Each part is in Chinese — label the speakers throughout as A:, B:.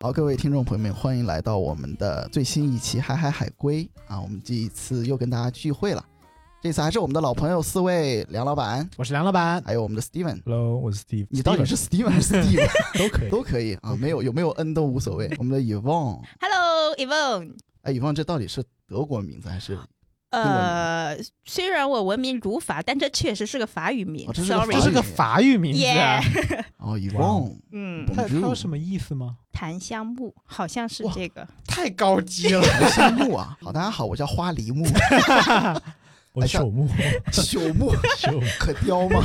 A: 好，各位听众朋友们，欢迎来到我们的最新一期《海海海龟》啊！我们这一次又跟大家聚会了，这次还是我们的老朋友四位，梁老板，
B: 我是梁老板。
A: 还有我们的 Steven。
C: Hello，我是 Steve。
A: 你到底是 Steven 还是 Steve
C: 都可以，
A: 都可以啊，
C: OK
A: 没有有没有 N 都无所谓。我们的 Evon，
D: Hello, Evon。
A: 哎，Evon 这到底是德国名字还是？
D: 呃，虽然我文名如法，但这确实是个法语名。
A: 哦这是个
D: Sorry，
B: 这是个法语名字啊，
A: 哦，Evon，
D: 嗯，
C: 它它有什
A: 么
C: 么意思吗？
D: 檀香木好像是
B: 哇
D: 这个。
B: 太高级了。
A: 香木啊？好，大家好，我叫花梨木，
C: 我朽木，
A: 朽木
C: 朽木
A: 可雕吗？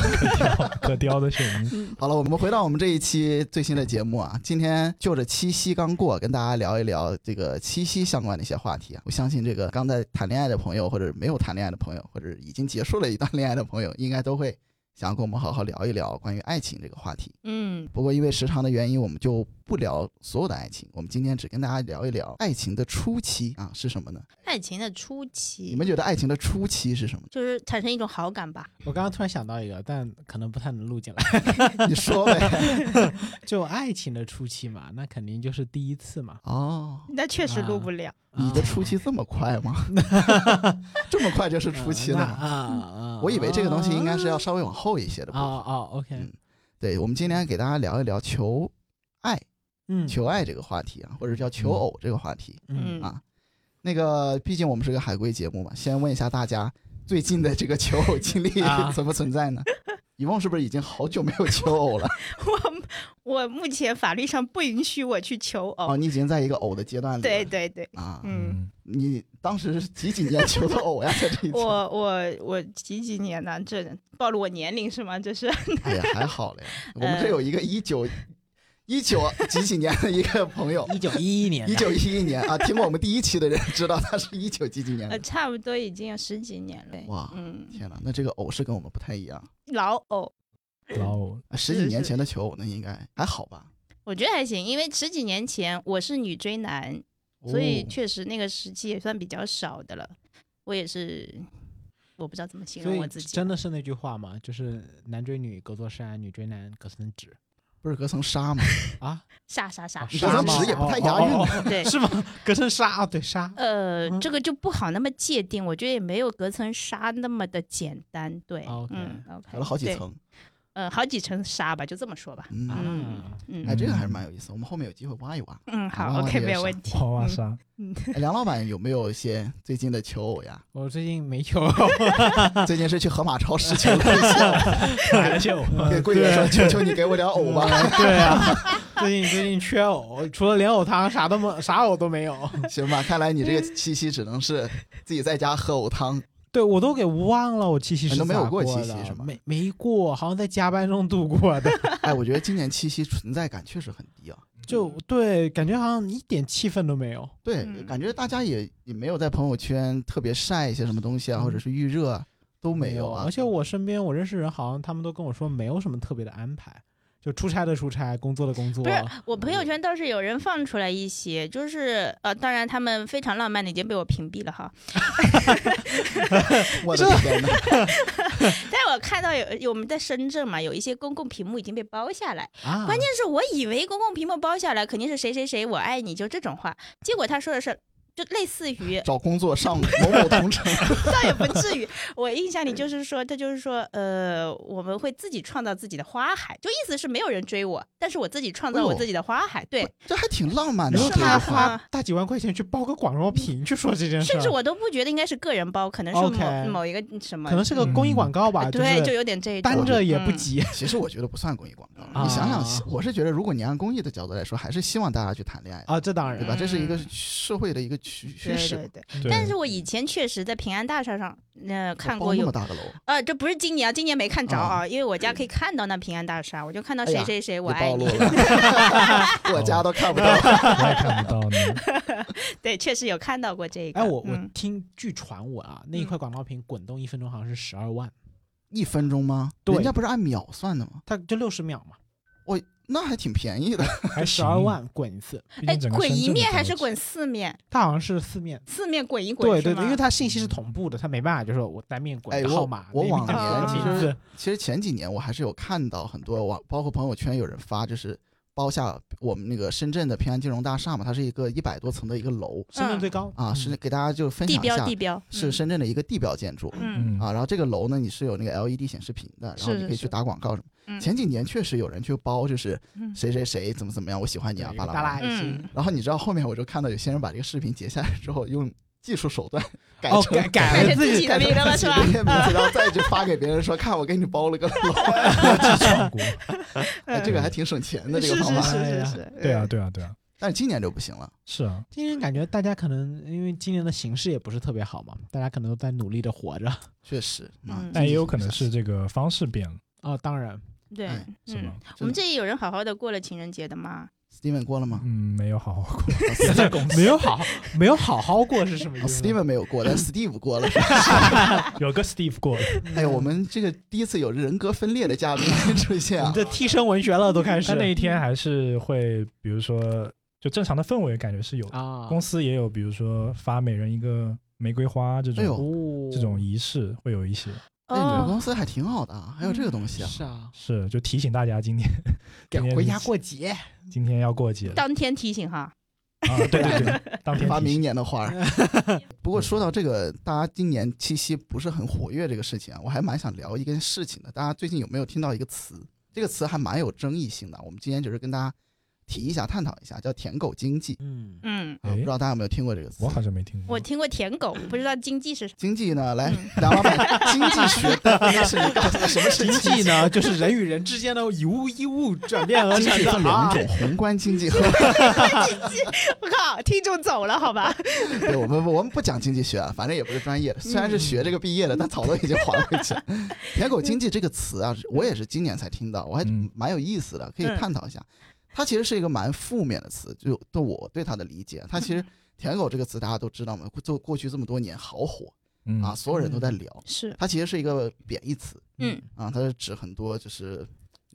C: 可雕的朽木。
A: 好了，我们回到我们这一期最新的节目啊，今天就着七夕刚过，跟大家聊一聊这个七夕相关的一些话题啊。我相信这个刚在谈恋爱的朋友，或者没有谈恋爱的朋友，或者已经结束了一段恋爱的朋友，应该都会想要跟我们好好聊一聊关于爱情这个话题。
D: 嗯，
A: 不过因为时长的原因，我们就不聊所有的爱情，我们今天只跟大家聊一聊爱情的初期啊是什么呢？
D: 爱情的初
A: 你
D: 期？
A: 们觉得爱情的初期是什么
D: 就是产生一种好感吧。
B: 我刚刚突然想到一个，但可能不太能录进来。
A: 你说呗。
B: 就爱情的初期嘛，那肯定就是第一次嘛。
A: 哦，
D: 那确
B: 实录不
D: 了。
A: 你的初期这么快吗？这么快就是初期了
B: 啊
A: 吗？
B: 啊啊！
A: 我以为这个东西应该是要稍微往后一些的部
B: 哦
A: 分。
B: 哦，OK，
A: 对，我们今天给大家聊一聊求
B: 嗯，
A: 求爱这个话题啊，或者叫求偶这个话题。
B: 嗯，
A: 啊那个，毕竟我们是个海归节目嘛，先问一下大家最近的这个求偶经历
B: 啊
A: 怎么存在呢？以梦是不是已经好久没有求偶了？
D: 我我目前法律上不允许我去求
A: 哦，
D: 偶。
A: 你已经在一个偶的阶段里了。
D: 对对对，
A: 啊，
D: 嗯，，
A: 你当时是几几年求的偶呀？在 这一次，
D: 我我我几几年呢？这暴露我年龄是吗？这是
A: 哎呀，还好嘞。我们这有一个一九一九几几年的一个朋友，
B: 一九一一年，
A: 一九一一年啊，听过我们第一期的人知道他是一九几几年
D: 呃，
A: 的。
D: 差不多已经有十几年了。
A: 嗯哇
D: 嗯，
A: 天哪，那这个偶是跟我们不太一样。
D: 老偶
C: 然后
A: 啊十几年前的求偶，那应该还好吧？
D: 我觉得还行，因为十几年前我是女追男，所以
A: 哦
D: 确实那个时期也算比较少的了。我也是，我不知道怎么形
B: 所
D: 容
B: 以
D: 我自己。
B: 真的是那句话嘛，就是男追女隔座山，女追男隔层纸
A: 不是隔层纱吗？
B: 啊，
D: 傻傻傻
B: 啊
A: 你
D: 傻
A: 隔
B: 纱
A: 层
B: 吗
A: 纸也不太
B: 哦
A: 押韵
B: 哦
A: 呢
B: 哦
D: 对，
B: 是吗？隔层纱，对纱，
D: 呃，
B: 嗯
D: 这个就不好那么界定，我觉得也没有隔层纱那么的简单。对，
B: 啊，OK
D: 嗯，OK，
A: 隔了好几
D: 对，
A: 层。
D: 呃，好几层纱吧，就这么说吧。
A: 嗯，
B: 啊
A: 哎，
D: 嗯
A: 这个还是蛮有意思。我们后面有机会挖一挖。
D: 嗯，
A: 娃
D: 好
A: 娃
D: ，OK，
A: 也
D: 没有
A: 是
D: 问题。
C: 花花
D: 嗯
C: 沙，
A: 哎梁老板有没有一些最近的求偶呀？
B: 我最近没有，
A: 最近是去河马超市求了一下，
C: 而 且我
A: 给柜员说：“求求你给我点偶吧。
B: 对啊，最近最近缺偶，除了莲藕汤啥都没啥偶都没有。”
A: 行吧，看来你这个七夕只能是自己在家喝偶汤。
B: 对我都给忘了，我七夕
A: 你
B: 是
A: 都没有
B: 咋
A: 过七夕
B: 的
A: 是吗
B: 没没过，好像在加班中度过 的。
A: 哎，我觉得今年七夕存在感确实很低啊。
B: 就对，感觉好像一点气氛都没有。
A: 对，
D: 嗯
A: 感觉大家也也没有在朋友圈特别晒一些什么东西啊，
B: 嗯
A: 或者是预热啊都没有啊。
B: 而且我身边我认识人，好像他们都跟我说没有什么特别的安排，就出差的出差，工作的工作
D: 不。是，我朋
A: 嗯
D: 友圈倒是有人放出来一些，就是呃，当然他们非常浪漫的已经被我屏蔽了哈。
A: 我的天哪！，
D: 但我看到有有我们在深圳嘛，有一些公共屏幕已经被包下来，
B: 啊，
D: 关键是我以为公共屏幕包下来肯定是谁谁谁我爱你就这种话，结果他说的是。就类似于
A: 找工作上某某同城，
D: 倒也不至 于。我印象里就是说，他就是说，呃，我们会自己创造自己的花海，就意思是没有人追我，但是我自己创造
A: 哎
D: 我
A: 呦
D: 自己的花海。 对，
A: 这还挺浪漫的
B: 然后。
A: 这
B: 哦他
A: 个
B: 还
D: 是
A: 话
B: 花大几万块钱去包个广告屏去说这件事
D: 嗯甚
B: 儿，
D: 至我都不觉得应该是个人包，可能是
B: OK
D: 某某一个什么
B: 可能是个
C: 嗯
B: 公益广告吧，
D: 哎对，
B: 就是
D: 有点这一
B: 单
D: 种。嗯
B: 着也不急。
A: 其实我觉得不算公益广告。
D: 啊
A: 你想想，我是觉得如果你按公益的角度来说，还是希望大家去谈恋爱的，
B: 啊，这当然
A: 对吧？
D: 嗯
A: 这是一个社会的一个趋趋
D: 对
A: 势
D: 对。对。
C: 对
D: 但是我以前确实在平安大厦上，呃，看
A: 包
D: 过
A: 那么
D: 有，
A: 大个楼，
D: 呃，这不是今年啊，今年没看着
A: 啊
D: 啊，因为我家可以看到那平安大厦，我就看到
A: 哎呀
D: 谁谁谁我
A: 你
D: 爱
A: 暴
D: 你
A: 露。 了， 我家都看不到。
B: 哦
C: 我也看不到呢。
D: 对，确实有看到过这个。
B: 哎，我我
D: 嗯
B: 听据传闻啊，那一块广告屏滚动一分钟好像是十二万，
A: 一分钟吗？
B: 对
A: 人家不是按秒算的吗？
B: 它就六十秒嘛，
A: 我那还挺便宜的。
B: 还十二万滚一次，
C: 毕
D: 哎
C: 竟整，个
D: 滚
C: 深
D: 一
C: 圳的
D: 面还
C: 高
D: 是
C: 级
D: 滚四面？
B: 它好像是四面。
D: 四面滚一 滚
B: 对
D: 是
B: 对
D: 吗
B: 对，因为它信息是同步的，它没办法，就是我单面
A: 嗯哎
B: 滚个
A: 我
B: 号码，
A: 我
B: 那
A: 往
B: 面
D: 年
B: 滚个
D: 其
B: 名
A: 实
B: 字
A: 其实前几年我还是有看到很多网，包括朋友圈有人发，就是包下我们那个深圳的平安金融大厦嘛，它是一个一百多层的一个楼
B: 深圳最高
A: 啊，是
B: 嗯
A: 给大家就分
D: 地
A: 享一
D: 标
A: 下
D: 地，标
A: 是，深圳的一个地标建筑。
D: 嗯
C: 嗯
A: 啊，然后这个楼呢，你是有那个 LED 显示屏的，然后
D: 是
A: 你
D: 是
A: 可以去
D: 是
A: 打广告什么。
D: 嗯
A: 前几年确实有人去包，就是
D: 嗯
A: 谁谁谁怎么怎么样，我喜欢你啊，巴拉巴拉。
B: 一些
D: 嗯
A: 然后你知道后面我就看到有些人把这个视频截下来之后，用技术手段改
B: 哦
A: 成
B: 改改
D: 了
A: 成
D: 自己的名字了是吧嗯
A: 改成自己的名字，然后再去发给别人说，看我给你包了个楼，
B: 啊
C: 全国，
A: 哎，这个还挺省钱的
D: 嗯是
A: 这个
D: 是
A: 方法。
D: 是
C: 哎
D: 是
C: 呀
D: 是，
C: 对啊，
D: 嗯，
C: 对啊，对啊，
A: 但是今年就不行了，
C: 是啊，
B: 今年感觉大家可能因为今年的形势也不是特别好嘛，大家可能都在努力的活着
A: 确实，
D: 嗯
C: 但也有可能是这个方式变了，
B: 啊、当然，
D: 对
A: 哎，
C: 是吗
D: 嗯，？我们这里有人好好的过了情人节的吗？
A: Steven 过了吗？
C: 嗯，没有好好过，
B: 没有好没有好好过是什么意
A: 哦
B: 思？
A: ，Steven 没有过，但 Steve 过 了。
C: 有个 Steve 过了，
A: 哎呀，我们这个第一次有人格分裂的嘉宾出现
B: 你
D: 嗯
A: 啊！
B: 这替身文学了都开始
C: 但那一天还是会，比如说，就正常的氛围感觉是有的。
B: 啊，
C: 公司也有，比如说发每人一个玫瑰花这
A: 哎呦
C: 种、
B: 哦
C: 这种仪式，会有一些
A: 哎，你们
D: 哦，
A: 公司还挺好的啊，还有这个东西啊！
B: 是啊，
C: 是就提醒大家今天
B: 给
C: 今天
B: 啊回家过节，
C: 今天要过节了
D: 当天提醒哈，
C: 啊，对对对，当天
A: 发
C: 提
A: 明
C: 醒
A: 年的花儿。 不过说到这个，大家今年七夕不是很活跃这个事情啊，我还蛮想聊一件事情的。大家最近有没有听到一个词？这个词还蛮有争议性的。啊我们今天就是跟大家提一下、探讨一下，叫“舔狗经济
B: 嗯，
D: 嗯”
A: 啊。不
C: 哎
A: 知，道大家有没有听过这个词啊
C: 我？好像没听过
D: 我，听过舔狗，不知道经济是啥。
A: 经济呢？来
D: 嗯，
A: 梁老板，经济学的应该是你告诉我什 么是
B: 经济呢，就是人与人之间的以物易物转变而
A: 经
B: 产
A: 济
B: 的
A: 分两
B: 啊
A: 种，宏观经济 和
D: 我靠，听众走了，好 吧？
A: 对我们我们不讲经济学啊，反正也不是专业的，虽然是学这个毕业的，但早都已经还回去了。舔狗经济这个词啊，我也是今年才听到，我还
C: 嗯
A: 蛮有意思的，可以探讨一下。它其实是一个蛮负面的词，就对我对它的理解，它其实舔狗这个词大家都知道嘛，就过去这么多年好火
C: 嗯
A: 啊，所有人都在聊，
D: 是，
A: 它其实是一个贬义词
D: 嗯
A: 啊，它是指很多就是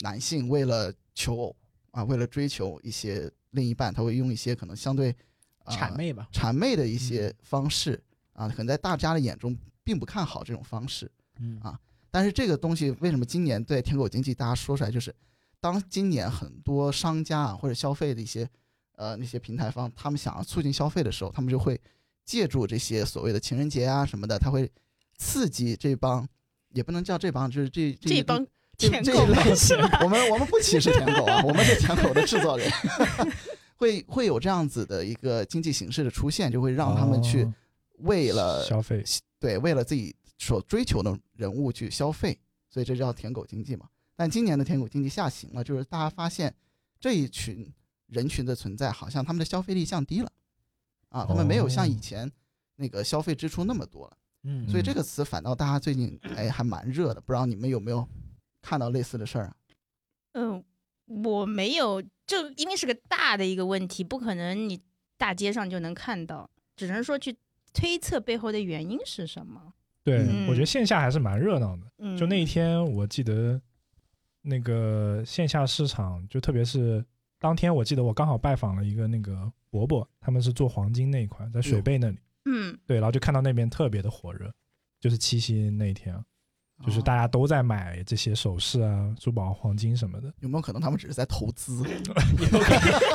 A: 男性为了求偶啊，为了追求一些另一半，他会用一些可能相对。啊
B: 谄媚嗯吧，
A: 谄媚的一些方式啊，可能在大家的眼中并不看好这种方式。
B: 嗯
A: 啊但是这个东西为什么今年对舔狗经济大家说出来，就是当今年很多商家啊或者消费的一些呃那些平台方，他们想要促进消费的时候，他们就会借助这些所谓的情人节啊什么的，他会刺激这帮也不能叫这帮，就是这
D: 这帮
A: 这
D: 舔
A: 这
D: 狗
A: 一类
D: 们 是吧？
A: 我们我们不歧视舔狗啊，我们是舔狗的制作人， 会会有这样子的一个经济形势的出现，就会让他们去
C: 哦
A: 为了、
C: 消费，
A: 对为了自己所追求的人物去消费，所以这叫舔狗经济嘛。但今年的舔狗经济下行了，就是大家发现这一群人群的存在，好像他们的消费力降低了啊，他们没有像以
C: 哦
A: 前那个消费支出那么多了，
B: 嗯
A: 所以这个词反倒大家最近哎还蛮热的，不知道你们有没有看到类似的事儿啊？
D: 嗯，我没有，就因为是个大的一个问题，不可能你大街上就能看到，只能说去推测背后的原因是什么。
C: 对、
D: 嗯
C: 我觉得线下还是蛮热闹的。
D: 嗯，
C: 就那一天，我记得那个线下市场，就特别是当天，我记得我刚好拜访了一个那个伯伯，他们是做黄金那一块，在水贝那里。
D: 嗯，
C: 对，然后就看到那边特别的火热，就是七夕那一天啊，就是
A: 哦
C: 大家都在买这些首饰啊、珠宝、黄金什么 的。
A: 有没有可能他们只是在投资？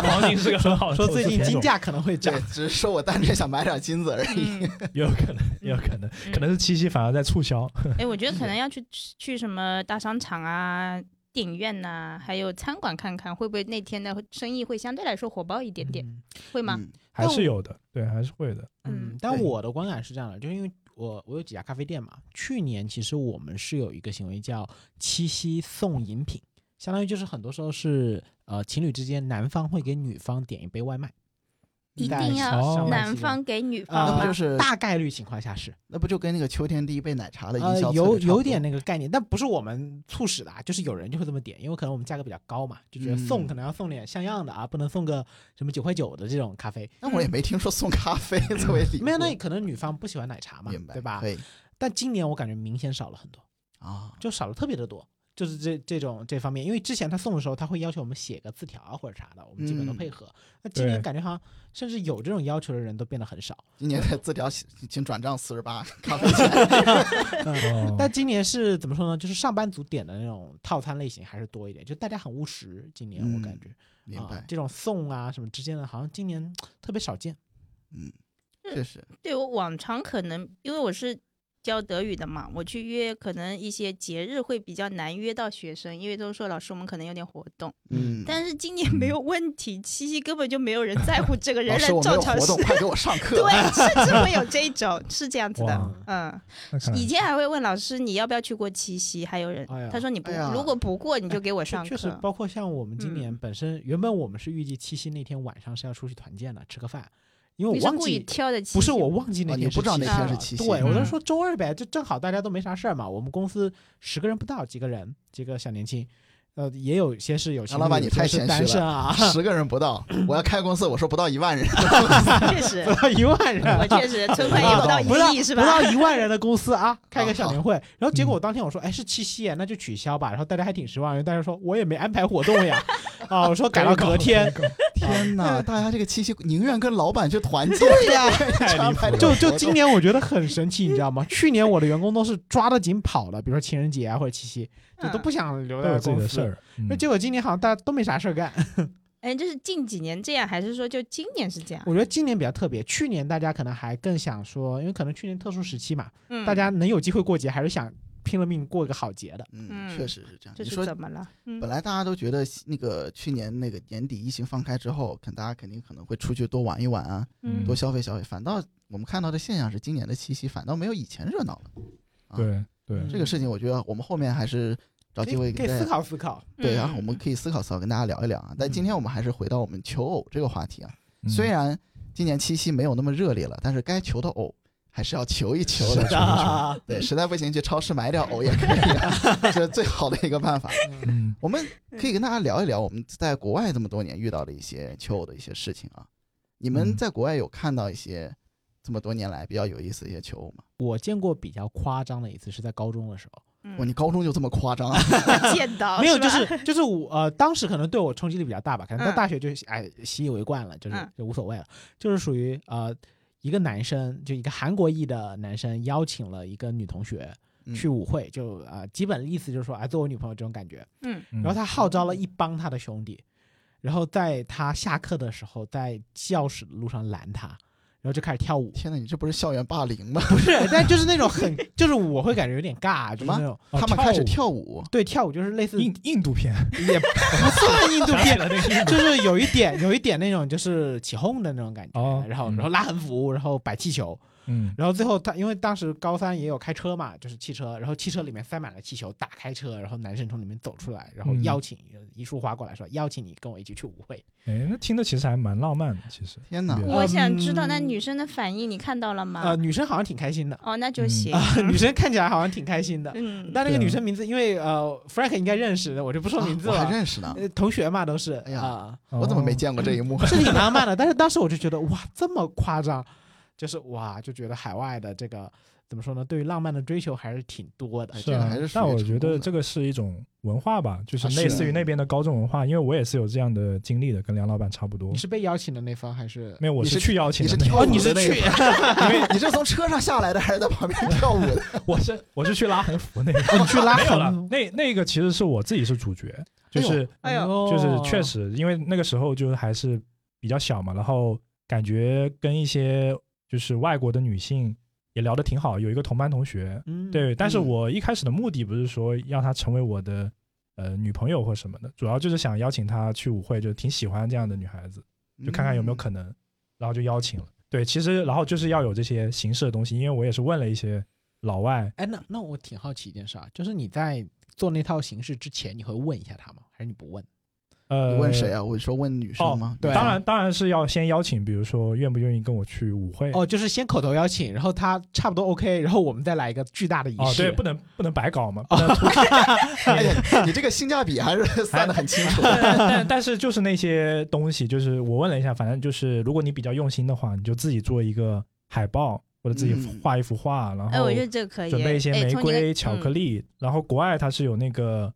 C: 黄金是个很 好的
B: 说
C: 投资
B: 最近
C: 品
B: 金
C: 种
B: 价可能会涨
A: 对，，只是说我单纯想买点金子而已。
D: 嗯
C: 也有可能，也有可能，可能是七夕反而在促销。
D: 哎，我觉得可能要去去什么大商场啊、电影院呐、还有餐馆看看，会不会那天的生意会相对来说火爆一点点，
B: 嗯
D: 会吗？
A: 嗯
C: 还是有的，对，还是会 的。
D: 嗯
B: 嗯，但
A: 对
B: 我的观感是这样的，就是因为我我有几家咖啡店嘛，去年其实我们是有一个行为叫七夕送饮品，相当于就是很多时候是呃情侣之间男方会给女方点一杯外卖，
D: 一
B: 在
D: 定要
B: 上半
D: 男
B: 期间
D: 方给女
B: 啊
A: 那
D: 方
A: 不
D: 吗？
A: 就是
B: 大概率情况下是
A: 那不就跟那个秋天第一杯奶茶的营
B: 呃
A: 销策略
B: 有
A: 差不多
B: 有点那个概念，但不是我们促使的啊，就是有人就会这么点，因为可能我们价格比较高嘛，就觉得送
A: 嗯
B: 可能要送点像样的啊，不能送个什么九块九的这种咖啡，
A: 那我也没听说送咖啡作为礼物，
B: 没有那可能女方不喜欢奶茶嘛
A: 明，白
B: 对吧？
A: 可以
B: 但今年我感觉明显少了很多。
A: 啊，
B: 就少了特别的多。就是这这种这方面，因为之前他送的时候，他会要求我们写个字条啊或者啥的，我们基本都
A: 嗯
B: 配合。那今年
C: 对
B: 感觉好像甚至有这种要求的人都变得很少。
A: 今年的字条请请转账四十八咖啡钱。
C: 哦
B: 但今年是怎么说呢？就是上班族点的那种套餐类型还是多一点，就大家很务实。今年我感
A: 嗯
B: 觉，
A: 明
B: 啊
A: 白，
B: 这种送啊什么之间的，好像今年特别少见。
A: 确实，
D: 对我往常可能因为我是教德语的嘛，我去约可能一些节日会比较难约到学生，因为都说老师我们可能有点活动，
A: 嗯。
D: 但是今年没有问题，七夕根本就没有人在乎这个人，仍
A: 老师，我
D: 然
A: 们
D: 照
A: 有
D: 常
A: 活
D: 是
A: 动，。快给我上课！
D: 对，是这么有这一种，是这样子的
C: 哇，
D: 嗯。
C: 那看来
D: 以前还会问老师你要不要去过七夕，还有人、
B: 哎呀
D: 他说你不、
A: 哎呀
D: 如果不过你就给我
B: 确
D: 上课，
B: 确实，包括像我们今年
D: 嗯
B: 本身、原本我们是预计七夕那天晚上是要出去团建的，吃个饭，因为
D: 你
B: 我
D: 是
B: 忘
D: 故意
B: 记
D: 挑的七夕，
B: 不是我忘记
A: 啊
B: 那
A: 你
B: 天
A: 不知道那
D: 天
B: 了
D: 是
B: 啊
A: 七夕
B: 对，我就
D: 嗯
B: 说周二呗，就正好大家都没啥事儿嘛。我们公司十个人不到，几个人，几个小年轻，呃，也有些是有情
A: 杨老板
B: 侣
A: 你
B: 有些
A: 太
B: 是
A: 谦虚
B: 单身啊，
A: 十个人不到，我要开公司，我说不到一万人，
D: 确实，
B: 不到一万人啊，
D: 我确实存款
B: 不
D: 也不
B: 到
D: 到
B: 不到
D: 一亿是
B: 不
D: 吧？
B: 到一万人的公司啊，开个
A: 好嗯
B: 小
A: 好
B: 年会。然后结果我当天我说，哎，是七夕耶，那就取消吧。然后大家还挺失望，因为大家说我也没安排活动呀， 啊，我说改到隔 天，
A: 天哪！嗯大家这个七夕宁愿跟老板去团建，
B: 对呀、
A: 安排这
B: 就
A: 个
B: 就
A: 活
B: 今
A: 动
B: 年我觉得很神奇，你知道吗？去年我的员工都是抓得紧跑的，比如说情人节啊或者七夕，就
A: 嗯
B: 都不想留
C: 都
B: 在
C: 有自己
B: 公
C: 的
B: 司
C: 事。儿，嗯
B: 那结果今年好像大家都没啥事儿 干，
D: 哎，这是近几年这样，还是说就今年是这样？
B: 我觉得今年比较特别。去年大家可能还更想说，因为可能去年特殊时期嘛，
D: 嗯，
B: 大家能有机会过节，还是想拼了命过一个好节的。
A: 嗯，
D: 嗯
A: 确实是这样。
D: 这
A: 你
D: 是
A: 说
D: 怎么了？嗯
A: 本来大家都觉得那个去年那个年底疫情放开之后，肯大家肯定可能会出去多玩一玩啊，
D: 嗯
A: 多消费消费。反倒我们看到的现象是，今年的七夕反倒没有以前热闹了。啊
C: 对对，
A: 这个事情，我觉得我们后面还是找
B: 可
A: 机会
B: 以可
A: 跟
B: 以
A: 大
B: 思
A: 家
B: 考思考。
A: 对，然
D: 嗯
A: 后我们可以思考思考，跟大家聊一聊啊。但今天我们还是回到我们求偶这个话题啊。
C: 嗯
A: 虽然今年七夕没有那么热烈了，但是该求的偶还是要求一求
C: 是
A: 的。
B: 啊，
A: 对，实在不行去超市买点偶也可以、啊，这是最好的一个办法。
C: 嗯
A: 我们可以跟大家聊一聊我们在国外这么多年遇到的一些求偶的一些事情啊。你们
C: 嗯
A: 在国外有看到一些这么多年来比较有意思的一些求偶吗？
B: 我见过比较夸张的一次是在高中的时候。
A: 哇，你
D: 嗯，
A: 高中就这么夸张啊？
D: 我 见到
B: 没有，
D: 哦吧
B: 就是就是我呃，当时可能对我冲击力比较大吧，可能到
D: 嗯
B: 大学就哎习以为惯了，就是
D: 嗯
B: 就无所谓了，就是属于呃一个男生，就一个韩国裔的男生邀请了一个女同学
A: 嗯
B: 去舞会，就呃基本意思就是说哎做我女朋友这种感觉，
D: 嗯，
C: 嗯
B: 然后他号召了一帮他的兄弟，然后在他下课的时候在教室的路上拦他，然后就开始跳舞，
A: 天哪，你这不是校园霸凌吗？
B: 不是， 但就是那种很就是我会感觉有点尬，就是那种
C: 哦
A: 他们开始
C: 舞
A: 跳舞，
B: 对跳舞就是类似
C: 印印度片，
B: 也不算印度片，
C: 那个印度
B: 就是有一点有一点那种就是起哄的那种感 觉，
C: 哦
B: 然后
C: 嗯
B: 然后拉横幅，然后摆气球，
C: 嗯
B: 然后最后他因为当时高三也有开车嘛，就是汽车，然后汽车里面塞满了气球，打开车，然后男生从里面走出来，然后
C: 嗯
B: 邀请、一束花过来说邀请你跟我一起去舞会，
C: 哎，那听着其实还蛮浪漫的，其实
A: 天哪！
C: 嗯啊
D: 我想知道那女生的反应，你看到了吗？
A: 啊
B: 呃，女生好像挺开 心的，
D: 哦，那就
C: 嗯
D: 行。
A: 哎
B: 女生看起来好像挺开心的，
D: 嗯，
B: 但那个
C: 对啊
B: 女生名字因为呃 Frank 应该认识的，我就不说
A: 啊
B: 名字
A: 我
B: 了，
A: 还认识呢，
B: 呃同学嘛都是，
A: 哎呀
B: 啊
A: 我怎么没
C: 哦
A: 见过这一 幕？
B: 是挺浪漫的，但是当时我就觉得哇，这么夸张，就是哇，就觉得海外的这个怎么说呢，对于浪漫的追求还是挺多的
A: 哎。
C: 是
A: 这个
C: 啊
A: 还是，属于
C: 但我
A: 成
C: 觉
A: 功
C: 得
A: 的
C: 这个是一种文化吧，就是
A: 啊是
C: 类似于
A: 的
C: 那边的高中文化，因为我也是有这样的经历的，跟梁老板差不多
B: 你。是被邀请的那方还是？
C: 没有，我
A: 你是
C: 去邀请
A: 你
C: 的
A: 是
C: 那
A: 跳
C: 个，
B: 哦，
A: 有
B: 你是
A: 我的那
B: 去
A: 你是从车上下来的，还是在旁边跳舞的？
C: 我是我是去拉横幅那个，
B: 你
A: 哦
B: 去拉
C: 没有了
B: 横，，
C: 那那个其实是我自己是主角， 就
A: 哎呦
C: 是
D: 哎呦
B: 哦
C: 就是确实，因为那个时候就是还是比较小嘛，然后感觉跟一些就是外国的女性也聊得挺好，有一个同班同学，
B: 嗯，
C: 对，但是
A: 嗯
C: 我一开始的目的不是说要她成为我的呃女朋友或什么的，主要就是想邀请她去舞会，就挺喜欢这样的女孩子，就看看有没有
B: 嗯
C: 可能，然后就邀请了。对，其实然后就是要有这些形式的东西，因为我也是问了一些老外，
B: 哎，那那我挺好奇一件事啊，就是你在做那套形式之前，你会问一下他吗？还是你不问？
C: 呃，
A: 你问谁啊？我说问女生吗？
B: 对啊
C: 当 然，当然是要先邀请，比如说愿不愿意跟我去舞会。
B: 哦，就是先口头邀请，然后他差不多 OK，然后我们再来一个巨大的仪
C: 哦，对，
B: 式
C: 不。能不能白搞嘛，不能
A: 哎呀，你这个性价比还是算的很清楚。
C: 但但但是就是那些东西，就是我问了一下，反正就是如果你比较用心的话，你就自己做一个海报，或者自己
A: 嗯
C: 画一幅画，然
D: 哎，
C: 后
D: 我觉得这个可以。
C: 准备一些
D: 哎
C: 玫
D: 从你的
C: 瑰、巧克
D: 嗯
C: 力。然后国外它是有那个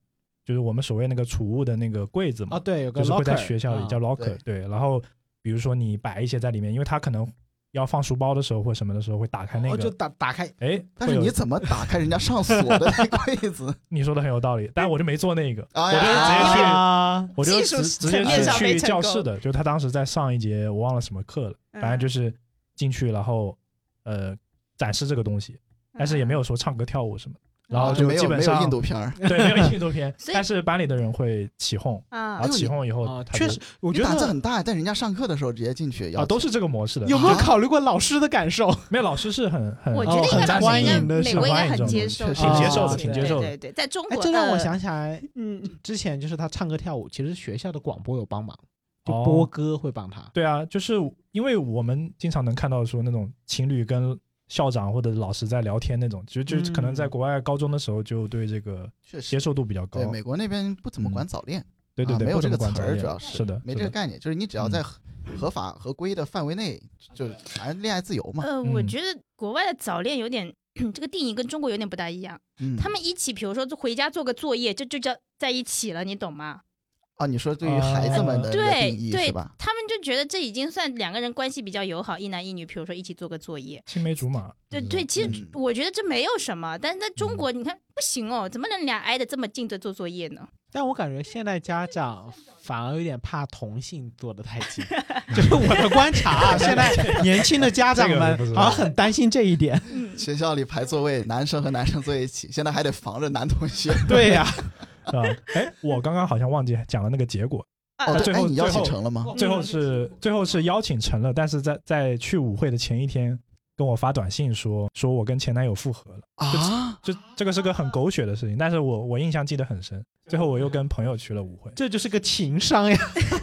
C: 就是我们所谓那个储物的那个柜子嘛，
B: 啊，对，有个
C: 就是会在
B: locker，
C: 学校里
B: 啊
C: 叫 locker，、对。然后比如说你摆一些在里面，因为他可能要放书包的时候或什么的时候会打开那
B: 哦，就
C: 个，
B: 打打开，
C: 哎、
A: 但是
C: 会有
A: 你怎么打开人家上锁的那柜子？
C: 你说的很有道理，但我就没做那个，
A: 哎
C: 我就直接去，
B: 啊，
C: 我就
D: 技术
C: 直直接
A: 层面
C: 是
D: 上
C: 去
D: 没成
C: 教
D: 功
C: 室的，就他当时在上一节我忘了什么课了，
D: 嗯
C: 反正就是进去然后呃展示这个东西，
D: 嗯
C: 但是也没有说唱歌跳舞什么的，然后
A: 就
C: 就
A: 啊没有
C: 基本
A: 没有
C: 上
A: 印度片儿。
C: 对没 有印度片，
D: 哦所以
C: 但是班里的人会起哄，
D: 啊
C: 然后
A: 哎呦
C: 起
A: 你
C: 哄以后
B: 啊，
C: 他就
B: 确实，我
A: 你
B: 觉
A: 胆子
B: 得
A: 很大，但人家上课的时候直接进去要
C: 啊都是这个模式的，
B: 有没有
A: 啊
B: 考虑过老师的感受？
C: 没有老师是很很
D: 我觉
B: 哦
D: 得应
C: 很
D: 该
C: 赞
D: 老师
C: 成
D: 应
B: 欢
D: 该
B: 迎
C: 的
D: 美
C: 是
D: 国应该
C: 欢迎这
D: 很
C: 种
D: 接
C: 东西
D: 受，
A: 挺接受的
C: 挺接受的
D: 对对对，在中
B: 哎，
D: 国
B: 这让我
D: 的
B: 想起来，
D: 嗯，
B: 之前就是他唱歌跳舞，其实学校的广播有帮忙，就
C: 哦
B: 播歌会帮他。
C: 对啊，就是因为我们经常能看到说那种情侣跟校长或者老师在聊天那种，就就可能在
B: 嗯
C: 国外高中的时候就对这个
A: 确
C: 接
A: 实，
C: 受度比较高
A: 对，美国那边不怎么管早恋，
C: 对对
A: 啊
C: 对，
A: 没有
C: 不怎
A: 这个
C: 么管
A: 词
C: 早
A: 儿
C: 恋
A: 主要
C: 是的，
A: 没
C: 嗯是
A: 这个
C: 的嗯
A: 概念，就是你只要在合合法合规的范围内，就是反正恋爱自由嘛。
D: 呃，我
C: 嗯
D: 觉得国外的早恋有点这个定义跟中国有点不大一样，
A: 嗯，
D: 他们一起，比如说回家做个作业，这就叫在一起了，你懂吗？
A: 啊，你说对于孩子们的
D: 呃
A: 这个定义
D: 对对
A: 是吧？
D: 他们就觉得这已经算两个人关系比较友好，一男一女，比如说一起做个作业。
C: 青梅竹马。
D: 对
C: 这种
D: 对，其实
A: 嗯
D: 我觉得这没有什么，但是在中国，你看不行哦，怎么能俩挨得这么近的做作业呢？
B: 但我感觉现在家长反而有点怕同性做的太近，就是我的观察 啊，现在年轻的家长
C: 这个
B: 们
C: 我不知道
B: 好像很担心这一点。
D: 嗯，
A: 学校里排座位，男生和男生坐一起，现在还得防着男同 学。
B: 对呀、
C: 啊，哎，我刚刚好像忘记讲了那个结果，
D: 啊
A: 哦，
C: 但，
A: 对，
C: 最
A: 哎，
C: 后
A: 你邀
C: 最
A: 请
C: 后
A: 成了吗？
C: 最 后是最后是邀请成了，但是在在去舞会的前一天跟我发短信说说我跟前男友复合了，
A: 啊，
C: 就这个是个很狗血的事情，但是我我印象记得很深。最后我又跟朋友去了舞会，
B: 这就是个情商呀。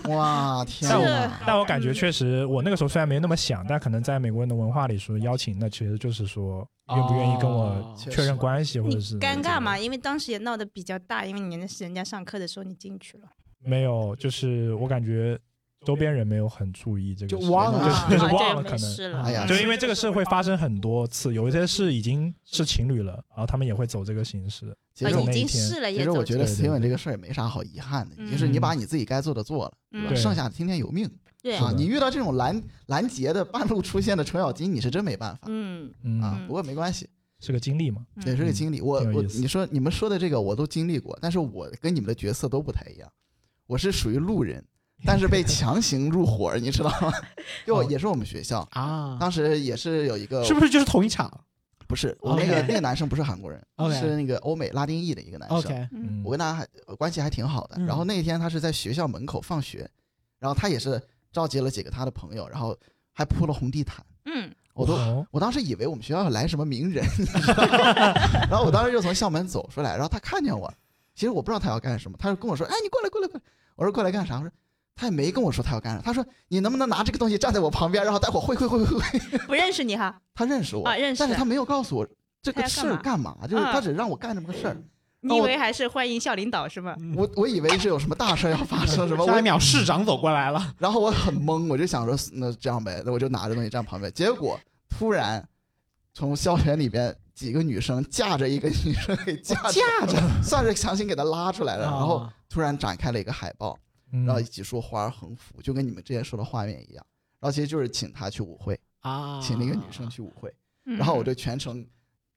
A: 哇，天
C: 但
A: 哪！
C: 但我感觉确实，我那个时候虽然没那么想，但可能在美国人的文化里说邀请，那其实就是说愿不愿意跟我
B: 哦
C: 确认关系，或
D: 你
C: 者是
D: 尴尬嘛，？因为当时也闹得比较大，因为你是人家上课的时候你进去了，
C: 没有，就是我感觉周边人没有很注意这个
B: 就
C: 事情，
B: 忘了
C: 就是
D: 啊
C: 就是
D: 啊
C: 忘
D: 这个
C: 了，可
D: 没
C: 能
D: 事了，
A: 哎呀
C: 就因为这个事会发生很多次，有一些是已经是情侣了，然后他们也会走这个形式。
A: 其
D: 啊
A: 实
C: 有
A: 我
D: 已
C: 那一
D: 经
C: 天
D: 是了，
A: 其
D: 也
A: 实我
D: 走
A: 觉得
C: 对
A: Steven
C: 对
A: 这个事儿也没啥好遗憾的，
D: 嗯
A: 就是你把你自己该做的做了，对吧
C: 对
A: 剩下的听天由命
D: 对
A: 啊
C: 是。的
A: 你遇到这种拦拦截的半路出现的程咬金，你是真没办法
D: 嗯，
C: 嗯，
A: 啊
D: 嗯。
A: 不过没关系，
C: 是个经历嘛，
D: 嗯
A: 也是个经历。我
C: 挺有
A: 我
C: 意思
A: 你说你们说的这个我都经历过，但是我跟你们的角色都不太一样，我是属于路人，但是被强行入伙儿，你知道吗？就
C: 哦
A: 也是我们学校，
B: 啊，
A: 当时也是有一个
B: 是不是就是同一场
A: 不是我那
B: OK
A: 个那个男生不是韩国人，
B: OK
A: 是那个欧美拉丁裔的一个
B: 哎
A: 男生。
B: ？OK，
D: 嗯
A: 我跟他还呃关系还挺好的。
B: 嗯
A: 然后那天他是在学校门口放学，然后他也是召集了几个他的朋友，然后还铺了红地毯。
D: 嗯，
A: 我都
C: 哦
A: 我当时以为我们学校来什么名人， 你知道吗然后我当时就从校门走出来，然后他看见我，其实我不知道他要干什么，他就跟我说：“哎，你过来，过来，过来。”我说：“过来干啥？”我说。他也没跟我说他要干啥，他说你能不能拿这个东西站在我旁边，然后待会儿会会会会会。
D: 不认识你哈，
A: 他认识我，
D: 啊认识
A: 但是他没有告诉我这个事儿
D: 他要
A: 干嘛，就是
D: 嗯
A: 他只让我干这么个事儿。
D: 你
A: 哦
D: 以为还是欢迎校领导是吗？
A: 我我以为是有什么大事儿要
B: 啊
A: 发生，什 么我
B: 嗯下一秒市长走过来了，
A: 然后我很懵，我就想说那这样呗，那我就拿着东西站旁边。结果突然从校园里边几个女生架着一个女生给架
B: 架
A: 着，算是强行给她拉出来了。然后
B: 啊
A: 突然展开了一个海报，
C: 嗯
A: 然后几束花儿横幅，就跟你们之前说的画面一样。然后其实就是请她去舞会，
B: 啊，
A: 请那个女生去舞会。
D: 嗯
A: 然后我就全程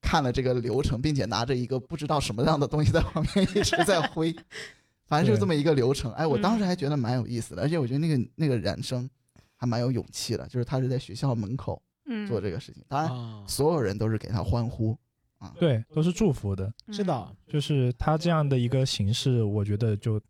A: 看了这个流程，并且拿着一个不知道什么样的东西在旁边一直在 挥，反正就是这么一个流程。哎，我
D: 嗯
A: 当时还觉得蛮有意思的，而且我觉得那个那个男生还蛮有勇气的，就是他是在学校门口
D: 嗯
A: 做这个事情，当然
C: 嗯
B: 啊，
A: 所有人都是给他欢呼。
C: 对都是祝福的，
B: 是，的，
C: 就是他这样的一个形式，我觉得就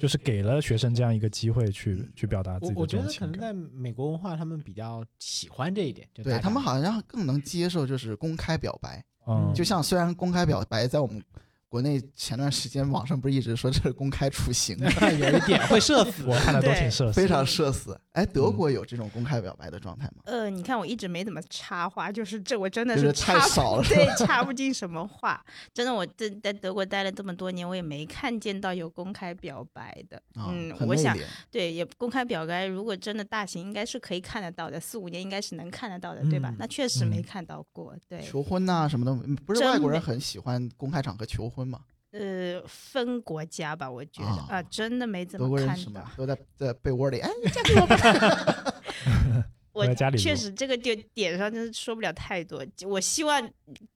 C: 就是给了学生这样一个机会去
D: 嗯
C: 去表达自
B: 我
C: 己
B: 我
C: 的
B: 觉
C: 这
B: 得
C: 种
B: 可
C: 情
B: 能
C: 感。
B: 在美国文化，他们比较喜欢这一点，就大
A: 对
B: 家
A: 他们好像更能接受就是公开表白，
C: 嗯，
A: 就像虽然公开表白在我们国内前段时间网上不是一直说这是公开处 刑吗
B: 有一点会社 死，
C: 我看的都挺社死
A: 非常社死。哎，德
D: 嗯
A: 国有这种公开表白的状态吗？
D: 呃，你看我一直没怎么插话，就是这我真的
A: 就是是太
D: 插不
A: 少了
D: 对， 插不进什么话。真的，我在在德国待了这么多年，我也没看见到有公开表白的。
A: 啊、
D: 嗯
A: 很
D: 我
A: 内
D: 想
A: 敛。
D: 对，也公开表白，如果真的大型，应该是可以看得到的，四五年应该是能看得到的，对吧？
B: 嗯
D: 那确实没
C: 嗯
D: 看到过，对。
A: 求婚呐、什么的，嗯不是
D: 真
A: 外国人
D: 没
A: 很喜欢公开场合求婚嘛？
D: 呃分国家吧，我觉得
A: 啊
D: 啊，真的没怎
A: 德
D: 么
A: 国人
D: 看
A: 什
D: 到
A: 么。啊都在在被窝里，哎，
D: 嫁给我吧！我
C: 在家里
D: 确
C: 录
D: 实这个点点上真是说不了太多。我希望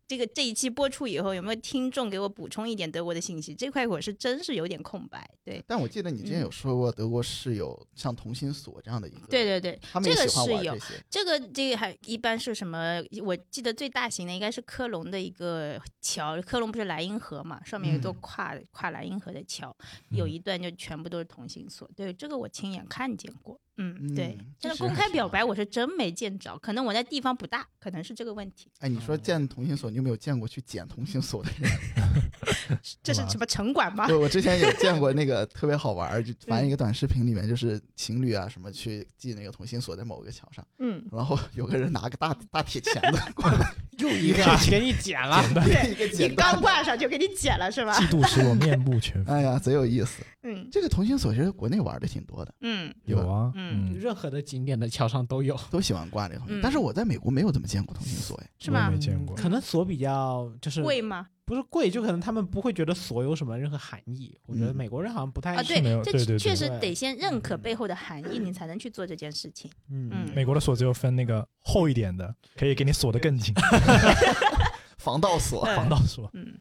D: 这个这一期播出以后，有没有听众给我补充一点德国的信息？这块我是真是有点空白。对，
A: 但我记得你之
D: 嗯
A: 前有说过，德国是有像同心锁这样的一个，
D: 对，对对，
A: 他们
D: 这
A: 也
D: 个
A: 喜欢
D: 是
A: 玩
D: 有
A: 这些。
D: 这个这个还一般是什么？我记得最大型的应该是科隆的一个桥，科隆不是莱茵河嘛，上面有一座
A: 嗯
D: 跨、跨莱茵河的桥，有
C: 嗯
D: 一段就全部都是同性锁。对，这个我亲眼看见过。嗯，对
A: 嗯，
D: 但
A: 其
D: 是
A: 实
D: 公
A: 还
D: 开
A: 挺
D: 表
A: 好
D: 白我是真没见着，可能我那地方不大，可能是这个问题。
A: 哎，你说见同心锁，你有没有见过去捡同心锁的 人？
D: 这是
C: 哇
D: 什么城管吗？
A: 我我之前有见过那个特别好玩 儿，就反
D: 嗯
A: 正一个短视频里面就是情侣啊什么去系那个同心锁在某个桥上，
D: 嗯，
A: 然后有个人拿个大大铁钳子过来，
B: 又一个给你剪了，
A: 一个
D: 你
A: 剪刀。
D: 刚挂上就给你剪了是吧？
C: 嫉妒使我面目全非。
A: 哎呀，贼有意思！
D: 嗯
A: 这个同心锁其实国内玩的挺多的，
D: 嗯
A: 对吧
C: 有啊，
D: 嗯
C: 嗯，
B: 任何的景点的桥上都有。
A: 都喜欢挂这个同心
D: 嗯
A: 但是我在美国没有怎么见过同心锁，哎，
D: 是
C: 我也
D: 吗
C: 没？见过。
B: 可能锁比较就是
D: 贵吗？
B: 不是贵，就可能他们不会觉得锁有什么任何含义。我觉得
A: 嗯
B: 美国人好像不太
D: 啊，
C: 没有
D: 这
C: 对对
D: 确
C: 对
D: 实
B: 对
D: 得先认可背后的含义，你才能去做这件事情。
B: 嗯，
C: 美国的锁只有分那个厚一点的，可以给你锁得 更紧，
A: 防盗锁。
C: 防盗锁。
D: 嗯，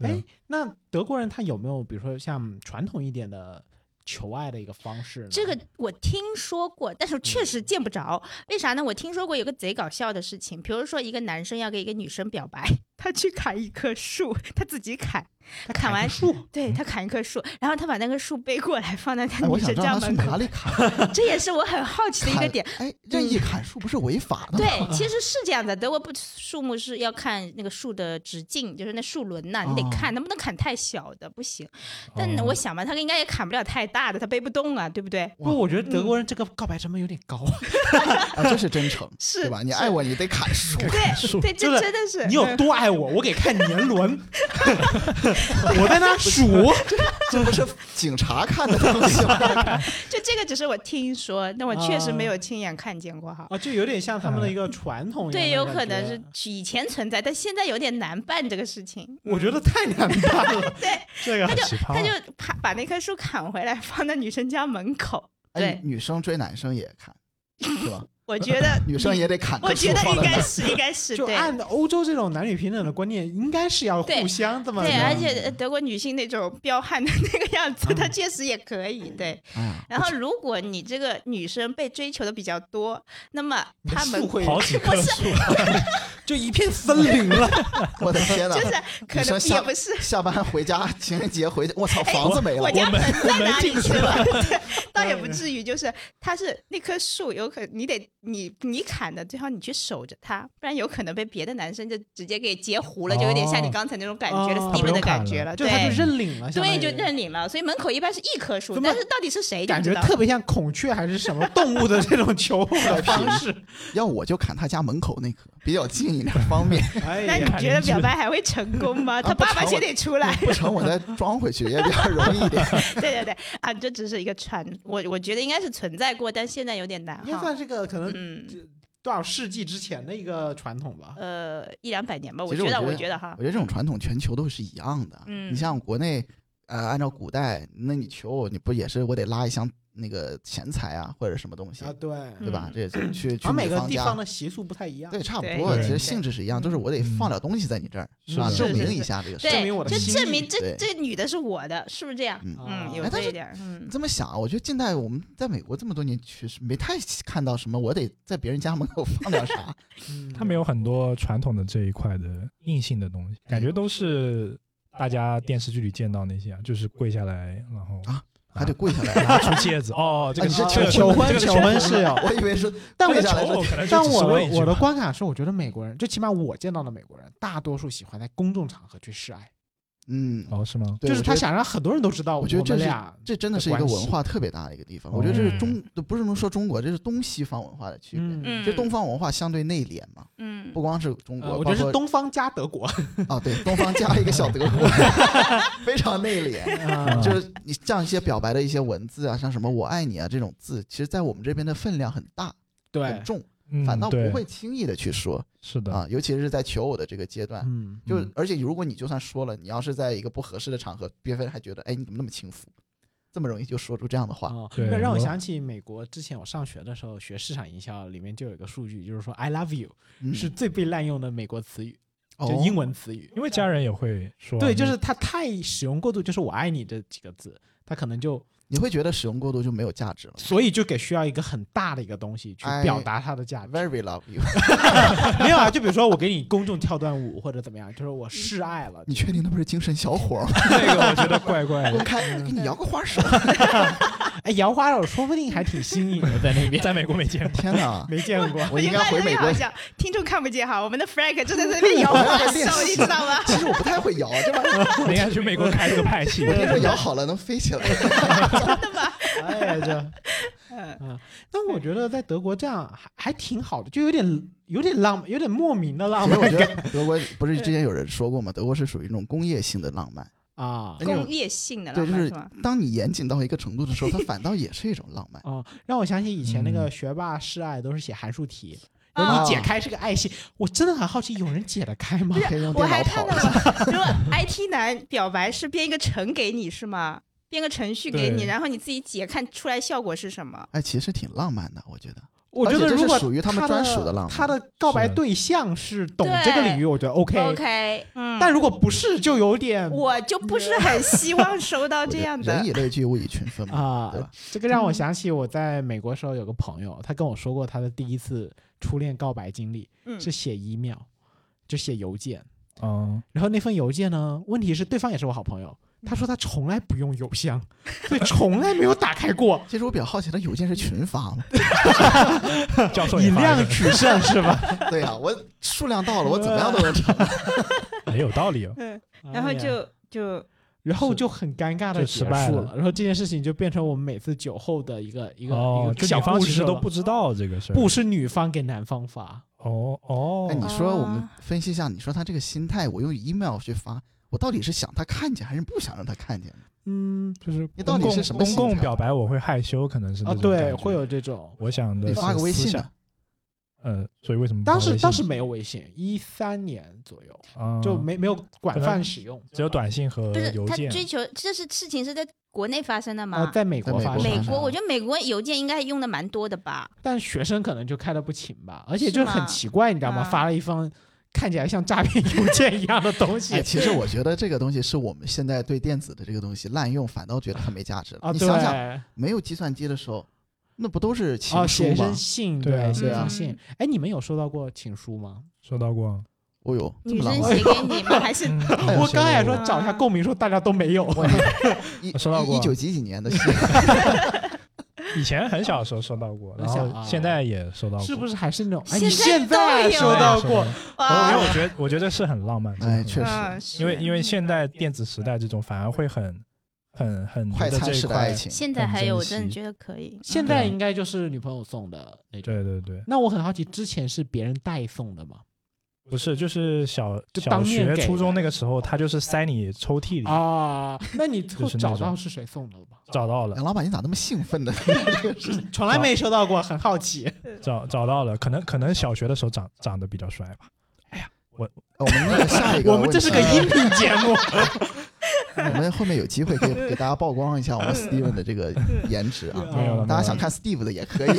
C: 对啊
B: 哎那德国人他有没有比如说像传统一点的求爱的一个方式呢？
D: 这个我听说过，但是确实见不着。为啥呢？我听说过有个贼搞笑的事情，比如说一个男生要给一个女生表白， 他去砍一棵树，他自己砍，
B: 他
D: 砍
B: 砍
D: 完
B: 棵树，
D: 对他砍一棵树，然后他把那棵树背过来放在他
A: 哎，我
D: 女
A: 想
D: 生
A: 知道
D: 家
A: 他去
D: 门口
A: 哪，里砍
D: 这也是我很好奇的一个
A: 砍
D: 点。。
A: 哎，任意砍树不是违法 的吗？
D: 对，其实是这样的。德国不树木是要看那个树的直径，就是那树轮呐、你
A: 哦
D: 得看能不能砍太小的，不行。但
C: 哦
D: 我想嘛，他应该也砍不了太大的，他背不动啊，对不对？
B: 不过我觉得
D: 嗯
B: 德国人这个告白成本有点高啊。
A: 啊，这是真诚，
D: 是
A: 对吧？你
D: 是
A: 爱我，你得砍树。
D: 对 对，
B: 就
D: 这
B: 是
D: 真的是嗯
B: 你有多爱我，我给看年轮，我在那数。
A: 这不是警察看的东西 吗？
D: 就这个只是我听说，但我确实
A: 哦
D: 没有亲眼看见过哈。
B: 啊，就有点像他们的一个传统
A: 哦
B: 一样的
D: 对，有
B: 感
D: 可能
B: 觉
D: 是以前存在，但现在有点难办这个事情。
B: 我觉得太难办了。对，这个
D: 他 就
C: 奇葩
A: 哦
D: 他
C: 了
D: 就把把那棵树砍回来，放在女生家门口。
A: 哎
D: 对，
A: 女生追男生也砍，是吧？，
D: 我觉得
A: 女生也得砍
D: 我
A: 棵树
D: 觉得
A: 放
D: 应
A: 在那
D: 该
A: 儿。
D: 是应该是
B: 就
D: 对。
B: 按欧洲这种男女平等的观念，应该是要互
D: 对
B: 相这么
D: 对，
B: 的
D: 而且呃德国女性那种彪悍的那个样子，她确实也可以。对，
A: 哎呀，
D: 然后如果你这个女生被追求的比较多，那么她们
B: 树会
C: 好几棵树，
B: 就一片森林了。
A: 我的天哪
D: 就！是可
A: 女生
D: 能
A: 下
D: 也不是。
A: 下班回家，情人节回家，哎我操，房子没了
D: 哎我。家
C: 我们
D: 门在
C: 我们
D: 哪里
C: 进
D: 去
C: 去
D: 了？对倒也不至于，就是它是那棵树，有可你得你你砍的，最好你去守着它，不然有可能被别的男生就直接给截胡了，就有点像你
C: 哦
D: 刚才那种感觉了
B: 哦
D: ，Steven
C: 不
D: 的
C: 用砍
D: 感觉
C: 了
D: 了，
B: 就
D: 对，
B: 他就认领了，相当
D: 对，
B: 于
D: 就认领了。所以门口一般是一棵树，
B: 怎么
D: 但是到底是谁就
B: 感
D: 不
B: 觉
D: 知道了
B: 特别像孔雀还是什么动物的这种求偶的方式。
A: 要我就砍他家门口那棵，比较近一点，方便。
B: 哎
D: 那你
B: 呀，
D: 觉得表白还会成功 吗？他
A: 啊不
D: 爸爸
A: 成
D: 先
A: 我
D: 得出来。
A: 不成，我再装回去也比较容易一点。
D: 对对对，啊，这只是一个传，我我觉得应该是存在过，但现在有点难
B: 应该算
D: 哈。
B: 是个可能
D: 嗯，
B: 多少世纪之前的一个传统吧。
D: 呃，一两百年吧，我
A: 其实
D: 觉得，
A: 我觉
D: 我
A: 得
D: 觉得哈
A: 我，觉得这种传统全球都是一样的。
D: 啊嗯
A: 你像国内，呃，按照古代，那你求偶，你不也是我得拉一箱那个钱财啊，或者什么东西
B: 啊，，对，
A: 对吧？
D: 嗯
A: 这这去去
B: 而每
A: 女
B: 个
A: 方
B: 地
A: 家
B: 方的习俗不太一样，
A: 对，差不
D: 对
A: 多，
C: 对
A: 其实
C: 对
A: 性质是一样，就是我得
B: 嗯
A: 放点东西在你这儿，
C: 是
A: 吧？
C: 的
A: 证
D: 是是
A: 明
D: 是
A: 一下这个事
D: 对，
A: 儿。
B: 证明我的
D: 就
B: 心
D: 证
B: 意
D: 明这
A: 对
D: 这女的是我的，是不是这样？
A: 嗯
B: 啊
D: 嗯，有
A: 哎但
D: 这
A: 是
D: 一点儿，嗯
A: 你，这么想啊，我觉得近代我们在美国这么多年去，是没太看到什么，我得在别人家门口 放点啥。
B: 嗯
C: 他们有很多传统的这一块的硬性的东西，
A: 嗯
C: 感觉都是大家电视剧里见到那些啊，就是跪下来，然后
A: 啊还得跪下来
C: 拿出戒指。 哦，这
A: 啊
C: 个
A: 你
C: 是
A: 是
B: 啊
C: 这个
A: 求
C: 是
B: 求婚
C: 这个是
B: 求婚是啊有，
A: 我以为 是，
B: 但
A: 跪
B: 我
A: 下来
C: 求
A: 说
C: 偶可能就
B: 但
C: 只是
B: 我
C: 问一
B: 的
C: 句
B: 我的
C: 话
B: 观感是，我觉得美国人，就起码我见到的美国人，大多数喜欢在公众场合去示爱，
A: 嗯，
C: 哦是吗？
A: 对
B: 就是
A: 我
B: 他
A: 觉得
B: 想让很多人都知道
A: 我觉得这
B: 们
A: 是
B: 俩
A: 这真的是一个文化特别大的一个地方。
C: 哦
A: 我觉得这是中，不是能说中国，这是东西方文化的区别。
B: 嗯，
A: 其实东方文化相对内敛嘛，
D: 嗯
A: 不光是中
B: 呃
A: 国，
B: 我
A: 包
B: 觉得是
A: 括
B: 东方加 德国，
A: 啊，对，东方加一个小德国， 非常内敛。
B: 啊
A: 嗯就是你像一些表白的一些文字啊，像什么“我爱你”啊这种字，其实在我们这边的分量很大、
B: 对
A: 很重。
C: 嗯
A: 反倒不
C: 对
A: 会轻易的去说
C: 是的，
A: 啊，尤其是在求偶的这个阶段。
B: 嗯，
A: 就
B: 嗯
A: 而且如果你就算说了，你要是在一个不合适的场合，别人还觉得哎你怎么那么轻浮，这么容易就说出这样的话。
B: 哦，
C: 对
B: 那让我
C: 我
B: 想起美国之前我上学的时候学市场营销，里面就有一个数据，就是说 “I love you”
A: 嗯
B: 是最被滥用的美国词语，
A: 哦
B: 就英文词语。
C: 因为家人也会说，
B: 对，就是它太使用过度，就是“我爱你”这几个字，它可能就
A: 你会觉得使用过度就没有价值了。
B: 所以就给需要一个很大的一个东西去
A: 哎
B: 表达它的价值。
A: Very love you，
B: 没有啊，就比如说我给你公众跳段舞或者怎么样，就是我示爱 了。
A: 你确定那不是精神小伙儿吗？
C: 那个我觉得怪怪
A: 公
C: 的，
A: 开给你摇个花手，
B: 哎，摇花手说不定还挺新颖 的， 在那边
C: 在美国没见过。
A: 天哪！
B: 没见过。
A: 我应该回美国
D: 好。笑，听众看不见哈，我们的 Frank 正在那边摇
A: 我
D: 花
A: 要练
D: 手，你知道 吗？
A: 其实我不太会摇，啊这玩意 儿
C: 你应该去美国开这个 派系，
A: 听说摇好了能飞 起来。
B: 哎呀， 这，
A: 哎
D: 嗯
B: 嗯，但我觉得在德国这样还还挺好的，就有点有点浪漫，有点莫名的浪
A: 其实我
B: 漫
A: 觉得德国不是之前有人说过吗？德国是属于那种工业性的浪漫，
B: 啊。
A: 那种
D: 工业性的
A: 对，
D: 浪
A: 就
D: 漫
A: 是
D: 是吗？
A: 当你严谨到一个程度的时候，它反倒也是一种浪漫。
B: 哦，让我想起以前那个
C: 嗯
B: 学霸示爱都是写函数题，
A: 哦
B: 然后
D: 啊
B: 你解开是个爱心，我真的很好奇，有人解得开吗？
A: 可以用
D: 我
A: 电
D: 还
A: 脑
D: 看
A: 跑
D: 到。了，如果 IT 男表白是编一个程给你是吗？编个程序给你，
C: 对
D: 然后你自己解，看出来效果是什么？
A: 哎，其实挺浪漫的，我觉
D: 哦
A: 得。
B: 我觉
A: 而且
B: 得
A: 这
B: 如
A: 是
B: 果
A: 属于他们专属的浪漫
B: 他的告白
C: 是
B: 对象是懂这个领域，我觉得 OK。
D: OK，嗯，
B: 但如果不是，就有点
D: 我就不是很希望收到这样
A: 我觉得
D: 的
A: 人。以类聚，物以群分嘛，对
B: 啊
A: 吧？，，
B: 这个让我想起我在美国时候有个朋友，他跟我说过他的第一次初恋告白经历
D: 嗯
B: 是写 email，就写邮件。
C: 嗯，
B: 然后那份邮件呢，问题是对方也是我好朋友，
D: 嗯
B: 他说他从来不用邮箱，所以从来没有打开过
A: 其实我比较好奇，他邮件是群发吗？
C: 教授也
B: 以
C: 发
B: 量
C: 一 个
B: 取胜是吧？
A: 对呀、我数量到了，我怎么样都能成。
C: 也有道理哦。
D: 嗯， 然后
B: 哎
D: 就就
B: 然后
C: 是
B: 就很尴尬的
C: 就
B: 结
C: 失败
B: 束
C: 了
B: 了，然后这件事情就变成我们每次酒后的一个一个
C: 哦
B: 一，个
C: 就
B: 小
C: 两方
B: 故
C: 其
B: 事
C: 实都
B: 了
C: 不知道这个事儿。
B: 不是女方给男方发，
C: 哦
A: 那你
C: 哦，
A: 说，我们分析一下，你说他这个心态，我用 email 去发，我到底是想他看见，还是不想让他看见？
B: 嗯
C: 就是
A: 你到底
C: 公
A: 是
C: 共
A: 什么
C: 公
A: 心
C: 共
A: 态啊
C: 表白，我会害羞，可能是
B: 啊
C: 那种
B: 对，
C: 感觉
B: 会有这种。
C: 我想的
A: 你
C: 是
A: 发个微
C: 思
A: 信
C: 想
A: 呢？
C: 呃，所以为什么不
B: 当
C: 发
B: 时
C: 微
B: 当时
C: 信
B: 没有微信，一三年左右
C: 啊
B: 就没没有广
C: 可能
B: 泛使用。
C: 只有短信和
D: 不是
C: 邮
D: 他
C: 件。
D: 追求，这是事情是在国内发生的
B: 呃，
D: 吗？
B: 在美国
A: 在美
B: 发
A: 国
B: 生
A: 发
B: 的，
D: 美
A: 生
D: 国，我觉得美国邮件应该用的蛮多的吧？
B: 但学生可能就开的不勤吧，而且
D: 是
B: 就
D: 吗
B: 很奇怪，你知道吗？
D: 啊
B: 发了一封看起来像诈骗邮件一样的东西
A: 哎，，其实我觉得这个东西是我们现在对电子的这个东西滥用，反倒觉得它没价值了。
B: 啊，
A: 你
B: 对，
A: 想想，没有计算机的时候，那不都是情
B: 啊，
A: 书
B: 写一
A: 吗？
B: 封信，
C: 对啊
B: 写一
D: 嗯
A: 对啊
B: 封信。哎，你们有收到过情书吗？
C: 收到 过，
A: 哦呦，这
D: 女
A: 么
D: 生
A: 浪漫！
D: 写给你吗？还是
C: 嗯
A: 哎
B: 我
C: 收
B: 刚
C: 到
B: 才
C: 过
B: 说找一下
D: 啊
B: 共啊鸣，说大家都没有。
A: 我一
C: 收到过
A: 一九几几年的 信，
C: 以前很小的时候收到过，
B: 很
C: 然
B: 小
C: 后
B: 啊
C: 现在也收到过，
B: 是不是还是那种？哎，
D: 现
B: 你
D: 在
B: 现在
D: 都有
B: 收到过
C: 收？
D: 哇
C: 因为我觉得我觉得是很浪漫的，
A: 啊哎，
C: 真
A: 确
C: 的很浪
D: 嗯，
A: 实，
C: 漫
D: 是
C: 因为因为现在电子时代这种反而会很很很
A: 快
C: 觉得
A: 餐
C: 这一
A: 式的
C: 块
A: 爱，情，
D: 现在
C: 很
D: 还有，
C: 珍
D: 我真的
C: 惜
D: 觉得可以。
B: 现
D: 嗯
B: 在应该就是女朋友送的那种。
C: 对对对，
B: 那我很好奇，之前是别人代送的吗？
C: 不是就是小
B: 就
C: 小
B: 当面
C: 学
B: 给
C: 初
B: 的
C: 中那个时候，他就是塞你抽屉里
B: 啊，那你最后
C: 就是那
B: 找
C: 种
B: 到是谁送的了吗？
C: 找到了
A: 杨，哎老板，你咋那么兴奋呢？ 哎
B: 从来没收到过，很好奇。
C: 找找到了，可能可能小学的时候长长得比较帅吧，
A: 我们那个下一个
B: 我
A: 问题，啊
B: 们这是个音频节目，
A: 我们后面有机会可以给大家曝光一下
C: 嗯
A: 我们 Steven 的这个颜值啊。
C: 没有了，
A: 大家
C: 没有了
A: 想看 Steve 的也可 以，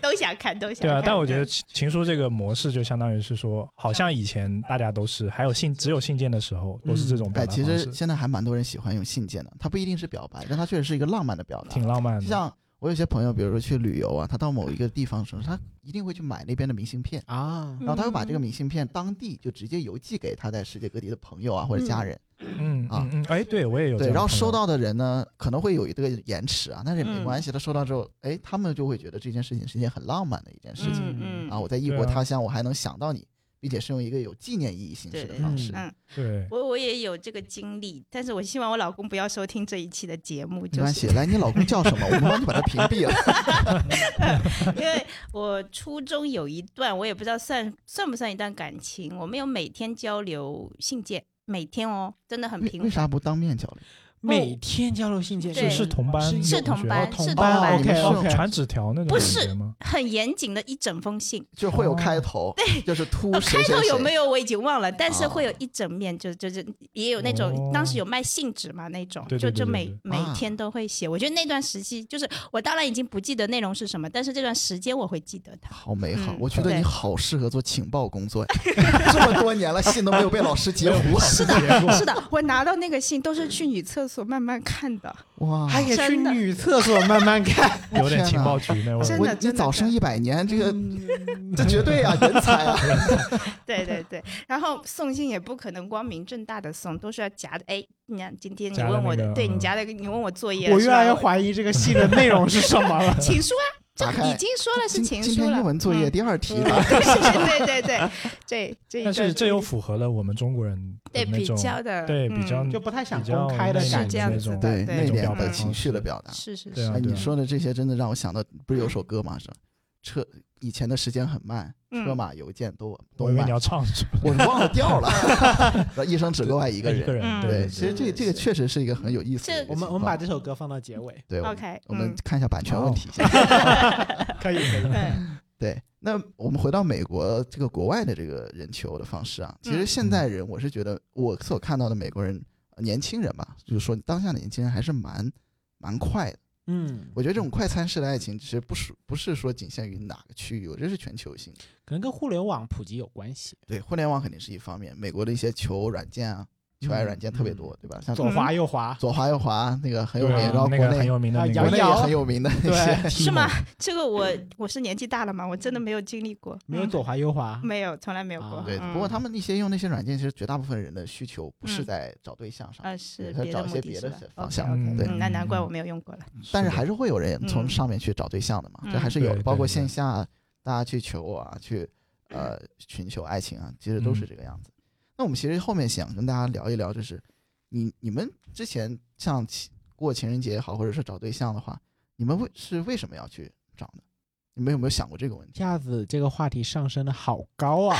D: 都想看，都想看。
C: 对啊，但我觉得
D: 嗯
C: 情情书这个模式就相当于是说，好像以前大家都是，还有信只有信件的时候都是这种表
A: 哎，
C: 达
A: 其
C: 方
A: 实
C: 式，
A: 现在还蛮多人喜欢用信件的，它不一定是表白，但它确实是一个浪漫的表达。
C: 挺浪漫
A: 就
C: 的。
A: 像我有些朋友，比如说去旅游啊，他到某一个地方的时候，他一定会去买那边的明信片，
B: 啊
C: 嗯
A: 然后他会把这个明信片当地就直接邮寄给他在世界各地的朋友啊或者家人。
C: 嗯
A: 啊
C: 嗯嗯，哎，对我也有
A: 对，
C: 这样的朋友。
A: 然后收到的人呢，可能会有一个延迟啊，但是也没
D: 嗯
A: 关系。他收到之后，哎，他们就会觉得这件事情是一件很浪漫的一件事情
D: 嗯嗯
A: 啊。我在异国
C: 对啊
A: 他乡，我还能想到你，并且是用一个有纪念意义形式的
D: 对
A: 方式。
B: 嗯
D: 嗯，
C: 对，
D: 我我也有这个经历，但是我希望我老公不要收听这一期的节目，
A: 没
D: 就
A: 关
D: 是
A: 系，来，你老公叫什么？我们帮你把他屏 蔽了。
D: 因为我初中有一段，我也不知道算算不算一段感情，我们有每天交流信件，每天哦，真的很
A: 为
D: 频
A: 为
D: 繁。
A: 啥不当面交流？
B: 每天交流信件
D: 对
C: 是是同班
B: 哦是
C: 同学，
D: 是同班
C: 哦
D: 是
C: 同
D: 同班
C: 哦
B: ，OK，OK
C: 传纸条那种
D: 不
C: 感
D: 是
C: 觉吗？
D: 很严谨的一整封信。
A: 就会
C: 哦
A: 有开头，就是突
D: 呃，
A: 谁
D: 开
A: 谁
D: 头有没
A: 谁，
D: 有我已经忘了，但是
A: 哦
D: 会有一整面，就就是也有那种、
C: 哦
D: 当时有卖信纸嘛那种，
C: 对对对
D: 就就
C: 对
D: 每
C: 对
D: 每
A: 啊
D: 天都会写。我觉得那段时期，就是我当然已经不记得内容是什么，但是这段时间我会记得它。
A: 好美好
D: 嗯！
A: 我觉得
D: 对
A: 你好适合做情报工作， 这么多年了，信都没有被老师截胡。啊
D: 是的，是的，我拿到那个信都是去女厕所慢慢看的，
A: 哇，
B: 还可以去
D: 真的
B: 女厕所慢慢看，
C: 哎有点
A: 天
C: 情
A: 哪
C: 报嗯局那
D: 真
C: 味
D: 的
A: 我你早生一百年，这个
B: 嗯
A: 这绝对啊，人才啊！
D: 对对对，然后送信也不可能光明正大的送，都是要夹的。哎，你看今天你
C: 夹的
D: 问我
C: 那
D: 的，
C: 个
D: 对
C: 嗯
D: 你夹的，你问我作业，
B: 我
D: 是
B: 越
D: 吧。
B: 来越怀疑这个信的内容是什么了
D: 情书啊， 这
A: 打开
D: 已经说了是
A: 今
D: 情
A: 今
D: 书
A: 天
D: 了。
A: 英文作业第二题
D: 嗯
A: 了，
D: 对对对对，这这一
C: 但
D: 段
C: 是这又符合了我们中国人的
D: 对
C: 那
D: 比
C: 种
D: 较的，
C: 对比
D: 嗯
C: 较
B: 就不太想
C: 比较
B: 公开的
C: 内
D: 感
C: 敛
D: 觉
C: 那种
D: 对
C: 那
A: 内
C: 种
D: 对
C: 表
A: 敛
C: 达
A: 的
D: 嗯
A: 情绪的表达。
D: 是是
C: 对
D: 是
C: 啊，
A: 哎，你
C: 对啊
A: 说的这些真的让我想到，不是有首歌吗？是车以前的时间很慢，
D: 嗯
A: 车马邮件都都
C: 我以为
A: 慢
C: 你，要唱什么
A: 我忘了调 了。 然后一生只够爱一
C: 一
A: 个人。
D: 嗯
A: 对，
C: 对，
A: 其实这这个确实是一个很有意思的
D: 这
A: 一个
B: 我
A: 情
B: 们
A: 况。
B: 我们把这首歌放到结尾，
A: 对我们
D: OK，
A: 我们
D: 嗯
A: 看一下版权问题。
C: 哦
B: 可以可以。
D: 嗯
A: 对，那我们回到美国这个国外的这个人求的方式啊，其实
D: 嗯
A: 现代人我是觉得我所看到的美国人呃年轻人吧，就是说当下的年轻人还是蛮蛮快的。
B: 嗯，
A: 我觉得这种快餐式的爱情其实不是不是说仅限于哪个区域，我觉得是全球性的。
B: 可能跟互联网普及有关系。
A: 对，互联网肯定是一方面，美国的一些求软件啊，求爱软件特别多，对吧？像
B: 左滑右滑，
A: 左滑右滑那个很有名，
C: 对啊
A: 然后
C: 那
A: 国
C: 个很
A: 内
C: 有名的
B: 啊
C: 那
B: 摇
A: 国
C: 个
A: 内
B: 摇
A: 也很有名的那些。
B: 对，
D: 是吗？这个我我是年纪大了嘛，我真的没有经历过，
B: 没有
D: 嗯
B: 左滑右滑，
D: 没有，从来没有过
B: 啊。
A: 对，
D: 嗯
A: 不过他们那些用那些软件，其实绝大部分人的需求不是
D: 嗯
A: 在找对象上，
D: 啊是
A: 他
D: 别
A: 找
D: 的
A: 一
D: 目
A: 些
D: 的
A: 别
D: 是
A: 的
D: 吧
A: 方
D: OK，
A: 向。
D: OK，
A: 对
D: 嗯那难怪我没有用过了。
A: 但是
C: 的
A: 还是会有人从
D: 嗯
A: 上面去找对象的嘛，这
D: 嗯
A: 还是有的，
C: 对
A: 包括
C: 对对
A: 线下啊大家去求啊，去呃寻求爱情啊，其实都是
C: 嗯
A: 这个样子。那我们其实后面想跟大家聊一聊，就是你你们之前像情过情人节也好，或者是找对象的话，你们为是为什么要去找呢？你们有没有想过这个问
B: 一
A: 题？
B: 下子这个话题上升的好高 啊！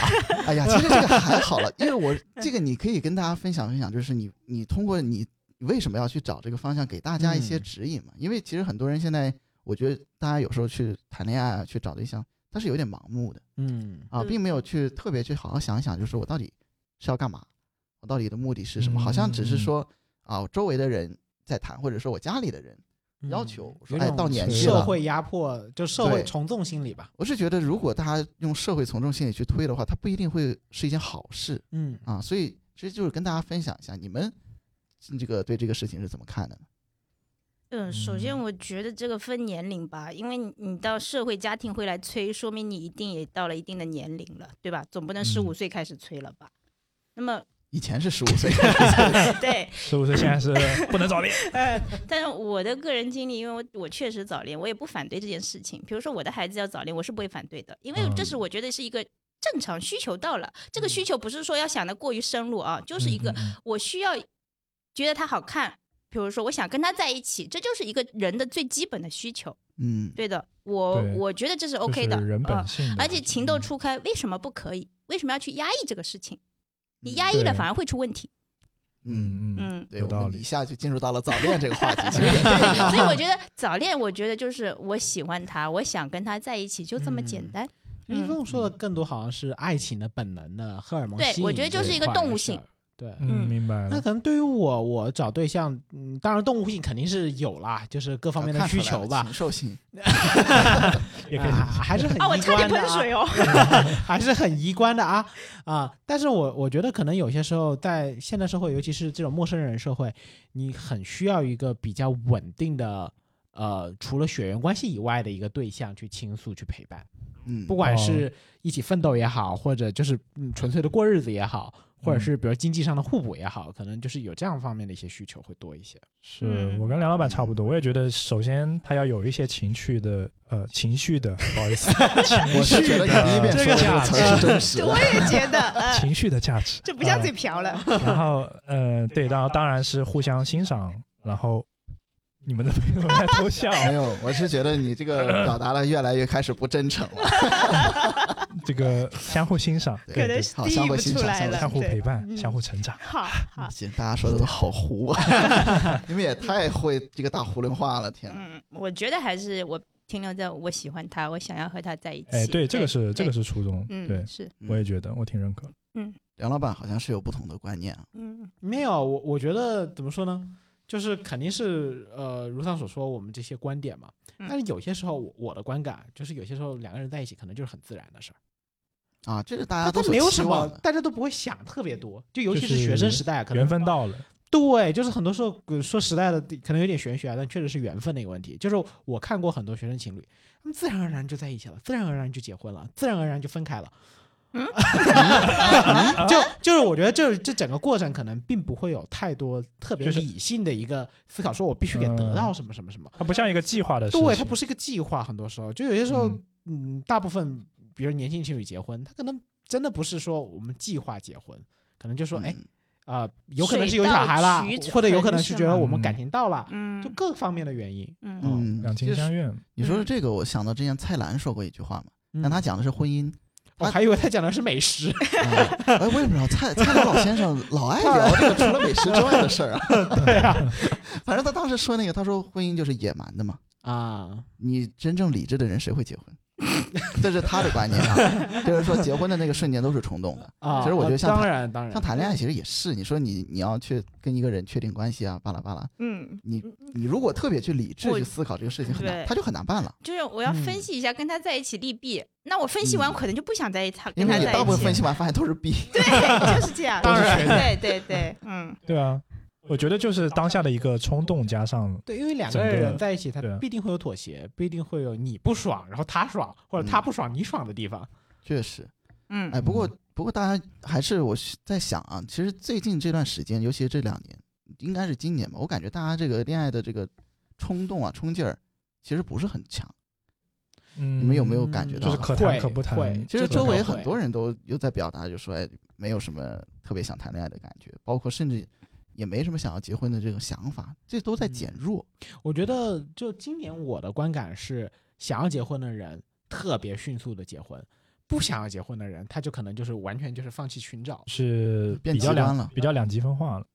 A: 哎呀，其实这个还好了，因为我这个你可以跟大家分享分享，就是你你通过你为什么要去找这个方向，给大家一些
B: 嗯
A: 指引嘛。因为其实很多人现在，我觉得大家有时候去谈恋爱啊，去找对象，他是有点盲目的
B: 嗯，
A: 啊，
D: 嗯
A: 并没有去特别去好好想一想，就是我到底是要干嘛，我到底的目的是什么？好像只是说啊，我周围的人在谈，或者说我家里的人
B: 嗯
A: 要求
B: 有
A: 说，哎，
B: 种
A: 到年纪
B: 社
A: 了，
B: 会压迫，就社会
A: 对
B: 从众心理吧。
A: 我是觉得如果大家用社会从众心理去推的话，它不一定会是一件好事。
B: 嗯，
A: 啊，所以其实就是跟大家分享一下，你们这个对这个事情是怎么看的呢？
D: 嗯，首先
C: 嗯
D: 我觉得这个分年龄吧，因为你你到社会家庭会来催，说明你一定也到了一定的年龄了，对吧？总不能十五
C: 嗯
D: 岁开始催了吧？那么，
A: 以前是十五岁，
D: 对，
C: 十五岁现 在是不能早恋，
D: 但是我的个人经历，因为我我确实早恋，我也不反对这件事情。比如说我的孩子要早恋，我是不会反对的，因为这
C: 嗯
D: 是我觉得是一个正常需求到了。这个需求不是说要想的过于深入啊，就是一个
C: 嗯嗯
D: 我需要觉得他好看，比如说我想跟他在一起，这就是一个人的最基本的需求。
A: 嗯，
D: 对的，我
C: 对
D: 我觉得这是
C: 嗯
D: OK 的，
C: 就是人
D: 呃
C: 本性的，
D: 而且情窦
C: 嗯
D: 初开为什么不可以？为什么要去压抑这个事情？你压抑了
C: 嗯对
D: 反而会出问题。
A: 嗯，
C: 嗯嗯，
D: 嗯，
A: 对，
C: 有
A: 我
C: 道
A: 们
C: 理
A: 一下就进入到了早恋这个话题，其实也可以
D: 所以
A: 聊
D: 我觉得早恋，我觉得就是我喜欢他，我想跟他在一起，就这么简单。
B: 一
D: 嗯，
B: 凤说的更多好像是爱情的本能的荷尔蒙
D: 对
B: 吸引
D: 我觉得就是
B: 这
D: 一个
B: 块
D: 动
B: 的
D: 物
B: 事
D: 性
B: 儿。对，
C: 嗯，
D: 嗯
C: 明白
B: 那
C: 了。
B: 可能对于我，我找对象，嗯，当然动物性肯定是有啦，就是各方面的
A: 看出
B: 需
A: 来了
B: 求吧
A: 禽，兽性，
C: 也可以
B: 啊，还是很
D: 啊，我
B: 一
D: 差点
B: 贯的
D: 喷
B: 啊
D: 水哦。
B: 还是很宜观的啊啊！但是我我觉得可能有些时候在现代社会，尤其是这种陌生人社会，你很需要一个比较稳定的。呃，除了血缘关系以外的一个对象去倾诉、去陪伴，
A: 嗯，
B: 不管是一起奋斗也好，或者就是嗯纯粹的过日子也好，或者是比如经济上的互补也好，可能就是有这样方面的一些需求会多一些。
C: 是我跟梁老板差不多，我也觉得，首先他要有一些情趣的，呃，情绪的，不好意 思，
A: 我
C: 情
A: 是
C: 绪
A: 觉得你第一遍
C: 的
A: 说的这个
C: 价
A: 词儿是啊
C: 值，
A: 真 实的，
D: 也觉得，呃
C: 情绪的价值，
D: 这
C: 啊
D: 瓢了。
C: 然后呃，对，然后当然是互相欣赏，然后你们的朋友在 偷笑，
A: 没有，我是觉得你这个表达的越来越开始不真诚了，
C: 这个相互欣赏，
A: 对
D: 可能
C: 对
D: 是
A: 好
D: 第
A: 相
D: 一
A: 互
D: 不
A: 欣
D: 出
A: 赏
D: 来
A: 相互
D: 了，
C: 相互
D: 对
C: 陪伴，
D: 嗯
C: 相互成长。
D: 好好，
A: 行，大家说的都好糊啊， 你们也太会这个大囫囵话了，天哪！
D: 嗯，我觉得还是我停留在我喜欢他，我想要和他在一起。
C: 哎，对，这个是这个
D: 是，
C: 是初衷，对
D: 嗯，是，
C: 我也觉得，我挺认可。
A: 梁老板好像是有不同的观念啊，
D: 嗯
B: 没有，我我觉得怎么说呢？就是肯定是呃，如上所说，我们这些观点嘛。
D: 嗯
B: 但是有些时候，我我的观感就是，有些时候两个人在一起，可能就是很自然的事儿，
A: 啊，这是大家
B: 但
A: 都
B: 没有
A: 所
B: 什
A: 期
B: 么
A: 望，的。
B: 大家都不会想特别多，就尤其
C: 就是
B: 是学生时代啊，可能
C: 缘分到了，
B: 对，就是很多时候呃说实在的，可能有点玄学啊，但确实是缘分的一个问题。就是我看过很多学生情侣，他们自然而然就在一起了，自然而然就结婚了，自然而然就分开了。
D: 嗯
B: 就
A: 嗯
B: 就是我觉得这这整个过程可能并不会有太多特别
C: 就是嗯
B: 理性的一个思考，说我必须得得到什么什么什么。
C: 它不像一个计划的事情，
B: 对，它不是一个计划，很多时候就有些时候，
C: 嗯
B: 嗯，大部分比如年轻情侣结婚，他可能真的不是说我们计划结婚，可能就说哎。
A: 嗯
B: 啊、有可能是
D: 水
B: 有小
D: 到
B: 孩啦
D: 渠，
B: 或者有
D: 成
B: 可能
D: 是
B: 是觉得我
C: 吗
B: 们感情到了，就
D: 嗯
B: 各方面的原因。
D: 嗯
A: 嗯，
C: 两情
A: 就是
C: 相悦。
A: 你说的这个，我想到之前蔡澜说过一句话嘛，
B: 嗯
A: 但他讲的是婚姻。
B: 我
A: 他
B: 还以为他讲的是美食，
A: 啊哎，我也不知道蔡蔡澜老先生老 爱聊这个除了美食之外的事儿啊。
B: 对啊，
A: 反正他当时说那个，他说婚姻就是野蛮的嘛，
B: 啊，
A: 你真正理智的人谁会结婚？ 这是他的观念啊，就是说结婚的那个瞬间都是冲动的。
B: 啊，
A: 其实我觉得像
B: 当
A: 谈
B: 然
D: 嗯
B: 当然
A: 像谈恋爱其实也是，你说你你要去跟一个人确定关系啊，巴拉巴拉，
D: 嗯，
A: 你你如果特别去理智
D: 我
A: 去思考这个事情，很难，
D: 对
A: 他就很难办了。
D: 就是我要分
B: 嗯
D: 析一下跟他在一起利弊。那我分析完，
A: 嗯
D: 我可能就不想在一他
A: 因
D: 跟
A: 为
D: 他
A: 你
D: 在
A: 大部
D: 一
A: 分
D: 起了。
A: 分析完发现都是 B，
D: 对，就是这样。
B: 当然
D: 对对对，嗯
C: 对啊，我觉得就是当下的一个冲动加上，
B: 对，因为两
C: 整
B: 个
C: 个
B: 人在一起，他
C: 对啊
B: 必定会有妥协，必定会有你不爽，然后他爽，或者他
A: 嗯
B: 不爽你爽的地方。
A: 确实。
D: 嗯
A: 哎，不过不过大家还是我是在想啊，其实最近这段时间，尤其是这两年，应该是今年吧，我感觉大家这个恋爱的这个冲动啊、冲劲儿，其实不是很强。
C: 嗯，
A: 你们有没有感觉
B: 嗯
A: 到
C: 就是
A: 呢
C: 可谈
B: 会
C: 可不谈
B: 会
A: 其实
B: 这
A: 周
B: 种
A: 围
B: 人
A: 很
B: 会
A: 多人都又在表达，就说哎，没有什么特别想谈恋爱的感觉，包括甚至也没什么想要结婚的这种想法，这都在
C: 嗯
A: 减弱。
B: 我觉得就今年我的观感是，想要结婚的人特别迅速的结婚，不想要结婚的人，他就可能就是完全就是放弃寻找。
C: 是
A: 变
C: 比较
A: 极端
C: 两
A: 了
C: 比较两极分化了。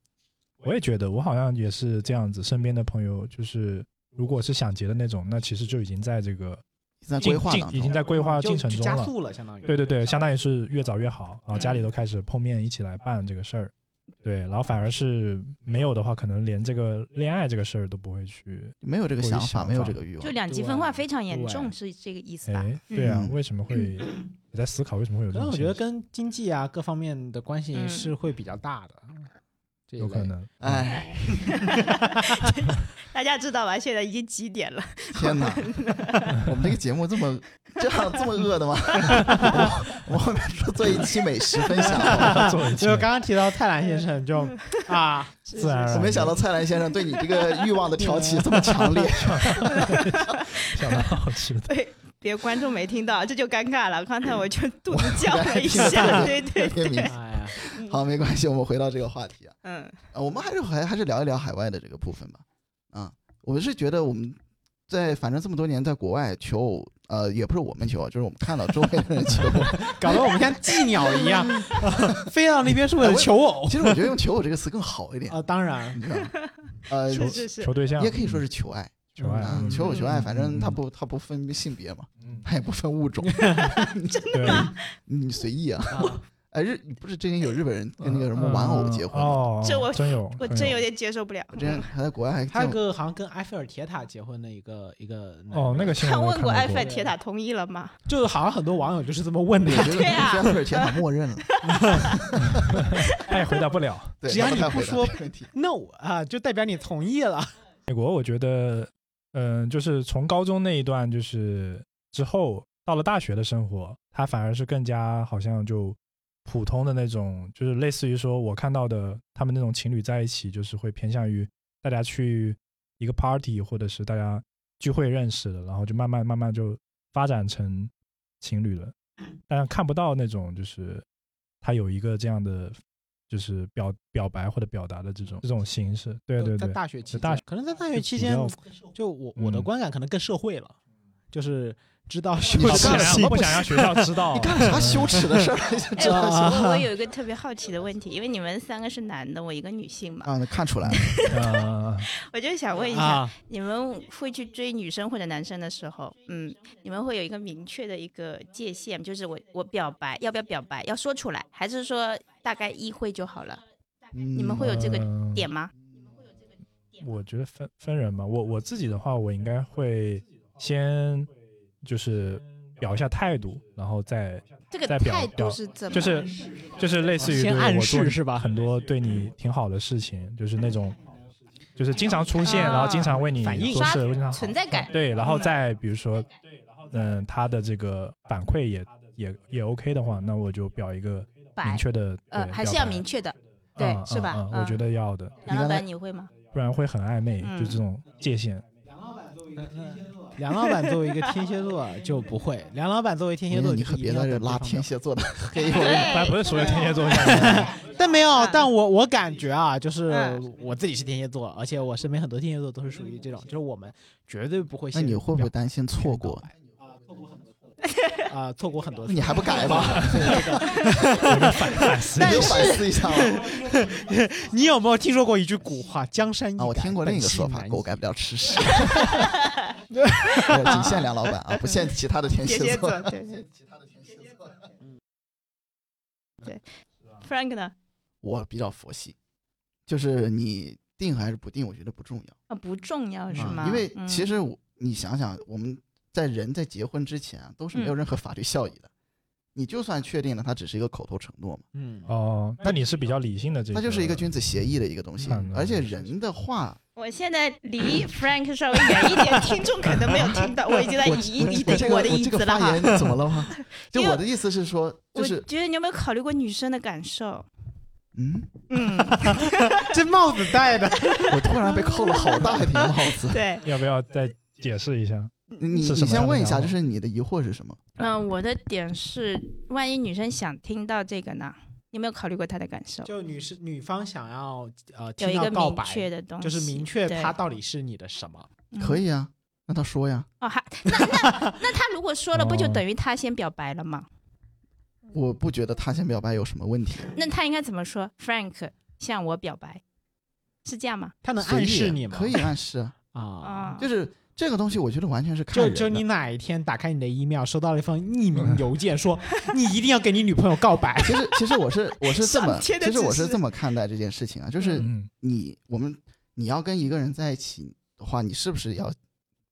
C: 我也觉得，我好像也是这样子。身边的朋友就是，如果是想结的那种，那其实就已经在这个
A: 在规
C: 进
A: 划
C: 进
A: 当
C: 已经
A: 中，
C: 在规划
B: 就
C: 进程
B: 就
C: 中
B: 加
C: 了。
B: 速了，相当于
C: 对对对，相当于是越早越好，
A: 嗯
C: 然后家里都开始碰面一起来办这个事儿。对，然后反而是没有的话，可能连这个恋爱这个事儿都不会去。
A: 没有这个
C: 我有
A: 想
C: 想
A: 法，没有
C: 法
A: 这个欲
D: 就
A: 望。
D: 两极分化非常严
B: 对
D: 重，是这个意思吧？
C: 哎，对啊，
A: 嗯
C: 为什么会？我在思考为什么会有这
B: 可能
C: 种
B: 我
C: 现
B: 觉
C: 象？
B: 得跟经济啊各方面的关系
D: 嗯
B: 是会比较大的，这一
C: 有可
B: 类。
C: 能。嗯
A: 哎，
D: 大家知道吧？现在已经几点了？
A: 天哪！我们这个节目这么这样这么饿的吗？我我们后面说做一期美食分享 好吗，
C: 做一期
B: 就是刚刚提到蔡澜先生，就啊，
C: 自然而
A: 我
C: 然
A: 没想到蔡澜先生对你这个欲望的挑起这么强烈。
C: 想到好吃的，
D: 对，别观众没听到，这就尴尬了。刚才我就肚子叫
A: 大
D: 了
A: 家
D: 一
A: 听到
D: 下，
A: 了
D: 对对，
A: 别
C: 嗯
A: 迷
B: 哎呀，
A: 好，没关系，我们回到这个话题啊，
D: 嗯
A: 啊我们还是还还是聊一聊海外的这个部分吧。啊，我是觉得我们在反正这么多年在国外求偶，呃，也不是我们求偶，就是我们看到周围的人求偶。
B: 搞得我们像寄鸟一样， 飞到那边是为了求偶
A: 其实我觉得用求偶这个词更好一点，
B: 啊。当然
A: 你，知道吗？呃，
D: 是
A: 你
D: 是是
C: 求嗯对象
A: 也可以说是求爱
C: 求爱
A: 啊，
C: 嗯
A: 求偶求爱，
C: 嗯
A: 反正它
C: 嗯
A: 不它不分性别嘛，
C: 嗯
A: 它也不分物种，
C: 对，
A: 你随意啊。
B: 啊
A: 哎，日不是之前有日本人 跟那个什么
C: 嗯
A: 玩偶结婚吗，
C: 哦，
D: 这我
C: 真有，
D: 我真有点接受不了。嗯
A: 我之前还在国外还
B: 还有
A: 见过
B: 个好像跟埃菲尔铁塔结婚的一个一个男
C: 哦，那个新
D: 他
C: 闻我
D: 问
C: 看
D: 过
C: 到
D: 埃菲尔铁塔同意了吗？
B: 就是好像很多网友就是这么问的
A: 我，觉得
D: 对啊
A: 埃菲尔铁塔默认了，
C: 他也哎回答不了。
A: 对
B: 只要
A: 他
B: 你
A: 太
B: 不
A: 回答
B: 说
A: 这个问题，
B: no 啊，就代表你同意了。
C: 美国，我觉得，嗯、就是从高中那一段，就是之后到了大学的生活，它反而是更加好像就普通的那种，就是类似于说我看到的他们那种情侣在一起，就是会偏向于大家去一个 party，或者是大家聚会认识的，然后就慢慢慢慢就发展成情侣了，但看不到那种就是他有一个这样的。就是表表白或者表达的这种这种形式，对对
B: 在
C: 对，
B: 大学期
C: 大
B: 间，可能在大学期
C: 比
B: 间
C: 较，
B: 就我我的
C: 嗯
B: 观感可能更社会了，就是知道羞
A: 嗯你
C: 不
A: 干
C: 想
A: 了
B: 耻
A: 什
C: 让
A: 么
C: 不想让学校知道
A: 你，干了啥羞耻的事儿？
D: 哎，
B: 这
D: 我我我有一个特别好奇的问题，因为你们三个是男的，我一个女性嘛，
A: 啊，看出来了，
C: 嗯，
D: 我就想问一下，
B: 啊，
D: 你们会去追女生或者男生的时候，嗯，你们会有一个明确的一个界限，就是我我表白要不要表白，要说出来，还是说大概意会就好了？
A: 你
D: 们会有这个
C: 嗯
D: 点吗？
C: 我觉得分分人吧，我我自己的话，我应该会先就是表一下态度，然后再
E: 这个
C: 再表
E: 态度
C: 表
E: 是怎么？
C: 就是就是类似于
B: 先
C: 对
B: 暗
C: 我做
B: 示是吧
C: 很多对你挺好的事情，就是那种就是经常出现，
D: 啊
C: 然后经常为你
B: 反应
C: 做事，为你好
E: 存在感
C: 对，然后再比如说，嗯，他的这个反馈也也也 OK 的话，那我就表一个明
D: 白，
C: 确的，
D: 呃，
C: 对
D: 还是
C: 表
D: 要
C: 白
D: 明确的。对
C: 嗯
D: 是吧
C: 嗯嗯
D: 嗯
C: 我觉得要的，
D: 杨
A: 你
D: 老
A: 刚才
D: 板，你会吗？
C: 不然会很暧昧，
D: 嗯
C: 就这种界限。
B: 梁老板作为一个天 蝎座就不会，梁老板作为天蝎座，
A: 哎你可别在这拉天
B: 天。
A: 蝎座的黑
D: 对
A: 我。
C: 不然不是所有天蝎座像你，
B: 但没有，啊但我我感觉啊，就是
D: 嗯
B: 我自己是天蝎座，而且我身边很多天蝎座都是属于这种，就是我们绝对不会
A: 那
B: 先表。
A: 你会不会担心错过？
B: 啊错过很多次？
A: 你还不改吗？
C: 反思一
A: 你
C: 下
A: 就反思一下吧。
B: 你有没有听说过一句古话“江山易改”？
A: 啊，我听过另一个说法，
B: 本性难移
A: 狗改不了吃屎。没有仅限梁老板啊，不限其他的天
D: 天
A: 蝎
D: 蝎
A: 座。
D: 座，对对。对，Frank 呢？
A: 我比较佛系，就是你定还是不定，我觉得不重要
D: 啊，不重要是
C: 嗯
A: 啊
D: 吗？嗯
A: 因为其
D: 实
A: 实我你想想，我们在人在结婚之前啊都是没有
D: 嗯
A: 任何法律效益的。你就算确定了，它只是一个口头承诺嘛，
B: 嗯，
C: 哦，那你是比较理性的这个，
A: 它就是一个君子协议的一个东西
C: 嗯。
A: 而且人的话，
D: 我现在离 Frank 稍微远一点，听众可能没有听到，我已经在
A: 我
D: 移你
A: 我
D: 的
A: 这个我
D: 的椅
A: 这
D: 子
A: 个
D: 了
A: 发
D: 哈。
A: 言怎么了吗？ 就
D: 因为
A: 我的意思是说，
D: 我
A: 就是
D: 觉得你有没有考虑过女生的感 受？
A: 嗯，
D: 嗯，。
B: 这帽子戴的，
A: 我突然被扣了好大一顶帽子
D: 对，
C: 要不要再解释一下？
A: 你你
C: 是什么样
A: 先
C: 的
A: 问一下，
C: 想
A: 就
C: 法
A: 是你的疑惑是什么？
D: 嗯，我的点是，万一女生想听到这个呢？你有没有考虑过她的感受？
B: 就女士女方想要呃
D: 有
B: 听
D: 一
B: 到
D: 个
B: 告
D: 明
B: 白，
D: 确的东西，
B: 就是明确
D: 对
B: 他到底是你的什么。
A: 可
D: 嗯
A: 以啊，让他说呀。
D: 哦，还那那 那他如果说了，不就
C: 哦
D: 等于他先表白了吗？
A: 我不觉得他先表白有什么问题，
D: 那他应该怎么说？Frank 向我表白，是这样吗？
B: 他能
A: 随
B: 暗
A: 意
B: 示你吗？
A: 可以暗示 啊，
B: 啊。
D: 啊，
A: 就是这个东西，我觉得完全是看
B: 就
A: 人的
B: 就你哪一天打开你的 email，收到了一封匿名邮件说，你一定要给你女朋友告白。
A: 其实其实我是我是这么，
D: 上天的
A: 其实我是
D: 指示
A: 这么看待这件事情啊，就是
C: 嗯，
A: 你我们你要跟一个人在一起的话，你是不是要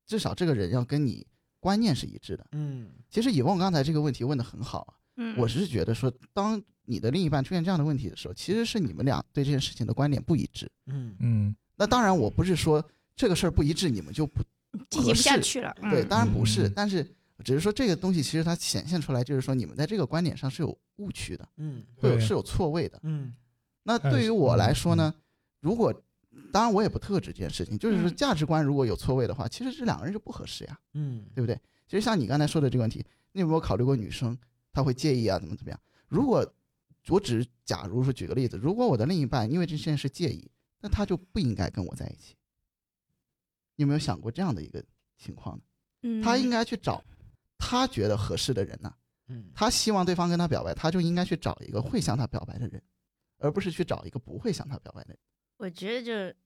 A: 至少这个人要跟你观念是一致的？
B: 嗯，
A: 其实以问刚才这个问题问的很好啊，
D: 嗯
A: 我是觉得说，当你的另一半出现这样的问题的时候，其实是你们俩对这件事情的观点不一致。
B: 嗯，
C: 嗯，
A: 那当然，我不是说这个事儿不一致，你们就不
D: 进行不下去了。
A: 对，
D: 嗯
A: 当然不是，
C: 嗯
A: 但是只是说这个东西其实它显现出来，就是说你们在这个观点上是有误区的，
B: 嗯，
A: 会有
C: 对
A: 是有错位的。
B: 嗯，
A: 那
C: 但
A: 对于
C: 是
A: 我
C: 嗯
A: 来说呢，如果当然我也不特指这件事情，就是说
D: 嗯
A: 价值观如果有错位的话，其实这两个人就不合适呀，
B: 嗯，
A: 对不对？其实像你刚才说的这个问题，你有没有考虑过女生她会介意啊，怎么怎么样？如果我只是假如说举个例子，如果我的另一半因为这件事介意，那他就不应该跟我在一起。你有没有想过这样的一个情况呢？
D: 嗯
A: 他应该去找他觉得合适的人呐、
B: 嗯，
A: 他希望对方跟他表白，他就应该去找一个会向他表白的人，而不是去找一个不会向他表白的人。
D: 我觉得就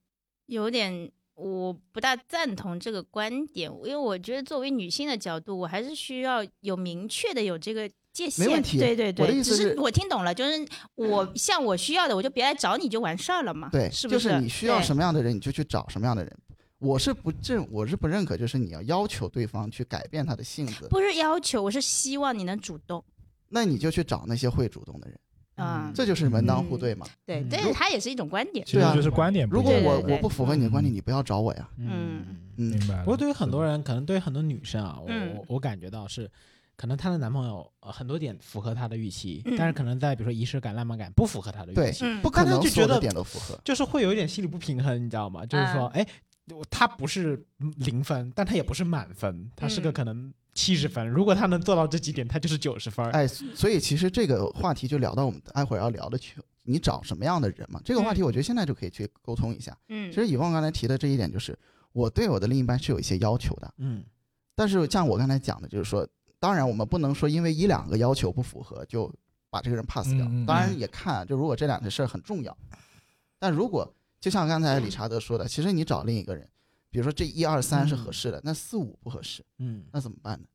D: 有点，我不大赞同这个观点，因为我觉得作为女性的角度，我还是需要有明确的有这个界限。
A: 没问题
D: 对对
A: 我的意
D: 对，
A: 思
D: 只
A: 是嗯
D: 是我听懂了，就是我像我需要的，我就别来找你就完事儿了嘛，
A: 对，
D: 是不？
A: 就是是你需要
D: 对
A: 什么样的人，你就去找什么样的人。我是不认，我是不认可，就是你要要求对方去改变他的性子，
D: 不是要求，我是希望你能主动。
A: 那你就去找那些会主动的人，
D: 啊
A: 这就是门当户对嘛。
D: 对，
B: 嗯
D: 但是它也是一种观点。
C: 其实就是观点不
A: 啊如
C: 一
A: 果
C: 样。
A: 我
D: 嗯对对
A: 我不符合你的观点，你不要找我呀。
B: 嗯。
A: 嗯
C: 明，白了。
B: 不过对于很多人，可能对于很多女生啊，我
D: 嗯
B: 我我感觉到是，可能她的男朋友呃很多点符合她的预期，
D: 嗯
B: 但是可能在比如说仪式感、浪漫感不符合她的
A: 对
B: 预期，
D: 嗯，
A: 不可
B: 那
A: 能
B: 他就
A: 所有
B: 觉
A: 的
B: 得
A: 点都符合。
B: 就是会有一点心理不平衡，你知道吗？就是说，
D: 啊
B: 哎，我他不是零分，但他也不是满分，他是个
D: 嗯
B: 可能七十分。如果他能做到这几点，他就是九十分。
A: 哎，所以其实这个话题就聊到我们待会儿要聊的去，你找什么样的人嘛？这个话题我觉得现在就可以去沟通一下。
D: 嗯
A: 其实以望刚才提的这一点，就是我对我的另一半是有一些要求的，
B: 嗯
A: 但是像我刚才讲的，就是说，当然我们不能说因为一两个要求不符合就把这个人 pass 掉
C: 嗯嗯。
A: 当然也看，啊就如果这两个事儿很重要，但如果就像刚才理查德说的，其实你找另一个人，比如说这一二三是合适的，那四五不合适，
B: 嗯
A: 那怎么办呢？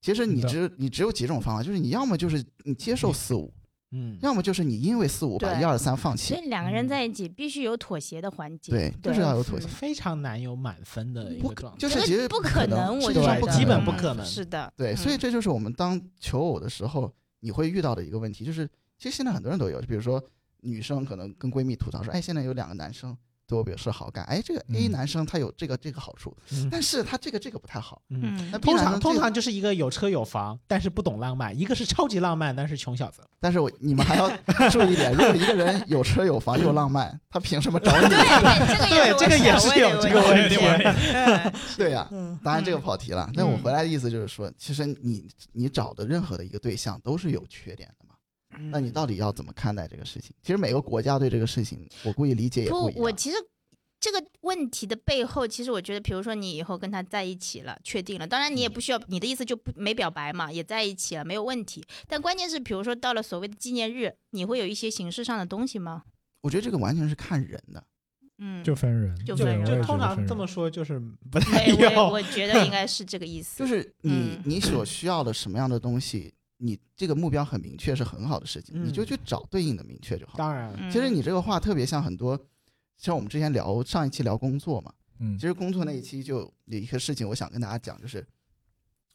A: 其实你
C: 是的
A: 只你只有几种方法，就是你要么就是你接受四五，
B: 嗯，
A: 要么就是你因为四五把
D: 对
A: 一二三放
D: 所
A: 弃
D: 以。两个人在一起必须有妥协的环节，
A: 对，就是要有妥协。
B: 非常难有满分的呃一
A: 不
B: 个
A: 可
B: 状态，
A: 就是
D: 这
A: 其
D: 个
A: 实
D: 不
A: 不
D: 可
A: 可能
D: 能，我
A: 世
D: 觉
A: 界上
D: 得
A: 不可
B: 基本不
D: 嗯
B: 可能
D: 是的，
A: 对，所以
D: 嗯
A: 这就是我们当求偶的时候，你会遇到的一个问题，就是其实现在很多人都有，比如说女生可能跟闺蜜吐槽说，哎，现在有两个男生对我表示好感，哎，这个 A
C: 嗯
A: 男生他有这个这个好处，
B: 嗯
A: 但是他这个这个不太好，
B: 嗯。
D: 嗯
A: 那 B
B: 通
A: 男
B: 常
A: 生
B: 通
A: 这个
B: 常就是一个有车有房，但是不懂浪漫；一个是超级浪漫，但是穷小子。
A: 但是我你们还 要注意一点，如果一个人有车有房又浪漫，他凭什么 找你？
D: 对，这
B: 对这个
D: 个
B: 也
D: 也
B: 是
D: 是 我想
B: 有
D: 问
B: 这
D: 的
B: 个
D: 问
B: 问
D: 题。 嗯
A: 对呀、当然这个
D: 嗯
A: 跑题了。但我
D: 嗯
A: 回来的意思就是说，其实你你找的任何的一个对象都是有缺点的嘛。那你到底要怎么看待这个事情？其实每个国家对这个事情，我估计理解也不
D: 不
A: 一，
D: 我
A: 样。
D: 其实这个问题的背后，其实我觉得，比如说你以后跟他在一起了，确定了，当然你也不需要，你的意思就不没表白嘛，也在一起了，没有问题。但关键是，比如说到了所谓的纪念日，你会有一些形式上的东西吗？
A: 我觉得这个完全是看人的。
D: 嗯，
C: 就分人，
D: 就
B: 就
D: 分人
B: 就
D: 了
B: 通常这么
C: 说，
B: 说， 就是不太
D: 对，我
B: 有。
D: 我觉得应该是这个意 思。
A: 就是你、
D: 嗯
A: 你所需要的什么样的东西，你这个目标很明确是很好的事情，
B: 嗯
A: 你就去找对应的明确就好。
B: 当然，
D: 嗯
A: 其实你这个话特别像很多，像我们之前聊上一期聊工作嘛，
C: 嗯
A: 其，实工作那一期就有一个事情，我想跟大家讲，就是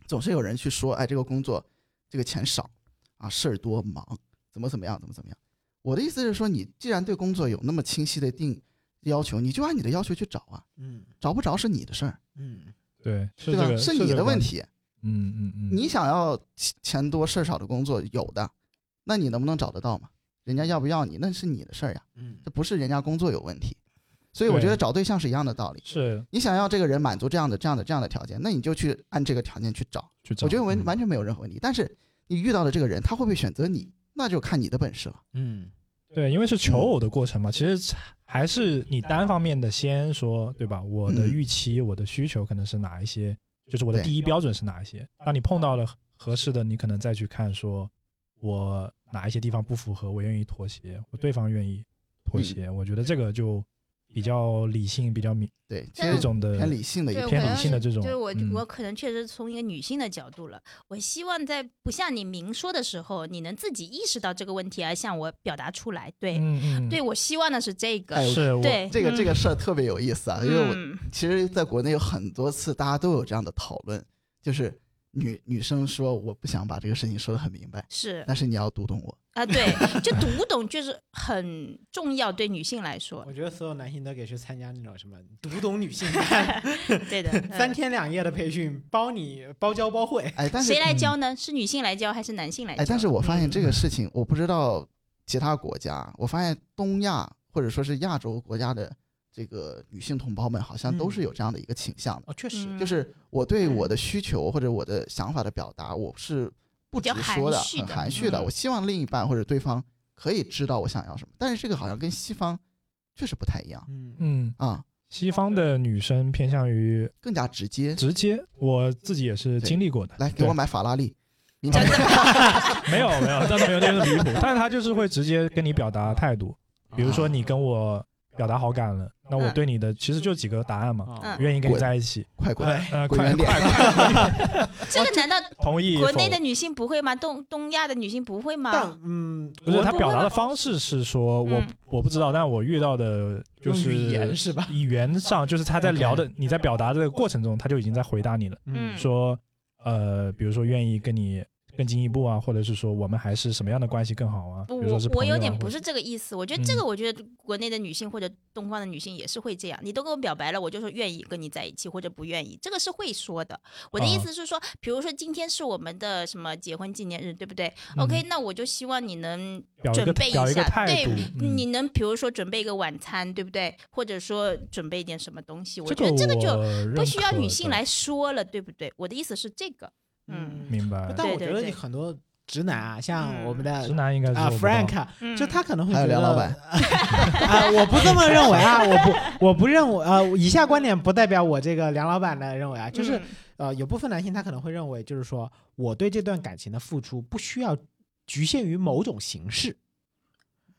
A: 总是有人去说，哎，这个工作这个钱少啊，事儿多忙，怎么怎么样，怎么怎么样。我的意思是说，你既然对工作有那么清晰的定要求，你就按你的要求去找啊，
B: 嗯
A: 找不着是你的事儿，
B: 嗯
C: 对，是
A: 对
C: 这
A: 吧？
C: 个，
A: 你的
C: 这个
A: 问
C: 观，
A: 题。
C: 嗯嗯嗯，
A: 你想要钱钱多事儿少的工作有的，那你能不能找得到嘛？人家要不要你那是你的事儿呀，
B: 嗯
A: 这不是人家工作有问题。所以我觉得
C: 对
A: 找对象是一样的道理。
C: 是
A: 你想要这个人满足这样的、这样的、这样的条件，那你就去按这个条件去找。
C: 去找，
A: 我觉得完
C: 嗯
A: 完全没有任何问题。但是你遇到的这个人，他会不会选择你，那就看你的本事了。
B: 嗯
C: 对，因为是
A: 嗯
C: 求偶的过程嘛，其实还是你单方面的先说，对吧？我的
A: 嗯
C: 预期、我的需求可能是哪一些，就是我的
A: 对
C: 第一标准是哪一些。当你碰到了合适的，你可能再去看，说我哪一些地方不符合，我愿意妥协，我对方愿意妥协。
A: 嗯
C: 我觉得这个就比较理性，比较明
A: 对，其
D: 但
C: 这
A: 实
C: 种的
A: 偏理性的一
D: 对，
A: 个
D: 我
C: 偏
D: 可
C: 理
D: 能
C: 性的
D: 是
C: 这种
D: 就是我、
C: 嗯
D: 我可能确实从一个女性的角度了。我希望在不向你明说的时候，你能自己意识到这个问题，而向我表达出来。对，
C: 嗯嗯，
D: 对我希望的是这个。
A: 哎
C: 是我
D: 对，
A: 这个这
D: 嗯
A: 个事儿特别有意思啊，因为我
D: 嗯
A: 其实在国内有很多次大家都有这样的讨论，就是女女生说我不想把这个事情说得很明白，
D: 是
A: 但是你要读懂我。
D: 啊，对，就读懂就是很重要，对女性来说
B: 我，觉得所有男性都可以去参加那种什么读懂女性班
D: 对的。
B: 三
D: 嗯
B: 天两夜的培训，包你包教包会。
A: 哎，但是
D: 谁来教呢？是女性来教还是男性来教？
A: 哎，但是我发现这
C: 嗯
A: 个事情，我不知道其他国家，我发现东亚或者说是亚洲国家的这个女性同胞们，好像都是
B: 嗯
A: 有这样的一个倾向的，
B: 哦，确
D: 嗯
B: 实，
A: 就是我对我的需求或者我的想法的表达，我是不
D: 比较
A: 直
D: 含
A: 说的，
D: 蓄
A: 很
D: 的
A: 含蓄的。
D: 嗯
A: 我希望另一半或者对方可以知道我想要什么，但是这个好像跟西方确实不太一样
B: 嗯
C: 嗯，
A: 啊，
C: 西方的女生偏向于
A: 更加直接。
C: 直接，我自己也是
A: 对
C: 经历过的。
A: 来给
C: 对
A: 我买法拉利，你
D: 真的
C: 没有没有，但是没有那么离谱。 但是他就是会直接跟你表达态度，比如说你跟我表达好感了，那
D: 嗯
C: 我对你的其实就几个答案嘛，
B: 啊，
C: 愿意跟你在一起，
A: 快滚！
B: 哎
C: 呃，
A: 滚
C: 快
A: 远点
C: 快快，
D: 这
A: 哦
D: 个难道
C: 同意
D: 国
C: 否
D: 内的女性不会吗？东东亚的女性不会
B: 但
D: 吗？
B: 嗯，
C: 不是
B: 我
C: 他表达的方式是说我
D: 嗯
C: 我不知道，但我遇到的就
B: 用语言
C: 是
B: 是吧？
C: 语言上就是他在聊的，你在表达这个过程中，他就已经在回答你了，
D: 嗯
C: 说呃，比如说愿意跟你更进一步啊，或者是说我们还是什么样的关系更好啊，比
D: 不，
C: 如说
D: 我
C: 是
D: 我
C: 朋
D: 有
C: 友啊
D: 点
C: 或
D: 不
C: 者嗯
D: 是这个意思。我觉得这个，我觉得国内的女性或者东方的女性也是会这样。你都跟我表白了，我就说愿意跟你在一起或者不愿意，这个是会说的。我的意
C: 啊
D: 思是说，比如说今天是我们的什么结婚纪念日，对不对？OK，那我就希望你能
C: 嗯表一
D: 准
C: 个
D: 备一
C: 表一个
D: 下
C: 态
D: 对
C: 度，嗯
D: 你能比如说准备一个晚餐，对不对？或者说准备一点什么东西？我
C: 这
D: 觉得这个就
C: 我
D: 不
C: 认
D: 需要
C: 可
D: 女性
C: 的
D: 来说了，对不对？我的意思是这个，嗯
B: 嗯，
C: 明白
B: 但
D: 对
B: 我觉
D: 对
B: 得
D: 对
B: 你很多直男啊，像我们的
D: 呃
C: 直男应该是
B: 啊
C: 做不到
B: Frank，啊
D: 嗯
B: 就他可能会
A: 还有
B: 觉得
A: 梁老板
B: 啊，我不这么认为啊，我不我不认为啊，以下观点不代表我这个梁老板的认为啊，就是
D: 嗯
B: 呃，有部分男性他可能会认为，就是说我对这段感情的付出不需要局限于某种形式，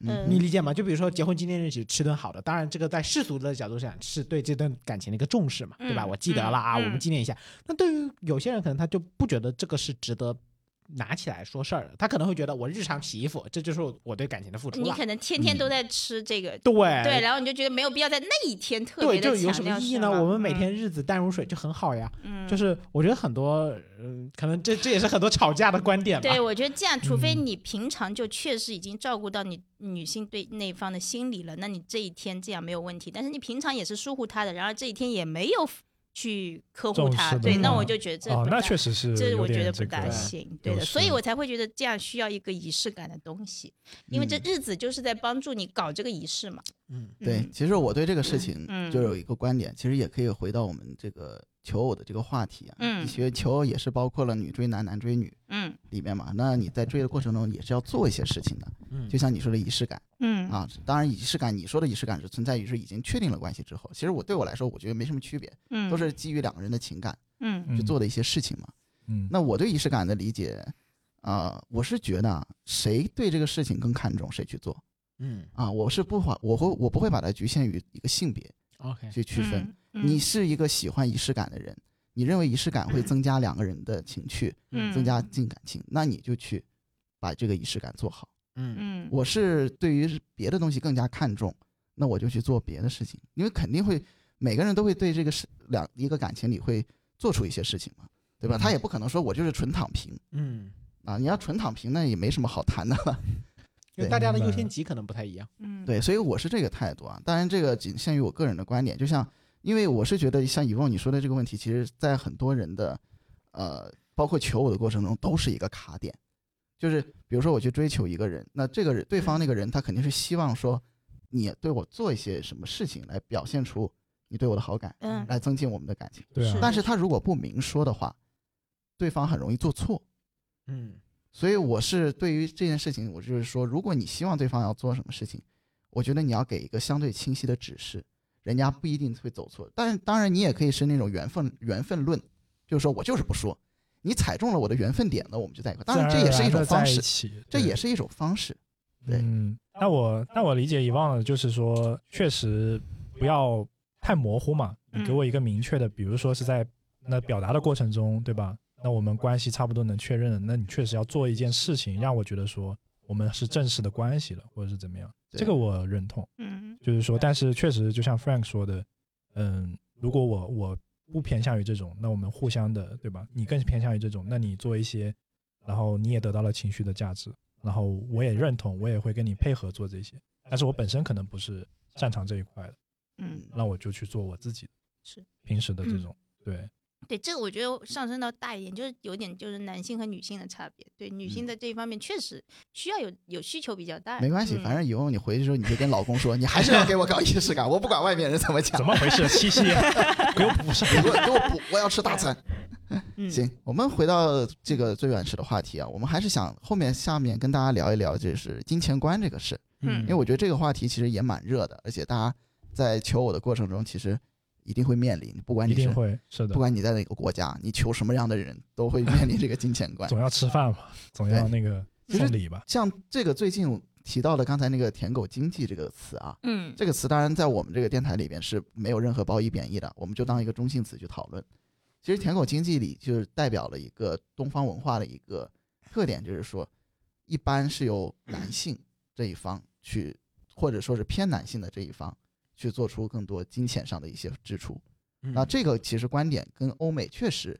D: 嗯
B: 你理解吗？就比如说结婚纪念日只吃顿好的，当然这个在世俗的角度上是对这段感情的一个重视嘛，对吧？
D: 嗯
B: 我记得了啊，
D: 嗯
B: 我们纪念一下。那对于有些人可能他就不觉得这个是值得拿起来说事儿的，他可能会觉得我日常洗衣服，这就是我对感情的付出
D: 你
B: 了。
D: 可能天
C: 嗯
D: 天都在吃这个，
B: 对
D: 对，然后你就觉得没有必要在那一天特
B: 哎对，
D: 别
B: 就
D: 的
B: 有
D: 强
B: 什
D: 调
B: 么意义
D: 什
B: 呢？
D: 么
B: 我们每
D: 嗯
B: 天日子淡如水就很好呀。
D: 嗯
B: 就是我觉得很多，嗯，可能这这也是很多吵架的观点吧。
D: 对，我觉得这样，除非
B: 嗯
D: 你平常就确实已经照顾到你女性对那一方的心理了，那你这一天这样没有问题。但是你平常也是疏忽她的，然后这一天也没有去呵护
C: 重
D: 她，
C: 视的
D: 对，那
C: 话
D: 我就觉得这不，
C: 哦
D: 大
C: 那确实是
D: 这
C: 有
D: 我觉得
C: 点
D: 不
C: 这
D: 大
C: 个。
D: 行，对
C: 有
D: 的，所以
C: 失
D: 我才会觉得这样需要一个仪式感的东西，因为这
A: 嗯
D: 日子就是在帮助你搞这个仪式嘛。
B: 嗯，
A: 对，
D: 嗯，
A: 其实我对这个事情
D: 嗯
A: 就有一个观点，其实也可以回到我们这个求偶的这个话题啊。
D: 嗯
A: 其实求偶也是包括了女追男、男追女
D: 嗯
A: 里面嘛。那你在追的过程中也是要做一些事情的，
B: 嗯
A: 就像你说的仪式感
D: 嗯
A: 啊。当然，仪式感你说的仪式感是存在于是已经确定了关系之后。其实我对我来说，我觉得没什么区别，
D: 嗯，
A: 都是基于两个人的情感
D: 嗯
A: 去
C: 嗯
A: 做的一些事情嘛。
C: 嗯，
A: 那我对仪式感的理解，啊，我是觉得啊谁对这个事情更看重，谁去做
B: 嗯
A: 啊。我是不把我会我不会把它局限于一个性别
B: ，OK，
A: 去区分。
D: 嗯，
A: 你是一个喜欢仪式感的人，你认为仪式感会增加两个人的情趣，
D: 嗯
A: 增加近感情，那你就去把这个仪式感做好。
B: 嗯
D: 嗯，
A: 我是对于别的东西更加看重，那我就去做别的事情，因为肯定会每个人都会对这个事两一个感情里会做出一些事情嘛，
D: 嗯
A: 对吧？他也不可能说我就是纯躺平
B: 嗯，
A: 啊，你要纯躺平那也没什么好谈的了。
B: 因为
A: 对
B: 大家的
C: 明
B: 优
C: 白
B: 先级可能不太一样。
D: 嗯，
A: 对，所以我是这个态度啊。当然，这个仅限于我个人的观点。就像，因为我是觉得，像以往你说的这个问题，其实在很多人的，呃，包括求偶的过程中，都是一个卡点。就是比如说，我去追求一个人，那这个人对方那个人，他肯定是希望说，你对我做一些什么事情来表现出你对我的好感，
D: 嗯，
A: 来增进我们的感情。
C: 对啊
D: 是，
A: 但是他如果不明说的话，对方很容易做错。
B: 嗯
A: 所以我是对于这件事情，我就是说，如果你希望对方要做什么事情，我觉得你要给一个相对清晰的指示，人家不一定会走错。但是当然，你也可以是那种缘分缘分论，就是说我就是不说，你踩中了我的缘分点了，我们就在一块。当然，这也是一种方式，
C: 式
A: 这也是一种方式。对
C: 嗯，那我那我理解遗忘了，就是说，确实不要太模糊嘛。你给我
D: 嗯
C: 一个明确的，比如说是在那表达的过程中，对吧？那我们关系差不多能确认了，那你确实要做一件事情，让我觉得说我们是正式的关系了，或者是怎么样，
A: 对
C: 这个我认同。
D: 嗯
C: 就是说，但是确实就像 Frank 说的，嗯，如果我我不偏向于这种，那我们互相的，对吧？你更偏向于这种，那你做一些，然后你也得到了情绪的价值，然后我也认同，我也会跟你配合做这些，但是我本身可能不是擅长这一块的，
D: 嗯。
C: 那我就去做我自己
D: 是
C: 平时的
A: 嗯
C: 这种，对，
D: 对，这个我觉得上升到大一点，就是有点就是男性和女性的差别。对，女性在这一方面确实需要有有需求比较大。
A: 嗯没关系，
D: 嗯
A: 反正以后你回去之后，你就跟老公说，你还是要给我搞仪式感，我不管外面人怎么讲
C: 怎，么回 事？七夕给我 补上，
A: 给我给我补，我要吃大餐。
D: 嗯
A: 行，我们回到这个最原始的话题啊，我们还是想后面下面跟大家聊一聊，就是金钱观这个事。
D: 嗯
A: 因为我觉得这个话题其实也蛮热的，而且大家在求偶的过程中，其实一定会面临，不管
C: 一
A: 你
C: 定
A: 是
C: 会是的
A: 不，管你在哪个国家，你求什么样的人都会面临这个金钱观。
C: 总要吃饭嘛，总要那个
A: 其实
C: 送礼吧，
A: 像这个最近提到的刚才那个“舔狗经济”这个词啊，
D: 嗯
A: 这个词当然在我们这个电台里边是没有任何褒义贬义的，我们就当一个中性词去讨论。其实“舔狗经济”里就是代表了一个东方文化的一个特点，就是说，一般是由男性这一方去，或者说是偏男性的这一方去做出更多金钱上的一些支出。
B: 嗯啊
A: 那这个其实观点跟欧美确实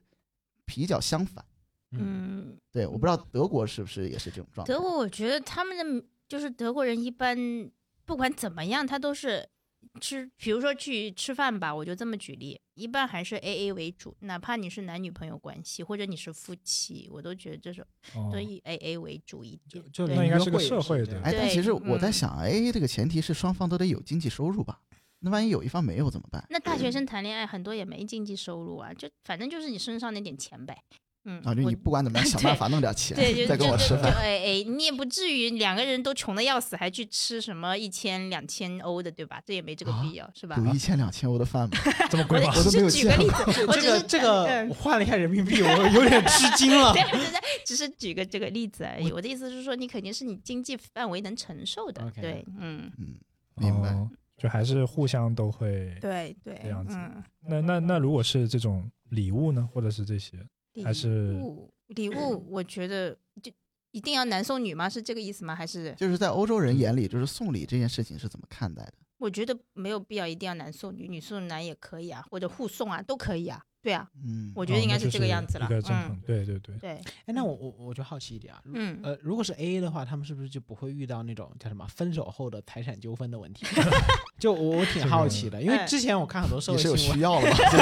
A: 比较相反。
D: 嗯，
A: 对，我不知道德国是不是也是这种状态。
D: 德国我觉得他们的就是德国人一般不管怎么样，他都是吃，比如说去吃饭吧，我就这么举例，一般还是 A A 为主，哪怕你是男女朋友关系或者你是夫妻，我都觉得这种
C: 哦
D: 都，以 A A 为主一点
B: 就。就
D: 对
C: 那应该是
B: 约
C: 个
B: 会也
C: 社会
B: 这
C: 的
B: 样
A: 哎，但
D: 对
A: 其实我在
D: 嗯
A: 想，A A 这个前提是双方都得有经济收入吧？那万一有一方没有怎么办？
D: 那大学生谈恋爱很多也没经济收入啊，就反正就是你身上那点钱呗。嗯，
A: 啊，就
D: 我
A: 你不管 怎么样想办法弄点钱
D: 对，就，
A: 再
D: 就
A: 跟
D: 就
A: 我吃
D: 就
A: 饭。
D: 哎哎，你也不至于两个人都穷的要死，还去吃什么一千两千欧的，对吧？这也没这个必要，是吧？
A: 啊有一千两千欧 的饭吗？
C: 这么
D: 我
C: 贵
D: 的
C: 吗？
A: 我都
D: 只
A: 没有
D: 是举个
A: 见
D: 例子， 我
B: 这
D: 只
B: 个
D: 是
B: 这个
D: 嗯，
B: 我换了一下人民币，我有点吃惊 了
D: 对。，只是只是举个这个例子而已。我的意思是说，你肯定是你经济范围能承受的，
B: OK
D: 对，嗯，
A: 嗯，明白。
C: 哦就还是互相都会。
D: 对对
C: 这样子
D: 嗯，
C: 那那那如果是这种礼物呢，或者是这些，
D: 礼
C: 还是
D: 物礼物，我觉得就一定要男送女吗？是这个意思吗？还是
A: 就是在欧洲人眼里，就是送礼这件事情是怎么看待的？
D: 我觉得没有必要一定要男送女，女送男也可以啊，或者互送啊，都可以啊，对啊，
A: 嗯，
D: 我觉得
C: 哦
D: 应该
C: 那就是
D: 这个样子了
C: 一个正
D: 嗯
C: 常，对对对，
D: 对，
B: 哎，那我我我就好奇一点啊，如
D: 嗯
B: 呃，如果是 A A 的话，他们是不是就不会遇到那种叫什么分手后的财产纠纷的问题？ 就我我挺
C: 这
B: 好
C: 个
B: 奇的，因为
D: 哎
B: 之前我看很多社
A: 你
B: 会
A: 是有
B: 新
A: 需
B: 闻，
A: 要 了吧？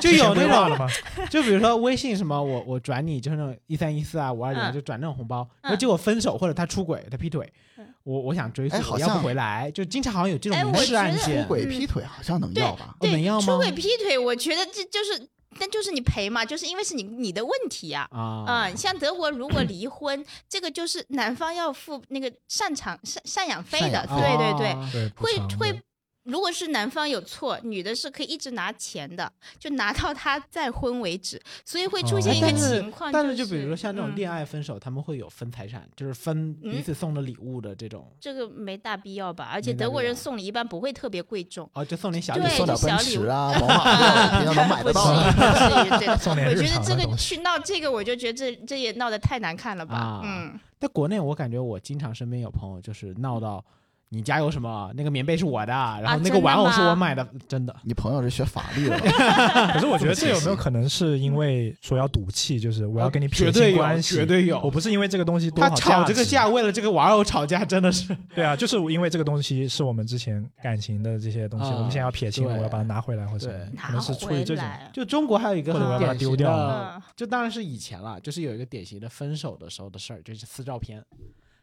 B: 就有那
C: 规划
B: 种
C: 了 吗？
B: 就比如说微信什么，我我转你就是那种一三一四啊五二零
D: 嗯
B: 就转那种红包，然后
D: 嗯
B: 结果分手或者他出轨他劈腿
D: 嗯，
B: 我我想追
A: 哎
B: 溯，
A: 好
B: 我要
A: 像
B: 不回来，就经常好像有这种
D: 哎
B: 民
D: 我
B: 事
D: 觉
B: 案
D: 得
B: 件
A: 出，轨劈腿好像能要吧？
B: 我
D: 对
B: 能要吗
D: 出轨劈腿，我觉得这就是，但就是你赔嘛，就是因为是你你的问题呀、啊，
B: 啊
D: 嗯，像德国如果离婚，这个就是男方要付那个赡养赡赡养费
A: 赡
D: 的
A: 养，
B: 啊，
D: 对对对，
B: 啊
C: 对，补
D: 会
C: 偿的
D: 会，如果是男方有错，女的是可以一直拿钱的，就拿到他再婚为止，所以会出
C: 哦
D: 现一个
B: 哎但是
D: 情况，
B: 但
D: 是
B: 是就比如说像这种
D: 嗯
B: 恋爱分手，他们会有分财产，就是分彼
D: 嗯
B: 此送的礼物的这种，
D: 这个没大必要吧，而且
B: 没大
D: 德
B: 必
D: 国人
B: 要
D: 送礼一般不会特别贵重。
B: 哦，就送点小
D: 对
B: 礼
A: 你送
B: 物
A: 点
D: 就
A: 奔
D: 小礼
A: 驰
D: 物
A: 啊，宝马平常能买得到的。
D: 不 至于
C: 送
D: 对
C: 点
D: 我觉
C: 日
D: 得
C: 常
D: 这
C: 的
D: 个
C: 东西
D: 去闹这个，我就觉得这这也闹得太难看了吧。
B: 啊
D: 嗯，
B: 在国内，我感觉我经常身边有朋友就是闹到，你家有什么？那个棉被是我的，啊然后那个
D: 啊真的
B: 玩偶是我
D: 吗
B: 买的，真的。
A: 你朋友是学法律的吧，
C: 可是我觉得这有 没有可能是因为说要赌气，就是我要跟你撇清关系，
B: 啊绝对有绝对有
C: 我不是因为这个东西多
B: 他
C: 好
B: 吵这个
C: 值
B: 架，为了这个玩偶吵架，真的是
C: 对啊，就是因为这个东西是我们之前感情的这些东西，
B: 啊
C: 我们现在要撇清了，
B: 对
C: 我要把它拿回来，或者
B: 对
C: 可
D: 拿
C: 能是出于
D: 回
C: 这种。
D: 来。
B: 就中国还有一个
C: 或者我
B: 很
C: 要把它
B: 典型
C: 丢掉
B: 的
D: 嗯，
B: 就当然是以前了，就是有一个典型的分手的时候的事儿，就是撕照片。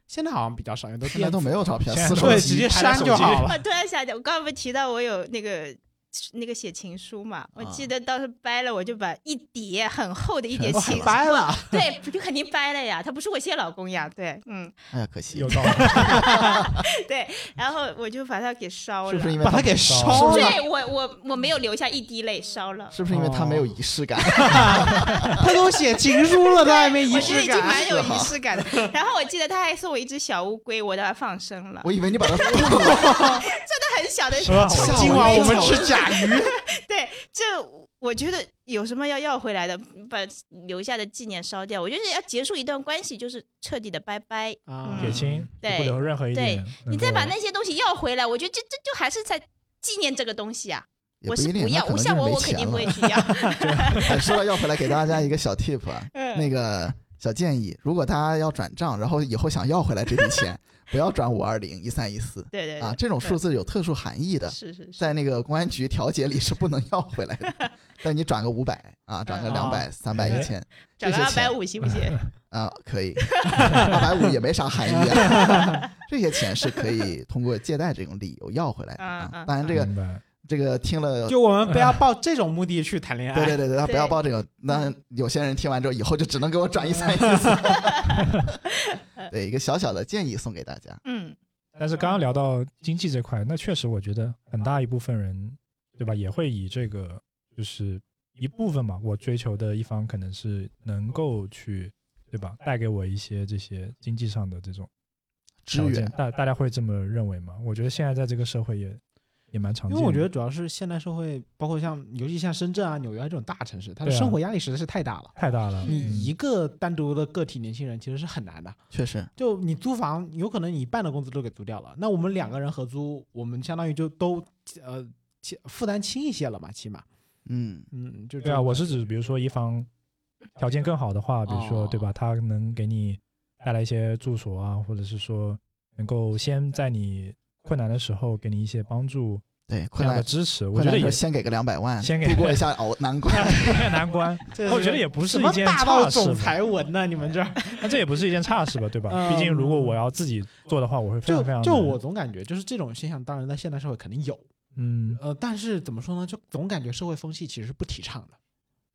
B: 现在好像比较少，因为都
A: 现在
B: 电
A: 都
B: 子
A: 没有照片，
C: 现在
A: 撕
C: 都
A: 手
B: 对，
A: 机
B: 直接
C: 拍了
B: 删
C: 手
B: 就
C: 机
B: 好了。
D: 我突然想起，我刚刚不是提到我有那个那个写情书嘛？我记得当时掰了，我就把一叠很厚的一叠
A: 全
B: 我
A: 写
D: 情
A: 了
D: 书，
B: 掰了，
D: 对，就肯定掰了呀。他不是我现老公呀，对，嗯，
A: 哎呀，可惜，
C: 有
A: 是
C: 道理，
D: 对。然后我就把它给烧
A: 不
D: 了。
A: 是因为
B: 把它
A: 他
B: 给
C: 烧
B: 烧了。
D: 对我我我没有留下一滴泪，烧了。
A: 是不是因为他没
B: 哦
A: 有仪式感？
B: 他都写情书了，他还没仪
D: 我觉得
B: 式
D: 已经
B: 感。
D: 蛮有仪式感的。然后我记得他还送我一只小乌龟，我把它放生了，
A: 我以为你 把它
D: 真
A: 吐了。
D: 的很小的。
C: 是吧？
A: 吓
B: 今
A: 我
B: 晚
A: 一
B: 我们
A: 跳
B: 吃甲鱼。
D: 对，这我觉得有什么要要回来的，把留下的纪念烧掉。我觉得要结束一段关系，就是彻底的拜拜。
B: 啊
C: 撇清，
D: 嗯对
C: 不留任何一
D: 对
C: 点。
A: 嗯
D: 你再把那些东西要回来，我觉得这这就还是在纪念这个东西啊。
A: 也
D: 我
A: 不一
D: 是
A: 定
D: 不
A: 他
D: 要，
A: 可
D: 我
A: 能
D: 像
A: 就是
D: 我
A: 没
D: 我肯
A: 钱
D: 定
A: 了
D: 不会 去要。
A: 哎说到要回来，给大家一个小 tip 啊，那
D: 嗯，
A: 个小建议，如果大家要转账，然后以后想要回来这笔 钱，不要转五二零、一三一四
D: 对对
A: 啊
D: 对，，
A: 这种数字有特殊含义的，
D: 是是是，
A: 在那个公安局调解里是不能要回来的。 但你转个五百啊，转个
B: 嗯
A: 两
D: 哦
A: 百、三百、一千，
D: 涨
A: 这
D: 到
A: 些
D: 二
A: 钱
D: 百五行不 行？哎
A: 啊，可以，二百五也没啥含义啊。这些钱是可以通过借贷这种理由要回来的
D: 嗯
A: 啊。
D: 嗯
A: 当然，这个
C: 明白
A: 这个听
C: 呃
A: 了
B: 就我们不要抱这种目的去谈恋爱。
A: 对对对对，他不要
D: 对
A: 报这种。那有些人听完之后，以后就只能给我转一三 一四。对，一个小小的建议送给大家。
D: 嗯，
C: 但是刚刚聊到经济这块，那确实我觉得很大一部分人，对吧，也会以这个就是一部分嘛，我追求的一方可能是能够去，对吧，带给我一些这些经济上的这种
A: 支
C: 条件
A: 援，
C: 大大家会这么认为吗？我觉得现在在这个社会也也蛮常
B: 因为
C: 见的。
B: 我觉得主要是现代社会，包括像尤其像深圳啊、纽约啊这种大城市，它的
C: 对啊
B: 生活压力实在是太大了。
C: 太大了，
B: 你
C: 嗯
B: 一个单独的个体年轻人其实是很难的，
A: 确实，
B: 就你租房，有可能你一半的工资都给租掉了。那我们两个人合租，我们相当于就都呃起负担轻一些了嘛，起码，
A: 嗯，
B: 嗯，就这
C: 对啊，
B: 种
C: 我是指比如说一方条件更好的话，比如说、
B: 哦
C: 对吧，他能给你带来一些住所啊，或者是说能够先在你困难的时候给你一些帮助，
A: 对，
C: 这
A: 困
C: 样的
A: 难，
C: 支持，我
A: 困
C: 觉
A: 难
C: 得
A: 时
C: 也
A: 候先给个两百万，
C: 先给
A: 度过一 下熬难关。
C: 难关，
B: 这
C: 我
B: 是
C: 觉得也不是
B: 什
C: 一
B: 么
C: 件
B: 大道
C: 差
B: 总
C: 事吧，
B: 裁文呢？你们这儿
C: 那这也不是一件差事吧，对 吧？
B: 嗯
C: 毕竟如果我要自己做的话，我会 非
B: 就
C: 常非常
B: 就
C: 难
B: 我总感觉就是这种现象，当然在现代社会肯定有，
C: 嗯，
B: 呃，但是怎么说呢？就总感觉社会风气其实是不提倡的。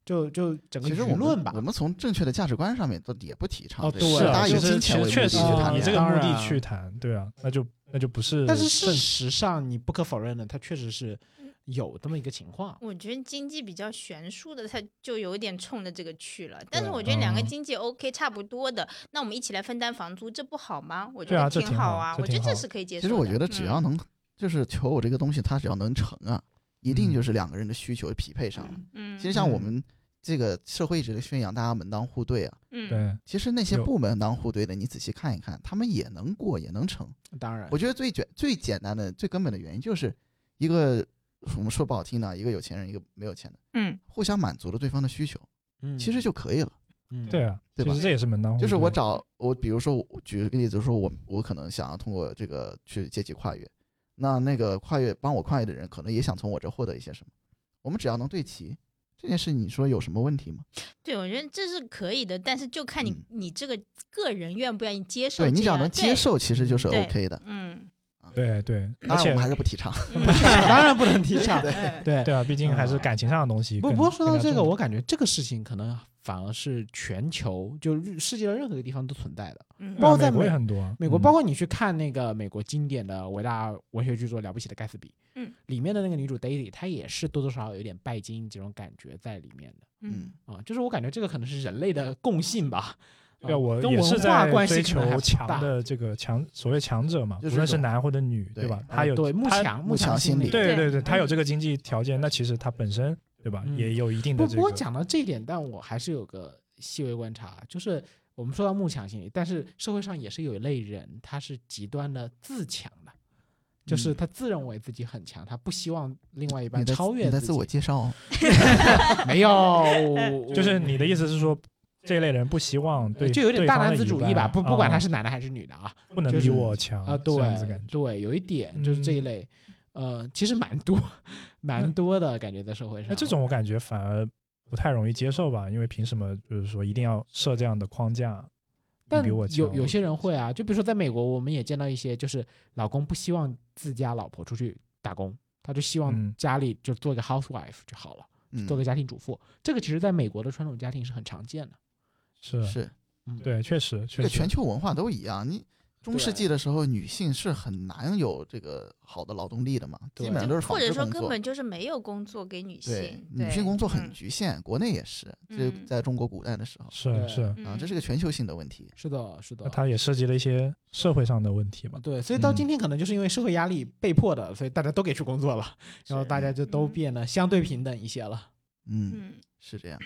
B: 就就整个
A: 其实
B: 舆
A: 我
B: 论
A: 们
B: 吧
A: 我，们从正确的价值观上面都也不提倡
B: 哦
A: 这个
B: 对
A: 事，
C: 是
A: 大
C: 啊，
A: 家以
C: 其
A: 金
C: 实
A: 钱
C: 其
A: 为
C: 实
A: 目的
C: 确
A: 去
C: 实
B: 啊
A: 谈
C: 以这
A: 恋
C: 个
A: 爱。
B: 当
C: 目的
B: 然
C: 去谈，对啊，那就那就不是正，
B: 但是事实上你不可否认的，它确实是有这么一个情况。
D: 我觉得经济比较悬殊的，他就有点冲着这个去了。但是
B: 对
D: 我觉得两个
C: 嗯
D: 经济 OK 差不多的，那我们一起来分担房租，这不好吗？我觉
C: 对啊
D: 得
C: 这挺
D: 好
C: 好
D: 啊，
C: 这
D: 我觉得
C: 挺
D: 这
C: 好
D: 是可以接受
A: 其
D: 的。
A: 实我觉得只要
D: 嗯
A: 能，就是求偶这个东西，它只要能成啊，一定
C: 嗯
A: 就是两个人的需求匹配上了。
D: 嗯，
A: 其实像我
C: 嗯
A: 们这个社会一直在宣扬大家门当户对啊，
D: 嗯
C: 对，
A: 其实那些
C: 有
A: 不门当户对的，你仔细看一看，他们也能过，也能成。
B: 当
C: 哎
B: 然
A: 我，觉得最简最简单的、最根本的原因就是一个我们说不好听的，一个有钱人，一个没有钱的，
D: 嗯
A: 互相满足了对方的需求，
B: 嗯
A: 其实就可以了。
B: 嗯
C: 对啊，
A: 对
C: 其
A: 吧
C: 实这也是门当户
A: 就是我
C: 对
A: 找我，比如说我举个例子，说我我可能想要通过这个去阶级跨越，那那个跨越帮我跨越的人，可能也想从我这获得一些什么，我们只要能对齐。这件事你说有什么问题吗？
D: 对，我觉得这是可以的，但是就看你、
A: 嗯
D: 你这个个人愿不愿意接受这
A: 对
D: 样。
A: 你只要能接
D: 对，
A: 受，其实就是
D: 对
A: OK 的。
D: 嗯，
C: 对对，
A: 当
C: 而
A: 然我
C: 且
A: 们还是不提倡。
B: 当然不能提倡。
D: 哎
B: 对
C: 对啊，毕竟还是
B: 嗯
C: 感情上的东西
B: 不
C: 更。
B: 不过说到
C: 更加
B: 这个，
C: 重
B: 我感觉这个事情可能反而是全球就日世界的任何一个地方都存在的。
D: 嗯
B: 包
C: 要
B: 括在
C: 美国也
B: 美
C: 很多啊，
B: 美国，
C: 嗯
B: 包括你去看那个美国经典的伟大文学巨作《了不起的盖茨比》，
D: 嗯，
B: 里面的那个女主 Daisy，她也是多多少少有点拜金这种感觉在里面的
A: 嗯
D: 嗯，
B: 啊、就是我感觉这个可能是人类的共性吧。
C: 对啊，
B: 啊
C: 我
B: 跟
C: 也是
B: 文化
C: 在
B: 关系
C: 追
B: 可能还
C: 求
B: 不
C: 强
B: 大
C: 的这个强，所谓强者嘛，
A: 就
C: 无
A: 是
C: 论
A: 一
C: 是
A: 种
C: 男或者女，
A: 对
C: 吧？
B: 啊
C: 他有
B: 对慕
C: 他
B: 强
A: 慕强
B: 强
A: 心理
B: 理，
C: 对
D: 对
C: 对对，他有
D: 嗯
C: 这个经济条件，那其实他本身对吧，
B: 嗯
C: 也有一定
B: 不
C: 的这
B: 不过
C: 个。
B: 讲到这一点，但我还是有个细微观察，就是我们说到慕强心理，但是社会上也是有一类人，他是极端的自强的，就是
A: 嗯
B: 他自认为自己很强，他不希望另外一半
A: 你在
B: 超越
A: 你在
B: 己
A: 自 我介绍哦，
B: 没有，
C: 就是你的意
B: 思。
C: 思是说，这类人不希望对，
B: 呃就有点
C: 对
B: 大
C: 方的
B: 男子
C: 一
B: 主义
C: 半
B: 吧，不不管他
C: 啊
B: 是男的还是女的啊
C: 不能
B: 就
C: 比
B: 是
C: 我强
B: 啊，
C: 这样子
B: 对
C: 感觉。
B: 对，有一点就是这一
C: 嗯
B: 类，呃，其实蛮多 蛮多的感觉在社会上。
C: 那这种我感觉反而不太容易接受吧，因为凭什么就是说一定要设这样的框架？你
B: 但
C: 比我强，
B: 有有些人会啊，就比如说在美国，我们也见到一些，就是老公不希望自家老婆出去打工，他就希
C: 嗯
B: 望家里就做个 housewife 就好了，
A: 嗯，
B: 做个家庭主妇。这个其实在美国的传统家庭是很常见的。
C: 是啊
A: 是
B: 嗯，，
C: 对，确实
A: 这
C: 确
A: 个
C: 实
A: 全球文化都一样。你中世纪的时候，女性是很难有这个好的劳动力的嘛，基
B: 对
A: 本上都是纺
D: 或者
A: 织
D: 说
A: 工
D: 根
A: 作。
D: 本就是没有工作给女
A: 对
D: 性，，
A: 女性工作很
D: 嗯
A: 局限，国内也是，这
D: 嗯
A: 在中国古代的时候
C: 是
B: 对
C: 是，
A: 啊，
D: 嗯
A: 这是个全球性的问题。
B: 是的，是的
C: 那。它也涉及了一些社会上的问题嘛。
B: 对，所以到
A: 嗯
B: 今天可能就是因为社会压力被迫的，所以大家都给去工作了，然后
D: 是
B: 大家就都
D: 嗯
B: 变得相对平等一些了。
A: 嗯，
D: 嗯
A: 是这样。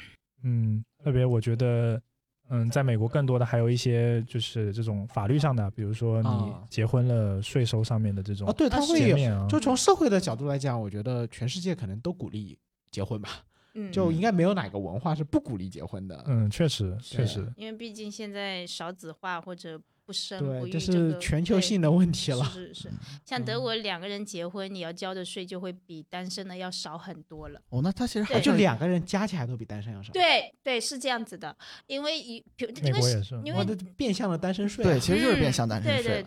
C: 嗯，特别我觉得，嗯，在美国更多的还有一些就是这种法律上的，比如说你
B: 啊
C: 结婚了，税收上面的这种
B: 哦，对，他会
C: 减
B: 有，
C: 免啊，
B: 就从社会
A: 嗯
B: 的角度来讲，我觉得全世界可能都鼓励结婚吧，
D: 嗯，
B: 就应该没有哪个文化是不鼓励结婚的。
C: 嗯，确实确
B: 对
C: 实，
D: 因为毕竟现在少子化或者不生不
B: 对，
D: 育，
B: 这
D: 这
B: 是
D: 个
B: 全球
D: 对
B: 性的问题
D: 是
B: 了。
D: 是是，像德国两个人结婚，你要交的税就会比单身的要少很多了。
A: 哦，那他其实还
B: 啊
D: 对
B: 就
A: 有一
B: 两个人加起来都比单身要少。，
D: 对对，是这样子的，因为一，比如
C: 美
D: 因为
C: 国
D: 是
C: 也是，
D: 因
B: 我
D: 为
B: 的变相的单身税、啊。
A: 对，其实就是变
D: 嗯
A: 相单身
D: 对
A: 税
D: 对
A: 了。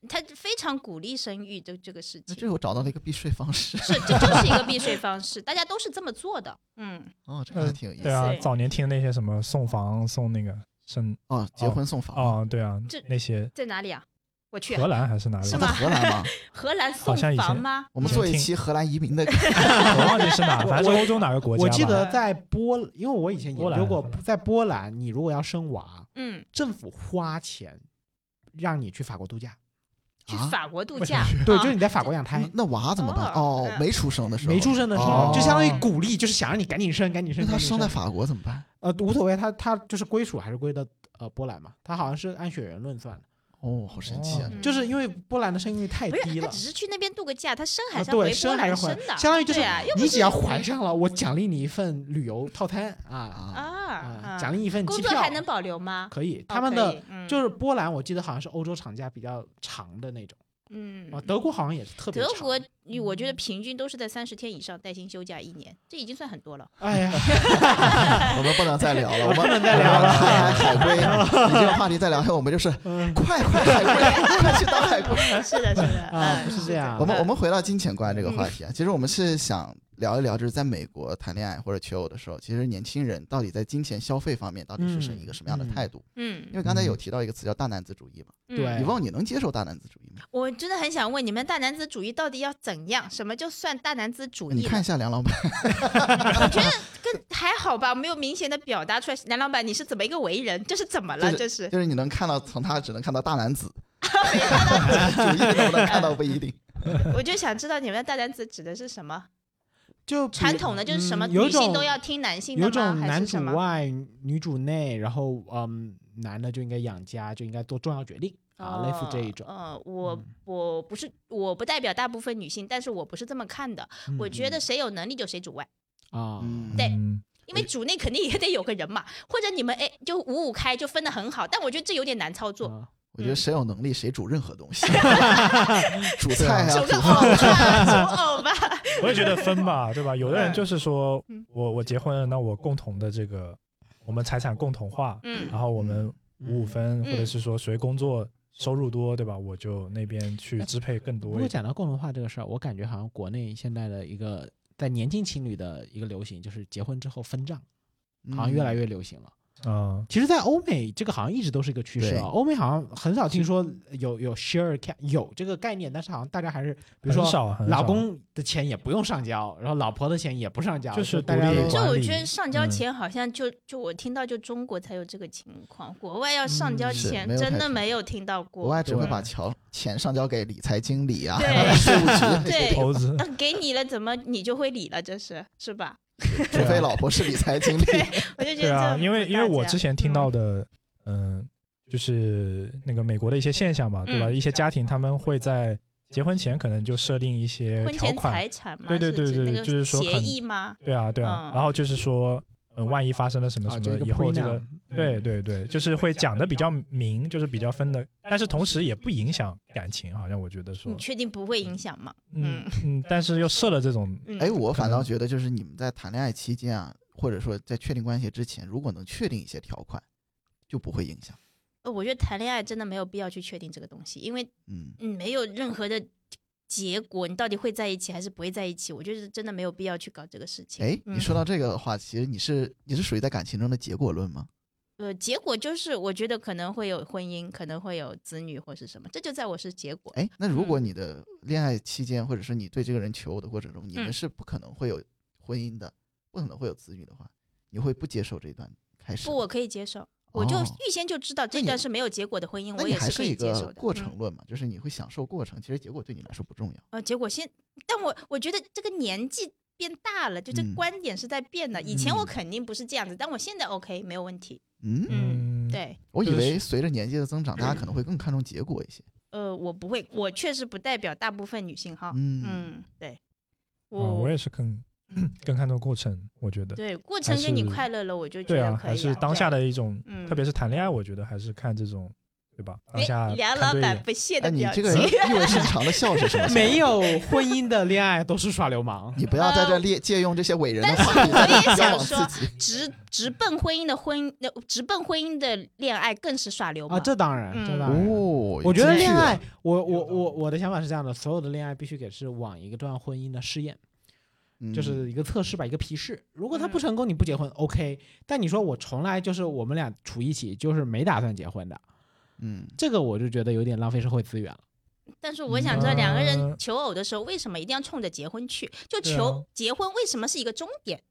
D: 对，他非常鼓励生育的这个事
A: 那
D: 情，
A: 这我找到了一个避税方式
D: 是这就是一个避税方式，大家都是这么做的。嗯，
A: 哦，这个还
C: 嗯
A: 挺有意
C: 对
A: 思。
C: 啊，
D: 对
C: 早年听那些什么送房送那个生
A: 哦，结
C: 哦
A: 婚送房，
C: 啊，对啊
D: 这，
C: 那些
D: 在哪里啊？我去
C: 荷兰还是哪里
D: 是
A: 哦
C: 的，
A: 在
D: 吗
A: 荷兰吗？
D: 荷兰
C: 好
D: 送
C: 像以前
D: 房吗？
A: 我们
C: 嗯
A: 做一
C: 挺
A: 期荷兰移民的，
C: 我忘记是哪，反正是欧洲哪个国家吧。
B: 我记得在波，因为我以前
C: 波
B: 研
C: 兰
B: 究过
C: 波兰，
B: 在波兰，你如果要生娃，
D: 嗯，
B: 政府花钱让你去法国度假，
D: 去
A: 啊
D: 法国度
C: 为什
D: 假，
B: 对，
D: 啊
B: 就是你在法国养胎
A: 那，那娃怎么办？
D: 哦
A: 哦，
D: 嗯
A: 没出生的时候，
B: 没出生的时
A: 哦
B: 候，就相当于鼓励，就是想让你赶紧生，赶紧
A: 那
B: 生。
A: 他
B: 赶紧
A: 生在法国怎么办？
B: 呃无所谓，他他就是归属还是归的呃波兰嘛，他好像是按血缘论算的，
A: 哦，好神奇啊！
D: 嗯
B: 就是因为波兰的生育率太
D: 不是
B: 低
D: 他
B: 了
D: 只。是去那边度个假，他生还
B: 啊
D: 是要回
B: 对生
D: 波
B: 还
D: 兰
B: 是
D: 生
B: 回
D: 的，
B: 相当于就是
D: 对啊，又不
B: 你
D: 是
B: 只要
D: 回
B: 怀上了，我奖励你一份旅游套餐啊
A: 啊，
D: 啊，
B: 啊，奖励一份
D: 工
B: 机
D: 作
B: 票
D: 还能保留吗？
B: 可以。
D: 哦
B: 他们
D: 可
B: 的
D: 以嗯
B: 就是波兰，我记得好像是欧洲厂家比较长的那种
D: 嗯
B: 啊，，德国好像也是特别
D: 德
B: 长。
D: 国，我
B: 嗯
D: 觉得平均都是在三十天以上带薪休假一年，这已经算很多了。
B: 哎呀，
A: 我们不能再聊 了，我们不能
B: 再聊了
A: 海哎海龟，啊 你这个话题再聊下，我们就是
B: 嗯
A: 快快海龟，快去 当海龟。
D: 是的，是的，
B: 啊，
D: 嗯
B: 不是这样，
A: 嗯我们我们回到金钱观这个话题啊，其实我们是想聊一聊，就是在美国谈恋爱或者求偶的时候，其实年轻人到底在金钱消费方面到底是是一个什么样的态度？因
D: 嗯，
A: 为刚才有提到一个词叫大男子主义嘛，
B: 对
A: 以望你能接受大男子主义吗？
D: 我真的很想问你们，大男子主义到底要怎样？什么就算大男子主
A: 你
D: 义呢？
A: 看一下梁老板，
D: 我觉得跟还好吧，没有明显的表达出来。男老板，你是怎么一个为人？这是怎么了？这是
A: 就是你能看到从他只能看到大 男子，主义能不能看到不一 定。
D: 我就想知道你们的大男子指的是什么？
B: 就比
D: 传统的就是什么、
B: 嗯有
D: 女
B: 一种
D: 性都要听男性
B: 有
D: 的
B: 一种
D: 吗？还
B: 男
D: 是
B: 主
D: 什么？
B: 外女主内，然后嗯，男的就应该养家，就应该做重要决定啊，类似这一种。嗯
D: 呃，我我不是，我不代表大部分女性，但是我不是这么看的。我觉得谁有能力就谁主外，
B: 嗯啊，
A: 嗯，
D: 对
C: 嗯
D: 因为主内肯定也得有个人嘛，或者你们哎就五五开就分得很好，但我觉得这有点难操
C: 嗯
D: 作。
B: 啊
A: 我觉得谁有能力谁煮任何东西，煮菜啊，
D: 煮个
A: 煮
D: 偶 吧，煮偶吧，
C: 我也觉得 分吧，对吧？有的人就是说
D: 嗯
C: 我我结婚了，那我共同的这个我们财产共同化，
D: 嗯
C: 然后我们五五分，
D: 嗯
C: 或者是说谁工作收入多，对吧？我就那边去支配更
B: 不
C: 多一
B: 过
C: 点。
B: 讲到共同化这个事儿，我感觉好像国内现在的一个在年轻情侣的一个流行，就是结婚之后分账，好像越来
A: 越
B: 越流行了。
C: 嗯，
B: 其实，在欧美这个好像一直都是一个趋势
A: 对
B: 啊。欧美好像很少听说有有 share ca- 有这个概念，但是好像大家还是比如
C: 很
B: 说
C: 少啊，很少
B: 老公的钱也不用上交，然后老婆的钱也不上交，
C: 就是
B: 大
C: 独
B: 家
C: 立
B: 都
C: 管
D: 就
C: 理
D: 我觉得上交
C: 嗯
D: 钱好像就就我听到就中国才有这个情况，国外要上交
B: 嗯
A: 是
D: 钱
A: 没有太
D: 真的
A: 多
D: 没有听到过。
A: 国外只会
C: 对
A: 把钱钱上交给理财经理啊、
D: 对
A: 税务局那些
D: 对
A: 地方，
C: 投 资，
D: 但给你了，怎么你就会理了？这是是吧？
A: 除非老婆是理财经理。
D: 我就觉得
C: 啊对啊，
D: 这
C: 因为
D: 不
C: 因为
D: 大
C: 我
D: 家
C: 之前
D: 嗯
C: 听到的，嗯，就是那个美国的一些现象吧，对吧？
D: 嗯
C: 一些家庭他们会在结婚前可能就设定一些
D: 婚
C: 条
D: 前
C: 款，啊
D: 财产嘛，
C: 对对
D: 是
C: 对
D: 指
C: 对
D: 那
C: 对
D: 个
C: 就是说
D: 协
C: 很
D: 议吗？
C: 对啊对啊
D: 嗯，
C: 然后就是说，呃，万一发生了什么
B: 啊，
C: 什
B: 就
C: 么
B: 一个
C: 以后这
B: prenup
C: 个，对对对，嗯就是会讲的比较明，就是比较分的，但是同时也不影响感情，好像我觉得说
D: 你，确定不会影响吗？
C: 嗯嗯，但是又设了这种
D: 嗯，
A: 哎，我反
C: 可能
A: 倒觉得就是你们在谈恋爱期间啊，或者说在确定关系之前，如果能确定一些条款，就不会影响。
D: 呃我觉得谈恋爱真的没有必要去确定这个东西，因为
A: 嗯，
D: 嗯没有任何的结果，你到底会在一起还是不会在一起，我觉得真的没有必要去搞这个事情。
A: 哎，你
D: 嗯
A: 说到这个的话，其实你是你是属于在感情中的结果论吗？
D: 呃，结果就是我觉得可能会有婚姻，可能会有子女或是什么，这就在我是结果。
A: 哎，那如
D: 嗯
A: 果你的恋爱期间，或者说你对这个人求偶的过程中，你们
D: 嗯
A: 是不可能会有婚姻的，不可能会有子女的话，你会不接受这段开始？
D: 不，我，可以接受，我就
A: 哦
D: 预先就知道这
A: 你
D: 段是没有结果的婚姻，
A: 那
D: 我
A: 你
D: 也
A: 还
D: 可
A: 一
D: 以接受
A: 个
D: 的。嗯
A: 过程论嘛，就是你会享受过程，其实结果对你来说不重要。
D: 呃，结果现，但我我觉得这个年纪变大了，就这
A: 嗯
D: 观点是在变的。以前我
A: 嗯
D: 肯定不是这样子，但我现在 OK 没有问题。
A: 嗯，
D: 嗯
C: 嗯，
D: 对，
A: 我以
C: 就是
A: 为随着年纪的增长，大家可能会更看重结果一些。
D: 呃，我不会，我确实不代表大部分女性哈。
A: 嗯，
D: 嗯，对，
C: 啊，我
D: 我嗯
C: 也是更 更看重过程，我觉得。
D: 对过程给你
C: 是
D: 快乐了，我就觉
C: 对
D: 得
C: 啊，
D: 可以了。
C: 还是当
D: 对
C: 下的一种，
D: 嗯
C: 特别是谈恋爱，我觉得还是看这种，对吧？当
D: 哎
C: 下
D: 梁
C: 看
D: 老
C: 对
D: 板
C: 眼
D: 不屑
A: 哎，
D: 的
A: 你
D: 表
A: 这
D: 情
A: 个意 味深长的笑是什么笑？
B: 没有婚姻的恋爱都是耍 流氓。
A: 你不要在这
D: 呃
A: 列借用这些伟人的
D: 但
A: 话
D: 是我也
A: 题， 标
D: 想
A: 榜
D: 说
A: 自己。
D: 直直奔婚姻的婚，呃直奔婚姻的恋爱更是耍流氓。
B: 啊，这当然，这
D: 嗯
B: 当然。
A: 哦，
B: 我觉得
A: 有
B: 恋
A: 趣的
B: 爱，我我我我的想法是这样的：所有的恋爱必须给是往一个段婚姻的试验，
A: 嗯
B: 就是一个测试吧，一个皮试。如果他不成功，你不结婚，OK。但你说我从来就是我们俩处一起，就是没打算结婚的，
A: 嗯，
B: 这个我就觉得有点浪费社会资源了。
D: 但是我想知道，两个
C: 嗯
D: 人求偶的时候，为什么一定要冲着结婚去？就
C: 对啊
D: 求结婚为什么是一个终点？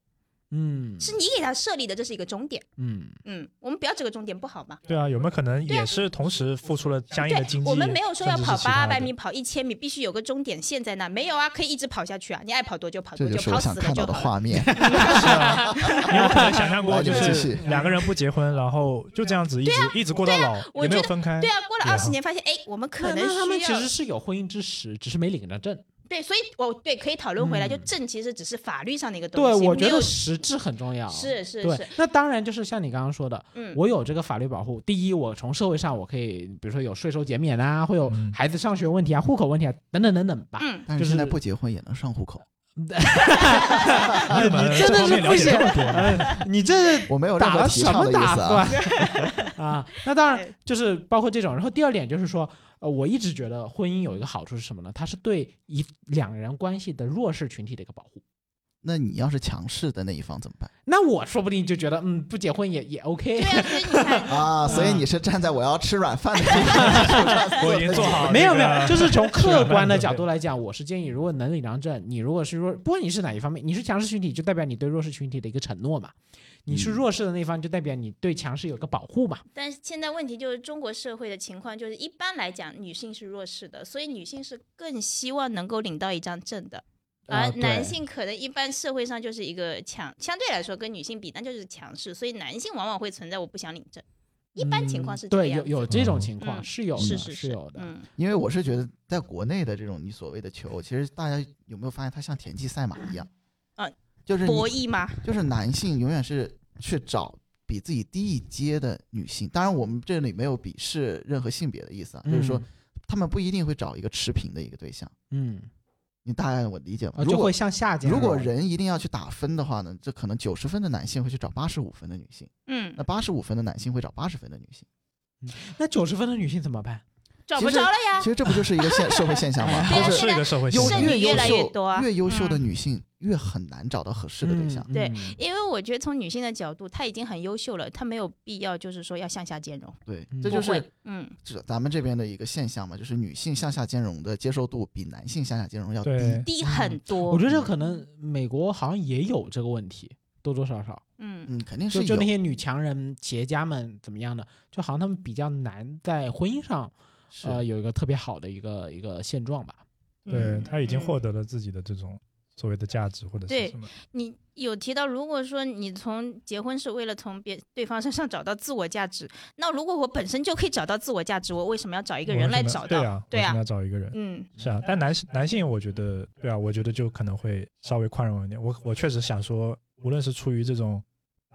B: 嗯，
D: 是你给他设立的，这是一个终点。
B: 嗯，
D: 嗯，我们不要这个终点不好吗？
C: 对啊，有没有可能
D: 对啊
C: 也是同时付出了相应的
D: 对
C: 经，济？
D: 我们没有说要
C: 甚至
D: 跑
C: 是其他
D: 八
C: 的
D: 百米、，跑一千米，必须有个终点线在那。没有啊，可以一直跑下去啊，你爱跑多久跑
A: 这
D: 多久，
A: 就是
D: 跑
A: 我想
D: 死了
A: 看到
D: 就
A: 的
D: 好了。
A: 画 面。
C: 是啊， 你有可能想象过，
A: 来
C: 就
A: 你们继
C: 是
A: 续
C: 两个人不结婚，然后就这样子一直一直过到老，
D: 啊我
C: 也没有
D: 觉得
C: 分开。
D: 对啊，过了
C: 对啊
D: 二十年发现，哎，我们可
B: 那
D: 能
B: 啊那他们
D: 需
B: 其
D: 要
B: 实是有婚姻之实，只是没领着证。
D: 对，所以我对可以讨论回来，
B: 嗯
D: 就证其实只是法律上的一个东
B: 对，
D: 西，
B: 我觉
D: 没有
B: 得实质很重要。
D: 是是
B: 对
D: 是，
B: 那当然就是像你刚刚说的，
D: 嗯，
B: 我有这个法律保护。第一，我从社会上我可以，比如说有税收减免啊，会有
C: 嗯
B: 孩子上学问题啊、户口问题啊，等等等等吧。
D: 嗯，
A: 但
B: 就是
A: 现在
B: 是
A: 不结婚也能上户口，
D: 啊
C: 你怎么
B: 你真
C: 这
B: 的
C: 方
B: 是
C: 面了
B: 不
C: 解
B: 行
C: 这 么多呢？
B: 你这
A: 我没有任
B: 打
A: 何
B: 了
A: 提
B: 什
A: 倡
B: 么
A: 的意
B: 打
A: 思 啊。
B: 算啊？那当然
D: 对
B: 就是包括这种。然后第二点就是说，呃，我一直觉得婚姻有一个好处是什么呢？它是对一两人关系的弱势群体的一个保护。
A: 那你要是强势的那一方怎么办
B: 那我说不定就觉得，嗯，不结婚也也 OK
D: 对。啊，所以你看，
A: 啊？
B: 嗯
A: 所以你是站在我要吃软饭的那一方，
C: 我已经做好
B: 没有没
C: 那个
B: 有，就是从客观的角
C: 是
B: 度来讲，我是建议，如果能力量证，你如果是弱，不管你是哪一方面，你是强势群体，就代表你对弱势群体的一个承诺嘛；你是
A: 嗯
B: 弱势的那一方，就代表你对强势有个保护嘛。
D: 但是现在问题就是中国社会的情况，就是一般来讲女性是弱势的，所以女性是更希望能够领到一张证的。而
B: 啊对
D: 男性可能一般社会上就是一个强，相对来说跟女性比，那就是强势，所以男性往往会存在我不想领证，一般情况是这个
B: 嗯对，
D: 样
B: 有
D: 子
B: 有这种情况
D: 嗯
B: 是有的，
D: 是是
B: 有的。
D: 嗯，
A: 因为我是觉得在国内的这种你所谓的球，其实大家有没有发现它像田忌赛马一样
D: 啊？
A: 就是你
D: 博弈嘛，
A: 就是男性永远是去找比自己低一阶的女性。当然，我们这里没有鄙视任何性别的意思啊，
D: 嗯
A: 就是说他们不一定会找一个持平的一个对象。
B: 嗯，
A: 你大概我理解吧？
B: 嗯，
A: 如
B: 就
A: 果
B: 会向下降。
A: 如果人一定要去打分的话呢，这可能九十分的男性会去找八十五分的女性，
D: 嗯
A: 那，八十五分的男性会找八十分的女性。
B: 那九十分的女性怎么办？
D: 找不着了呀
A: 其。实这不就是一个现社会现象 吗？
D: 对
A: 就
D: 啊
A: 是
C: 是一个社会
D: 有
C: 现
A: 优
D: 剩
C: 象
D: 女
A: 越优
D: 越来
A: 秀
D: 越多啊
A: 越优秀的
D: 嗯
A: 女性越很难找到合适的对象。
B: 嗯
D: 对，
B: 嗯
D: 因为我觉得从女性的角度，她已经很优秀了，她没有必要就是说要向下兼容。
A: 对
B: 嗯，
A: 这
B: 不
A: 就是
D: 会嗯，
A: 这咱们这边的一个现象嘛，就是女性向下兼容的接受度比男性向下兼容要低。
C: 对
D: 低很多。
B: 嗯我觉得这可能美国好像也有这个问题，多多少少。
D: 嗯，
A: 嗯，肯定是
B: 就就那
A: 有，
B: 些女强人、企业家们怎么样的，就好像他们比较难在婚姻上，
A: 是
B: 呃，有一个特别好的一个一个现状吧。
C: 对
D: 嗯
C: 他已经
D: 嗯
C: 获得了自己的这种所谓的价值或者是
D: 对
C: 什么，
D: 你有提到，如果说你从结婚是为了从别对方身上找到自我价值，那如果我本身就可以找到自我价值，我为什么要找一
C: 一
D: 个人来找
C: 对
D: 到？
C: 啊，
D: 对
C: 为什
D: 啊
C: 么要找一个人，
D: 嗯
C: 是啊，但男性男性，我觉得对啊，我觉得就可能会稍微宽容一点。我我确实想说，无论是出于这种，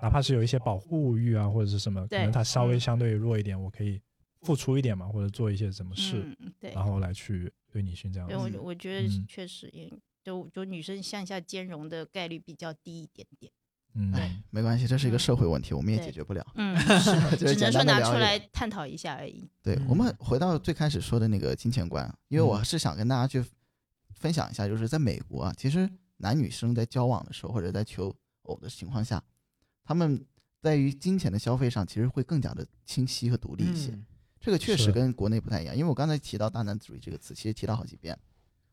C: 哪怕是有一些保护欲啊，或者是什么，可
D: 对
C: 能他稍微
D: 嗯
C: 相对弱一点，我可以付出一点嘛，或者做一些什么事，
D: 嗯，对。
C: 然后来去对女性这样
D: 对，
C: 子。
D: 我
A: 嗯
D: 我觉得
C: 嗯
D: 确实也，就就女生向下兼容的概率比较低一点点。
C: 嗯
A: 哎，没关系，这是一个
D: 嗯
A: 社会问题，我们也
D: 对
A: 解决不了。
D: 嗯，是的
A: 就是
D: 只能
A: 简
D: 说
A: 单地
D: 拿
A: 聊
D: 出
A: 一
D: 来
A: 聊
D: 探讨一下而已。
A: 对
B: 嗯
A: 我们回到最开始说的那个金钱观，啊因为我是想跟大家去分享一下，就是在美国啊，其实男女生在交往的时候或者在求偶的情况下，他们在于金钱的消费上其实会更加的清晰和独立一些。
B: 嗯
A: 这个确
C: 是
A: 实跟国内不太一样，因为我刚才提到大男子主义这个词，其实提到好几遍，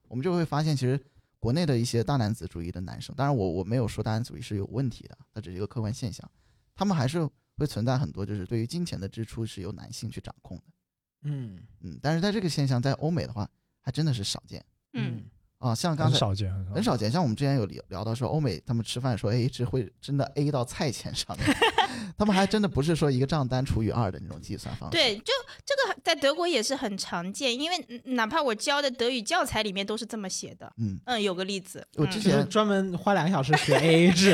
A: 我们就会发现，其实国内的一些大男子主义的男生，当然我我没有说大男子主义是有问题的，它只是一个客观现象，他们还是会存在很多就是对于金钱的支出是由男性去掌控的，
B: 嗯
A: 嗯，但是在这个现象在欧美的话，还真的是少见
D: 嗯，
A: 啊，像
C: 很
A: 刚才
C: 少见，很少
A: 很少见，像我们之前有聊聊到说，欧美他们吃饭说，哎，这会真的 A 到菜钱上面， 他们还真的不是说一个账单除以二的那种计算方式，
D: 对，就这个在德国也是很常见，因为嗯哪怕我教的德语教材里面都是这么写的。
A: 嗯，
D: 嗯，有个例子，
A: 我
D: 嗯
A: 之
B: 就是
A: 前
B: 专门花两个小时学 AA 制，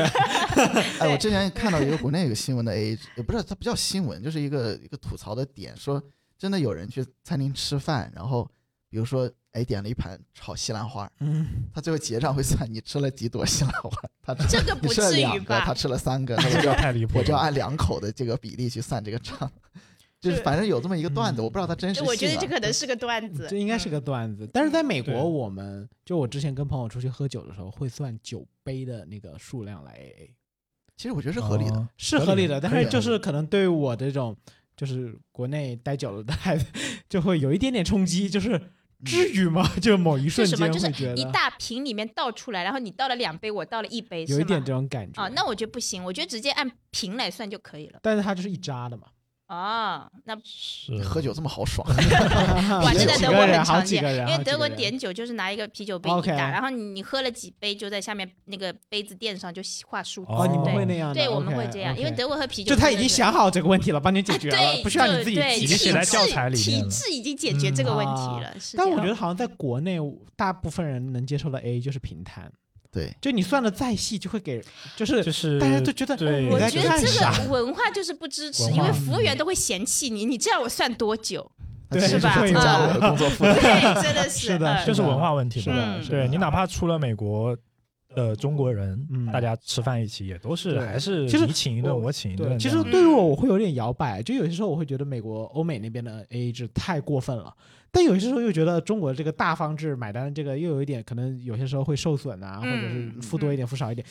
A: 哎，
D: 对
A: 我之前看到一个国内有个新闻的 A，也不是它不叫新闻，就是一个一个吐槽的点，说真的有人去餐厅吃饭，然后比如说哎点了一盘炒西兰花，
B: 嗯，
A: 他最后结账会算你吃了几朵西兰花，他吃
D: 这个
A: 你
D: 不
A: 吃了
D: 至
A: 两
D: 于
A: 个，他
D: 吧？
A: 吃了三个，那
C: 这
A: 我就
C: 个
A: 要
C: 太离谱
A: 我
C: 了。
A: 就按两口的这个比例去算这个账，就是
D: 是
A: 反正有这么一个段子，
B: 嗯
A: 我不知道它真实
D: 就
A: 性、啊。
D: 我觉得这可能是个段子，
B: 这应该
D: 嗯
B: 是个段子。但是在美
C: 对
B: 国，我们就我之前跟朋友出去喝酒的时候，会算酒杯的那个数量来 AA，
A: 其实我觉得是合理的。
C: 哦
B: 是合理的，但
A: 可以
B: 是
A: 的
B: 就是可能对我这种就是国内待久了的孩子，就会有一点点冲击，就是至于吗？ 就某一
D: 是
B: 瞬
D: 什么？
B: 间
D: 就
B: 会
D: 是
B: 觉
D: 一
B: 得
D: 大瓶里面倒出来，然后你倒了两杯，我倒了一杯，
B: 有一
D: 是吗
B: 点这种感觉
D: 啊，那我觉得不行，我觉得直接按瓶来算就可以了。
B: 但是它就是一扎的嘛，
D: 哦，那
C: 是
B: 嗯
A: 喝酒这么豪爽，
D: 哇，这在
A: 几
D: 德
A: 个
D: 国
B: 人
D: 很
B: 好
D: 常
B: 啊几
D: 见
B: 个，人，
D: 因
B: 好
D: 为
B: 几
D: 德
B: 个
D: 国
B: 人
D: 点酒就是拿一个啤酒杯一
B: OK
D: 打，然后你喝了几杯就在下面那个杯子垫上就画数字。
B: 哦，你们
D: 对
B: 会那样的，
D: 对，我们会这样，因为
B: OK，OK
D: 德国喝啤酒
B: 就他
D: 真
B: 已
D: 的
B: 经
D: 是啊
B: 想好这个问题了，帮你解决了，
D: 对，
B: 不需要
D: 就
B: 你自己
D: 对
B: 急
C: 已经写
D: 体
C: 在教
D: 制
C: 材里面了
D: 体制已经解决这个问题了。是
B: 嗯啊
D: 这
B: 但我
D: 样
B: 觉得好像在国内，大部分人能接受的 A 就是平摊，
A: 对，
B: 就你算的再细，就会给，就是
C: 就是
B: 大家都觉得哦
C: 对，
D: 我
B: 你在
D: 觉
B: 干
D: 得这
B: 啥
D: 个文化就是不支持，
C: 文
D: 因为
C: 化
D: 服务员都会嫌弃你，你这样我算多 久？
A: 它
B: 对
A: 其实
D: 是吧
A: 增加我的工作负担。
D: 对，真的
B: 是的
D: 嗯
C: 就是文化问题
B: 是
C: 嘛
B: 的，
D: 嗯
B: 是的
C: 对你哪怕出了美国，的中国人，
B: 嗯
C: 大家吃饭一起也都是
B: 对
C: 还是
B: 其实
C: 你请一顿
B: 我
C: 我请一
B: 对，
C: 顿
B: 其
C: 这
B: 实
C: 样，
B: 对于我
A: 嗯
B: 我会有点摇摆，就有些时候我会觉得美国、欧美那边的 AA 制太过分了，但有些时候又觉得中国这个大方制买单这个又有一点可能有些时候会受损啊，或者是
A: 嗯
B: 付多一点、付少一点，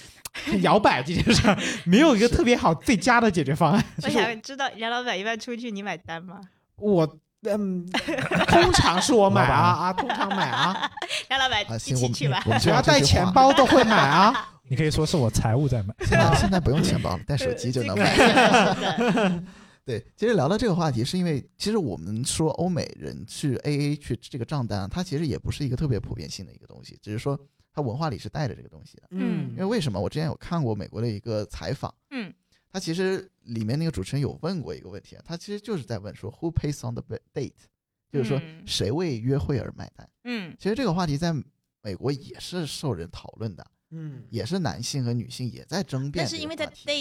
B: 很摇摆这件事儿，没有一个特别好最佳的解决方案。
D: 我想知道杨老板一般出去你买单吗？
B: 我嗯，通常是我买啊
C: 老
B: 啊，通常买 啊，
D: 杨老板
A: 啊，
D: 一
A: 行，
D: 起
A: 我
D: 去
A: 们
D: 吧。
A: 我们
B: 只
A: 就
B: 要带
A: 这句
B: 钱
A: 话。
B: 包都会 买啊。
C: 你可以说是我财务在买，
A: 现 在现在不用钱包了，带手机就能买。
D: 买。
A: 对，其实聊到这个话题，是因为其实我们说欧美人去 AA 去这个账单啊，它其实也不是一个特别普遍性的一个东西，只是说它文化里是带着这个东西的。
D: 嗯
A: 因为为什么？我之前有看过美国的一个采访，
D: 嗯
A: 他其实里面那个主持人有问过一个问题啊，他其实就是在问说 Who pays on the date，就是说
D: 嗯
A: 谁为约会而买单。
D: 嗯
A: 其实这个话题在美国也是受人讨论的，
B: 嗯
A: 也是男性和女性也在争辩
D: 但
A: 这
D: 是
A: 个话题。
D: 因为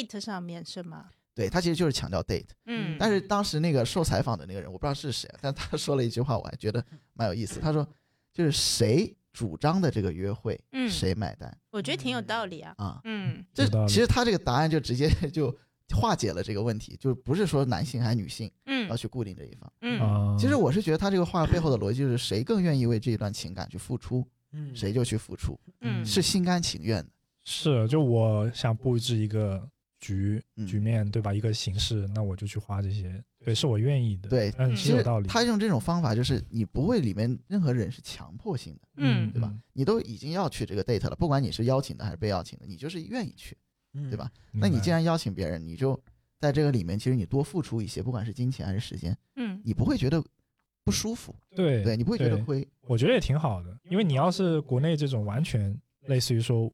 D: 在 date 上面是吗？
A: 对他其实就是强调 date。
D: 嗯，
A: 但是当时那个受采访的那个人，我不知道是谁，啊但他说了一句话，我还觉得蛮有意思。他说，就是谁主张的这个约会，
D: 嗯
A: 谁买单
D: 我觉得挺有道理啊。
A: 啊？
D: 嗯
A: 这
C: 有道理
A: 其实他这个答案就直接 就化解了这个问题，就是不是说男性还是女性
D: 嗯
A: 要去固定这一方。
D: 嗯
C: 啊，
A: 其实我是觉得他这个话背后的逻辑就是，谁更愿意为这一段情感去付出，
B: 嗯
A: 谁就去付出，
D: 嗯，
A: 是心甘情愿的。
C: 是就我想布置一个局
A: 嗯
C: 局面，对吧？一个形式，那我就去花这些，对，是我愿意的，
A: 对
C: 嗯，
D: 嗯
C: 其
A: 其
C: 实有
A: 实
C: 道理，
A: 他用这种方法，就是你不会里面任何人是强迫性的。
D: 嗯
A: 对吧？你都已经要去这个 date 了，不管你是邀请的还是被邀请的，你就是愿意去，
B: 嗯
A: 对吧？？
C: 嗯明
A: 那你
C: 白
A: 既然邀请别人，你就在这个里面，其实你多付出一些，不管是金钱还是时间，
D: 嗯
A: 你不会觉得不舒服，
C: 对
A: 对你不会觉得
C: 对
A: 亏。
C: 我觉得也挺好的，因为你要是国内这种完全类似于说，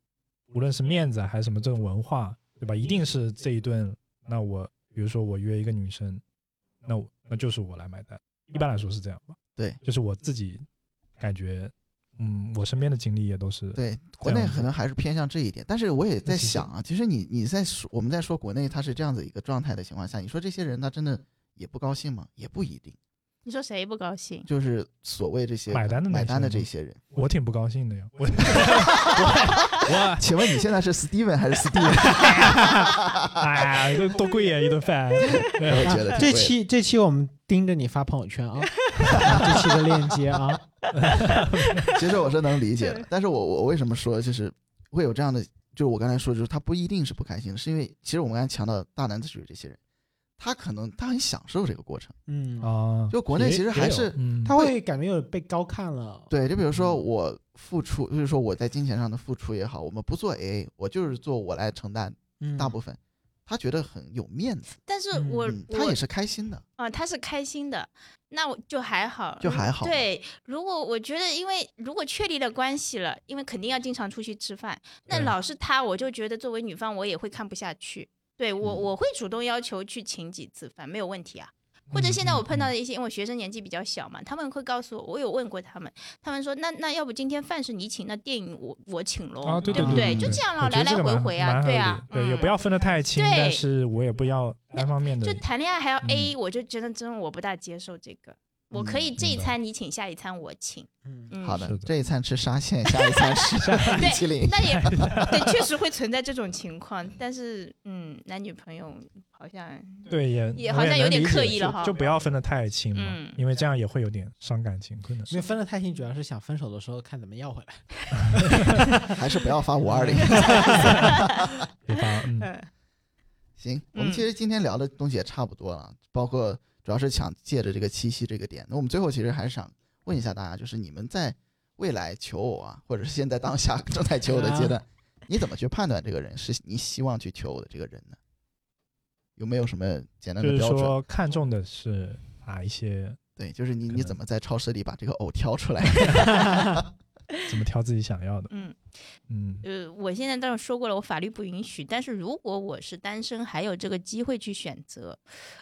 C: 无论是面子啊还是什么这种文化，对吧？一定是这一顿，那我比如说我约一个女生，那我那就是我来买单，一般来说是这样吧？
A: 对，
C: 就是我自己感觉，嗯，我身边的经历也都是，
A: 对，国
C: 这
A: 内
C: 样子
A: 可能还是偏向这一点，但是我也在
C: 其实
A: 想啊，其实你你在说我们在说国内他是这样子一个状态的情况下，你说这些人他真的也不高兴吗？也不一定，
D: 你说谁不高兴？
A: 就是所谓这些
C: 买单的那
A: 买
C: 些
A: 单的
C: 人
A: 这
C: 吗
A: 些人。
C: 我挺不高 兴的呀，我啊
A: 请问你现在是 Steven 还是 Steven？
C: 哎呀，这多贵呀、一 顿饭，
A: 我
C: 对
A: 觉得挺
B: 这
A: 贵的
B: 期这期我们盯着你发朋友圈 啊，这期的链接啊，
A: 其实我是能理解的，但是我我为什么说就是会有这样的，就是我刚才说，就是他不一定是不开心的，是因为其实我们刚才强调大男子主义这些人，他可能他很享受这个过程，
B: 嗯，
C: 啊，
A: 就国内
C: 也
A: 其实还是
C: 也有嗯
A: 他
B: 他
A: 会
B: 会感觉有被高看了，
A: 对，就比如
D: 嗯
A: 说我付出，就是说我在金钱上的付出也好，我们不做 AA，我就是做我来承担
B: 嗯，
A: 大部分，他觉得很有面子，
D: 但是
B: 嗯
D: 我
A: 嗯，他
D: 我
A: 也是开心的，
D: 啊，他是开心的，那我就还好，
A: 就还好
D: 对，如果我觉得，因为如果确立了关系了，因为肯定要经常出去吃饭，那
C: 对
D: 老是他，我就觉得作为女方，我也会看不下去。对我，
A: 嗯
D: 我会主动要求去请几次饭，没有问题啊。或者现在我碰到
C: 嗯
D: 的一些，因为学生年纪比较小嘛，他们会告诉我，我有问过他们，他们说那那要不今天饭是你请，那电影我我请喽，
C: 啊，对
D: 对不
C: 对
D: 就这样
C: 我
D: 了，
C: 觉
D: 来
C: 得这
D: 来
C: 个
D: 回
C: 蛮
D: 回
C: 蛮
D: 啊，
C: 合
D: 对啊，
C: 理对，也
D: 嗯
C: 不要分得太清，
D: 对
C: 但是我也不要单方面的
D: 就，谈恋爱还要
C: 嗯
D: A，、我就觉得真的我不大接受这个。我可以这一
C: 明白
D: 餐你请，下一餐我请。
B: 嗯
D: 嗯，
A: 好
C: 是
A: 的，
C: 的
A: 这一餐吃沙县，下一 餐吃米其林，
D: 那也对，确实会存在这种情况。但是，嗯，男女朋友好像
C: 对，也
D: 也
C: 我
D: 好像有
C: 能
D: 点
C: 理
D: 刻
C: 解
D: 意了
C: 就
D: 哈
C: 就不要分得太清嘛
D: 嗯，
C: 因为这样也会有点伤感情， 可能
B: 因为分得太清，主要是想分手的时候看怎么要回来。
A: 还是不要发五 二零。
C: 对吧？嗯，
A: 行，我们
D: 嗯
A: 其实今天聊的东西也差不多了，包括主要是想借着这个七夕这个点。那我们最后其实还是想问一下大家，就是你们在未来求偶啊，或者是现在当下 正在求偶的阶
C: 啊
A: 段，你怎么去判断这个人是你希望去求偶的这个人呢？有没有什么简
D: 嗯
A: 单
C: 就
A: 的
C: 是
A: 标准？
C: 说看重的是啊哪一些，
A: 对，就是你
C: 可
A: 你
C: 能
A: 怎么在超市里把这个偶挑出 来？
C: 怎么挑自己想要的，
D: 嗯
C: 嗯，
D: 呃，我现在当然说过了，我法律不允许。但是如果我是单身，还有这个机会去选择，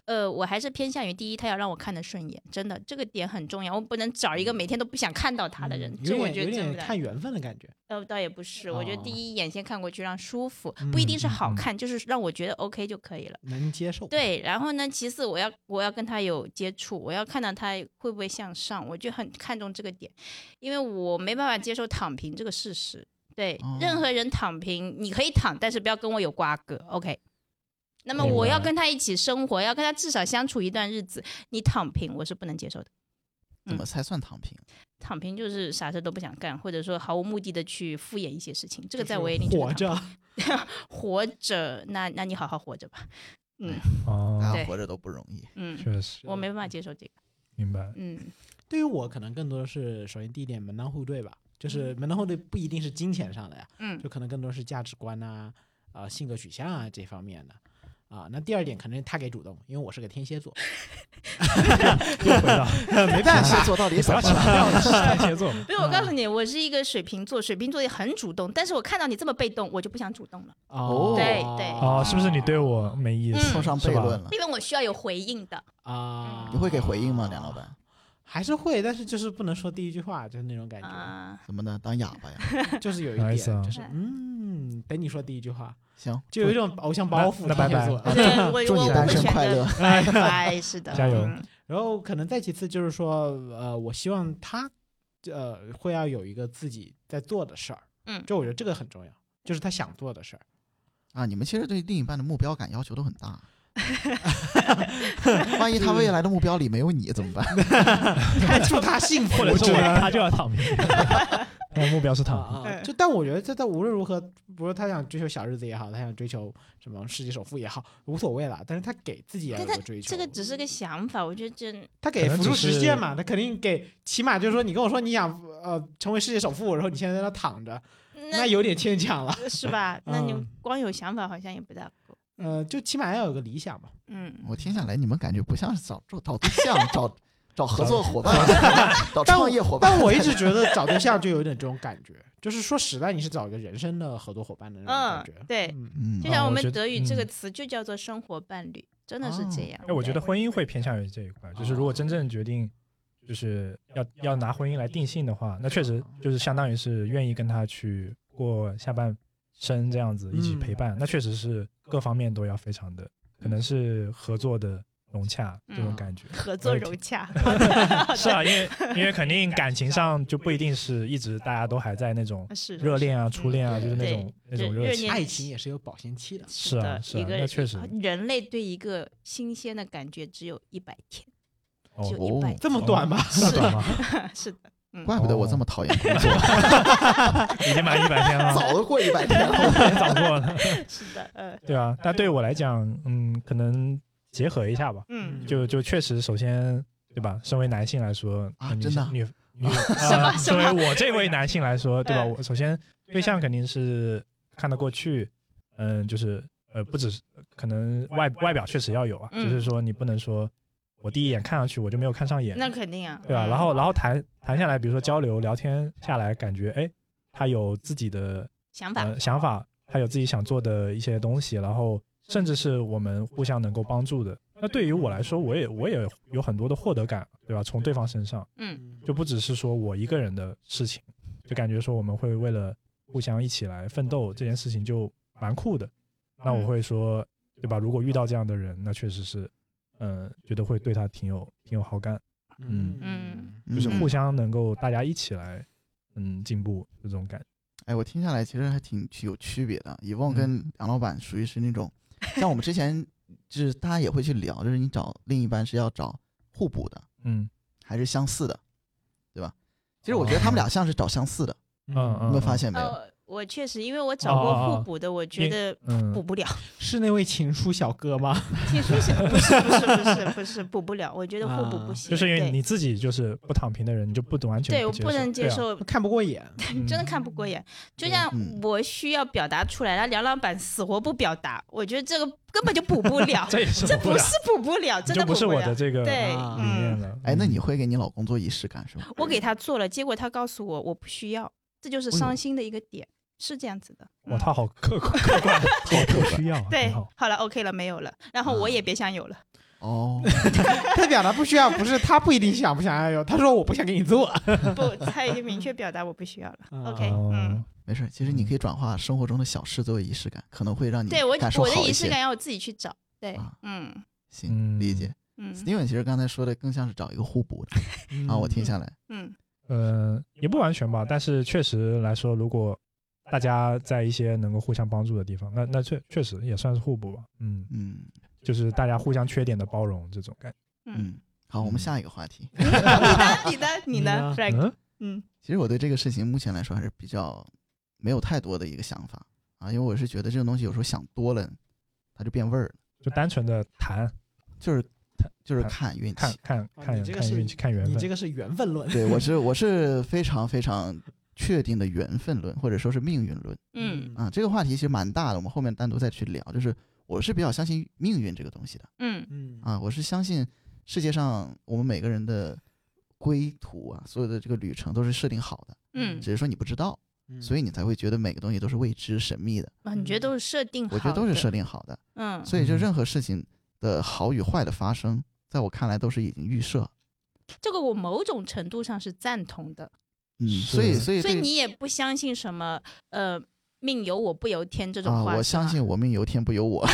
D: 呃，我还是偏向于第一，他要让我看得顺眼，真的这个点很重要。我不能找一个每天都不想看到他的人，
B: 嗯
D: 这
B: 有
D: 我
B: 点
D: 觉
B: 有
D: 得真
B: 点
D: 不大
B: 看缘分的感觉。
D: 呃，倒也不是，我觉得第
B: 哦
D: 一眼先看过去让舒服，不一定是
C: 嗯
D: 好
C: 嗯
D: 看，就是让我觉得 OK 就可以了。
B: 能接受。，
D: 对，然后呢，其次我要我要跟他有接触，我要看到他会不会向上，我就很看重这个点，因为我没办法接受躺平这个事实。对
A: 哦，
D: 任何人躺平，你可以躺，但是不要跟我有瓜葛，OK。那么
C: 明
D: 我要
C: 白
D: 跟他一起生活，要跟他至少相处一段日子，你躺平我是不能接受的。
A: 怎么才算躺平？啊
D: 躺平就是啥事都不想干，或者说毫无目的的去敷衍一些事情，这个
B: 就是
D: 在我眼里就是
B: 活
D: 躺
B: 着，
D: 平活着，那那你好好活着吧。
A: 大
C: 哦，
A: 家
D: 对
A: 活着都不容易。
D: 嗯，
C: 确实
D: 我没办法接受这个。
C: 明白。
D: 嗯，
B: 对于我可能更多的是，首先第一点门当户对吧，就是门当户对不一定是金钱上的呀，
D: 嗯
B: 就可能更多是价值观啊、啊、性格取向啊这方面的。啊，那第二点可能他给主动，因为我是个天蝎 座，
C: 又回到
A: 没办法，做到底怎
C: 不
A: 么
C: 要
A: 了？
C: 强调是天蝎座嘛，
D: 不是，我告诉你，我是一个水瓶座，水瓶座也很主动，但是我看到你这么被动，我就不想主动了，
B: 啊
A: 哦
D: 对对
C: 哦，是不是你对我没意
D: 嗯
C: 思？
A: 碰上
C: 是
A: 悖
C: 吧
A: 论了，
D: 因为我需要有回应的。
B: 啊？
A: 你会给回应吗，梁老？板？
B: 还是会，但是就是不能说第一句话，就是那种感觉，
D: 啊，
A: 怎么呢？当哑巴呀？
B: 就是 有一
C: Nice
B: 点，
C: 啊
B: 就是嗯，等你说第一句话，
A: 行，
B: 就有一种偶像包 袱。
C: 那那拜拜
B: 天蝎 座
D: 对，我
A: 祝
D: 我
A: 你
D: 我
A: 单
D: 会
A: 身
D: 选
A: 快 乐
D: 择拜拜，是的，
C: 加油
D: 嗯
B: 然后可能再其次就是说，呃，我希望他，呃，会要有一个自己在做的事儿，
D: 嗯
B: 就我觉得这个很重要，就是他想做 的事儿。
A: 啊！你们其实对另一半的目标感要求都很 大。啊万一他未来的目标里没有你怎么办？
B: 祝他幸福，
C: 或者是我 他就要 躺平，他的目标是
B: 啊
C: 躺平。
D: 嗯
B: 啊！就但我觉得这他无论如何，不是他想追求小日子也好，他想追求什么世界首富也好，无所谓了。但是他给自己也有
D: 但
B: 一
D: 他
B: 个追求，
D: 这个只是个想法，我觉得这
B: 他
C: 可
B: 给
C: 能
B: 付出
C: 只是
B: 实现嘛，他肯定给，起码就是说你跟我说你想呃成为世界首富，然后你现在在那躺着，那有点牵强了。
D: 是吧？那你
B: 嗯
D: 光有想法好像也不大够。
B: 呃，就起码要有个理想 嘛。
D: 嗯，
A: 我听下来，你们感觉不像是找找找对象，找找合作伙伴， 找创业伙 伴。
B: 但我一直觉得找对象就有点这种感觉，就是说实在你是找一个人生的合作伙伴的那种感
D: 嗯
B: 觉。，
D: 对，
B: 嗯，
A: 嗯
D: 就
C: 啊
D: 像
C: 我
D: 我们
C: 觉得
D: 德语这个
C: 嗯
D: 词就叫做生活伴侣，真的是
A: 哦
D: 这样。
C: 哎，我觉
D: 对
C: 得婚姻会偏向于这一块，就是如果真正决定就是要要拿婚姻来定性的话，那确实就是相当于是愿意跟他去过下半生这样子一起陪伴，那确实是各方面都要非常的，可能是合作的融洽这
D: 嗯
C: 种 感觉。
D: 合作融洽，
C: 是啊，因为因为肯定感情上就不一定是一直大家都还在那种
D: 嗯是嗯
C: 热恋啊、初恋啊，
A: 对
C: 就是那种那
D: 对
C: 种
D: 热
C: 热情
D: 恋。
B: 爱情也是有保鲜期的。
C: 是啊
D: 的
C: 是啊
D: 一个
C: 那确实
D: 人类对一个新鲜的感觉只有一百天，只
C: 哦，
D: 有一百
A: 哦
B: 这么短吗？
C: 那短吗？
D: 是的，
A: 怪不得我这么讨厌工作，
C: 哦已经满一百天 了，
A: 早都过一百天了。
C: 早过了。
D: 是的，呃，
C: 对啊，但对我来讲，嗯，可能结合一下吧。
D: 嗯，
C: 就就确实，首先对吧？身为男性来说，
A: 啊
C: 呃女
A: 真的啊
C: 女女，
D: 什么
C: 呃
D: 什
C: 身
D: 么
C: 为我这位男性来说，对吧？
D: 嗯
C: 我首先对象肯定是看得过去，嗯，就是呃，不只是可能外外表确实要有啊，
D: 嗯
C: 就是说你不能说我第一眼看上去我就没有看上眼，
D: 那肯定啊，
C: 对吧？
D: 嗯
C: 然后然后谈谈下来，比如说交流聊天下来，感觉哎，他有自己的
D: 想法，
C: 呃想法，他有自己想做的一些东西，然后甚至是我们互相能够帮助的。那对于我来说，我也我也有很多的获得感，对吧？从对方身上，
D: 嗯
C: 就不只是说我一个人的事情，就感觉说我们会为了互相一起来奋斗这件事情就蛮酷的。那我会说，对吧？如果遇到这样的人，那确实是，嗯，觉得会对他挺有挺有好感，嗯
D: 嗯
C: 就是
A: 嗯
C: 互相能够大家一起来，嗯，进步这种感觉。
A: 哎，我听下来其实还挺有区别的。
C: 嗯
A: 以旺跟梁老板属于是那种，像我们之前就是大家也会去聊，就是你找另一半是要找互补的
C: 嗯
A: 还是相似的，对吧？其实我觉得他们俩
C: 哦
A: 像是找相似的，
C: 嗯
A: 你
C: 嗯，
A: 们发现没有？
D: 哦，我确实，因为我找过
C: 哦
D: 互补的，我觉得
C: 嗯
D: 补不 了，
B: 是那位情书小哥吗？
D: 挺舒适，不是不是不是不是补不了，我觉得互补不行，
C: 啊就是因为
D: 对
C: 你自己就是不躺平的人，你就不完全
D: 对我不能接
C: 接受，啊
D: 受
B: 看不过眼，
C: 对啊
D: 真的看不过眼。就像
A: 嗯
D: 我需要表达出来，然后梁老板死活不表达，我觉得这个根本就补不了
C: ，这也是
D: 这
C: 不
D: 不是补不了，
C: 你
D: 真
C: 就
D: 的
C: 不
D: 补
C: 是我的
D: 了。
C: 这个里
D: 对，
B: 啊
D: 嗯
C: 面，了。
A: 哎，那你会给你老公做仪式感是吧？
D: 我给他做了，结果他告诉我我不需要，这
C: 哎
D: 就是伤心的一个点，是这样子的。嗯
C: 哇，他好客观，客观， 好不需要啊，
D: 对
C: 很好，啊
D: 好了，OK 了，没有了，然后我也别想有 了。
A: 哦，
B: 他表达不需要，不是他不一定想不想要有，他说我不想给你做。
D: 不，他已经明确表达我不需要了。OK，嗯
C: 哦，，
A: 没事儿，其实你可以转化生活中的小事作为仪式感，可能会让你
D: 对我
A: 感受
D: 我的
A: 好一
D: 仪式
A: 些。
D: 感要我自己去找。对
A: 啊，
D: 嗯
A: 行，理解。
D: 嗯
A: Steven 其实刚才说的更像是找一个互补的
C: 嗯
A: 啊啊，我听下来，
D: 嗯
C: 呃嗯，也不完全吧，但是确实来说，如果大家在一些能够互相帮助的地方，那那确确实也算是互补吧。嗯，
A: 嗯
C: 就是大家互相缺点的包容这种感觉。
D: 嗯，
A: 嗯，好，我们下一个话题。
D: 你呢？你
B: 你
D: 呢
B: 呢
D: ，Frank？
C: 嗯，
D: 嗯
A: 其实我对这个事情目前来说还是比较没有太多的一个想法啊，因为我是觉得这种东西有时候想多了，它就变味儿了，
C: 就单纯的谈，
A: 就是
C: 看
A: 就是
C: 看
A: 看运
C: 看
A: 气。
C: 看
B: 哦
C: 看
B: 你
C: 人
B: 这个
C: 看
B: 是
C: 运气看缘
B: 你这
C: 分。
B: 个是缘分论，
A: 对我是我是非常非常确定的缘分论，或者说是命运论
D: 嗯
A: 啊。这个话题其实蛮大的，我们后面单独再去聊。就是我是比较相信命运这个东西的
D: 嗯
B: 嗯
A: 啊，我是相信世界上我们每个人的归途啊，所有的这个旅程都是设定好的，
D: 嗯
A: 只，是说你不知道，
B: 嗯
A: 所以你才会觉得每个东西都是未知神秘的。
D: 哇，你觉得都是设定嗯好
A: 我
D: 的？
A: 觉得都是设定好的。
D: 嗯
A: 所以就
C: 嗯
A: 任何事情的好与坏的发生，在我看来都是已经预设。
D: 这个我某种程度上是赞同的，
A: 嗯，
C: 是
A: 所以所以
D: 所
A: 对
D: 以你也不相信什么呃“命由我不由天”这种
A: 啊，
D: 话、
A: 我相信。我命由天不 由我。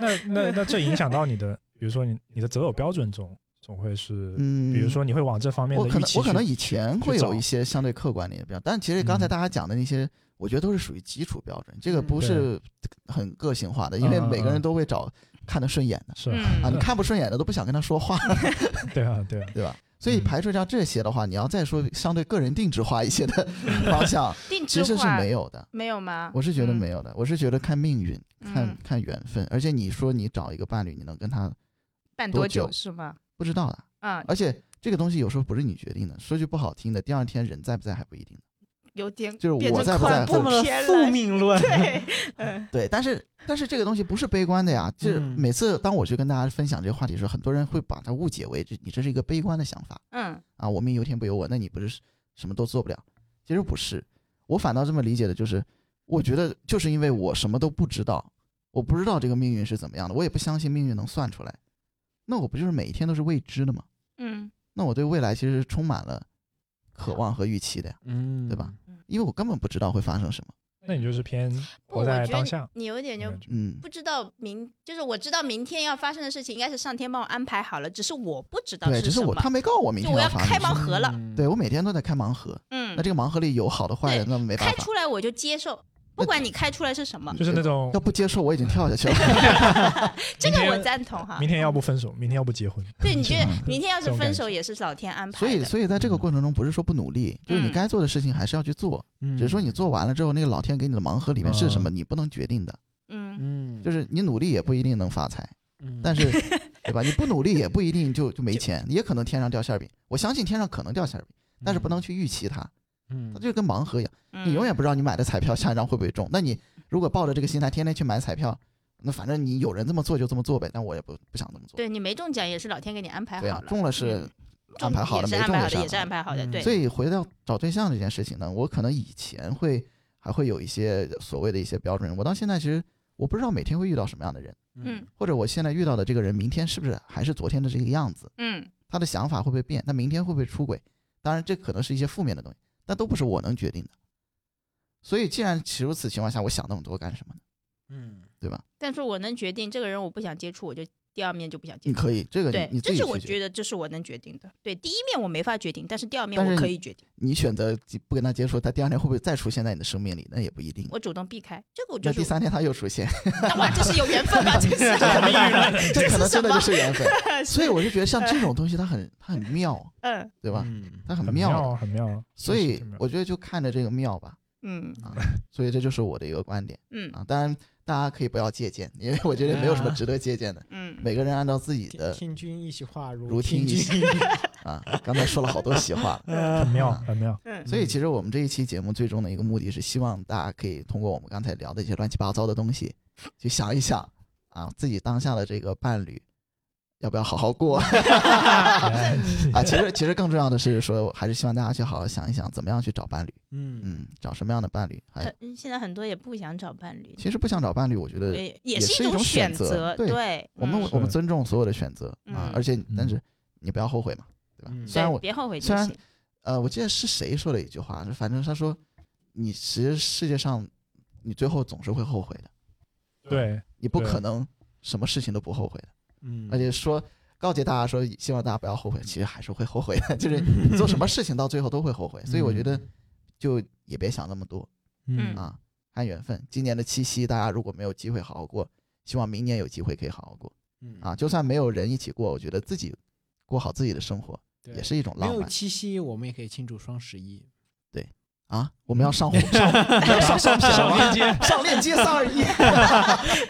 C: 那那那这影响到你的，比如说你你的择偶标准总总会是，
A: 嗯，
C: 比如说你会往这方面
A: 我
C: 的
A: 可
C: 预
A: 能
C: 期
A: 我可能
C: 去
A: 以前
C: 去
A: 会有
C: 找嗯
A: 一些相对客观的一些标准，但其实刚才大家讲的那些，我觉得都是属于基础标准，这个
B: 嗯
A: 不
C: 对
A: 是很个性化的，因为
C: 嗯嗯
A: 每个人
C: 嗯
A: 都会找看得顺眼的
C: 是
D: 嗯
A: 啊，你看不顺眼的都不想跟他说 话，
C: 对啊对啊，
A: 对吧？所以
C: 嗯
A: 排除掉这些的话，你要再说相对个人定制化一些的
C: 嗯
A: 方 向，
D: 定
A: 其
D: 制
A: 实是
D: 化
A: 没有的。
D: 没有吗？
A: 我是觉得
D: 嗯
A: 没有的，我是觉得看命运，看
D: 嗯
A: 看缘分。而且你说你找一个伴侣，你能跟他
D: 办
A: 多
D: 多
A: 久呃
D: 久是吗？
A: 不知道的，
D: 啊，
A: 而且这个东西有时候不是你决定的。说句不好听的，第二天人在不在还不一定呢。
D: 有点
A: 就是
D: 变
A: 我
D: 成
A: 在不在
D: 恐怖
A: 乎
B: 这么的
D: 片
B: 宿
D: 了。
B: 命论，
D: 对，嗯
A: 对，但是但是这个东西不是悲观的呀。就是
B: 嗯
A: 每次当我去跟大家分享这个话题的时候，很多人会把它误解为这你这是一个悲观的想法
D: 嗯
A: 啊，我命由天不由我，那你不是什么都做不了？其实不是，我反倒这么理解的，就是我觉得就是因为我什么都不知道，我不知道这个命运是怎么样的，我也不相信命运能算出来，那我不就是每一天都是未知的吗？
D: 嗯
A: 那我对未来其实是充满了渴望和预期的呀，
B: 嗯
A: 对吧？因为我根本不知道会发生什么。
C: 那你就是偏
D: 不，
C: 活
D: 我
C: 在
D: 觉得
C: 当
D: 你
C: 下。
D: 你有一点就
C: 感觉
A: 嗯
D: 不知道明，就是我知道明天要发生的事情应该是上天帮我安排好了，只是我不知道
A: 对，只
D: 什
A: 是我
D: 么。
A: 他没告诉我明
D: 就
A: 天
D: 我
A: 要
D: 要
A: 发生
D: 开
A: 什么
D: 盲。盒了，
B: 嗯
A: 对，我每天都在开盲盒，
D: 嗯
A: 那，这个盲盒里有好的坏的，那没办
D: 开
A: 法
D: 出。来我就接受，不管你开出来是什么，
C: 就是那种
A: 要不接受我已经跳下去了。
D: 这
C: 明
D: 个我
C: 天
D: 赞同哈。
C: 明天要不分手，明天要不结婚，
D: 对，你觉得
C: 嗯
D: 明天要
C: 这
D: 是
C: 种
D: 分
C: 感
D: 手
C: 觉
D: 也是老天安
A: 所
D: 排
A: 以，
D: 的，
A: 所以在这个过程中，不是说不努力，就是你
D: 嗯
A: 该做的事情还是要去做。
B: 嗯
A: 只是说你做完了之后，那个老天给你的盲盒里面是什么，你不能决定的。
D: 嗯
B: 嗯，
A: 就是你努力也不一定能发财，
B: 嗯
A: 但是，对吧？你不努力也不一定就就没钱，也可能天上掉馅儿饼。我相信天上可能掉馅儿饼，但是不能去预期它。
B: 嗯
A: 它就跟盲盒一样，
D: 嗯，
A: 你永远不知道你买的彩票下一张会不会中。那你如果抱着这个心态天天去买彩票，那反正你有人这么做就这么做呗。但我也不不想这么做。
D: 对你没中奖也是老天给你安排好
A: 对啊
D: 了，，
A: 中了是
D: 嗯
A: 安
D: 中
A: 排好
D: 也
A: 的，
D: 是
A: 没
D: 安
A: 中
D: 排好
A: 是
D: 的，也是
A: 安
D: 安
A: 排
D: 排好的，
A: 好
B: 嗯
A: 的。
D: 对，
A: 所以回到找对象这件事情呢，我可能以前会还会有一些所谓的一些标准，我到现在其实我不知道每天会遇到什么样的人，
D: 嗯
A: 或者我现在遇到的这个人，明天是不是还是昨天的这个样子？
D: 嗯
A: 他的想法会不会变？他明天会不会出轨？当然，这可能是一些负面的东西，但都不是我能决定的。所以，既然其如此情况下，我想那么多干什么呢？
B: 嗯
A: 对吧？
D: 但是我能决定这个人我不想接触，我就第二面就不想接
A: 你
D: 触。
A: 可以，这个
D: 对
A: 你，你自
D: 这
A: 己
D: 是
A: 去
D: 我
A: 决
D: 觉得这是我能决定的。对，第一面我没法决定，但是第二面
A: 但是
D: 我可
A: 你
D: 以决定，
A: 你选择不跟他接触，他第二天会不会再出现在你的生命里？那也不一定。
D: 我主动避开。这个我就
A: 那第
D: 是，
A: 三天他又出现，
D: 那哇，这是有缘分吧？ 这是
A: 这可能
D: 什
A: 真的
D: 么
A: 就是缘分。所以我就觉得像这种东西，它很它很妙，
D: 嗯
A: 对吧？
B: 嗯
A: 它很
C: 很
A: 妙啊
C: 妙
A: 的，
C: 很妙。
A: 所
C: 确实
A: 以
C: 挺妙
A: 我觉得就看着这个妙吧。
D: 嗯
A: 啊，所以这就是我的一个观点
D: 嗯
A: 啊。当然，大家可以不要借鉴，因为我觉得没有什么值得借鉴的。
D: 嗯，
A: 每个人按照自己
B: 听
A: 的
B: 听君一席话，
A: 如
B: 如
A: 听一
B: 君
A: 席
B: 一 席嗯
A: 啊，刚才说了好多喜话 了。
C: 很妙， 很妙。
A: 所以其
D: 嗯
A: 实我们这一期节目最终的一个目的是希望大家可以通过我们刚才聊的一些乱七八糟的东西，去想一想啊，自己当下的这个伴侣要不要好好过
C: 哎
A: 啊？其实其实更重要的是说，还是希望大家去好好想一想，怎么样去找伴侣，
B: 嗯
A: 嗯，找什么样的伴侣？还
D: 很呃现在很多也不想找伴侣，
A: 其实不想找伴侣，我觉得
D: 也也
A: 也是
D: 是
A: 一
D: 一
A: 种选
D: 选
A: 择对
D: 对，
A: 我们
D: 嗯
A: 我们
C: 是
A: 尊重所有的选择
D: 嗯，
A: 啊而且但
C: 嗯
A: 是你不要后悔嘛，对吧？
B: 嗯
A: 虽然
D: 对
A: 我
D: 别后悔就
A: 虽然
D: 行。
A: 呃，我记得是谁说了一句话，反正他说，你其实世界上，你最后总是会后悔的，
C: 对，
A: 你不可
C: 对
A: 能什么事情都不后悔的。
B: 嗯，
A: 而且说告诫大家说，希望大家不要
C: 嗯
A: 后悔，其实还是会后悔的，就是你做什么事情到最后都会后悔。所以我觉得，就也别想那么多
B: 嗯
D: 嗯
A: 啊，看缘分。今年的七夕，大家如果没有机会好好过，希望明年有机会可以好好过
B: 嗯
A: 啊。就算没有人一起过，我觉得自己过好自己的生活
B: 对
A: 也是一种
B: 没
A: 浪
B: 有
A: 漫
B: 七夕，我们也可以庆祝双十一。
A: 啊。我们要上火，上要上上
C: 上
A: 上
C: 链 接，
A: 上链接三二 一，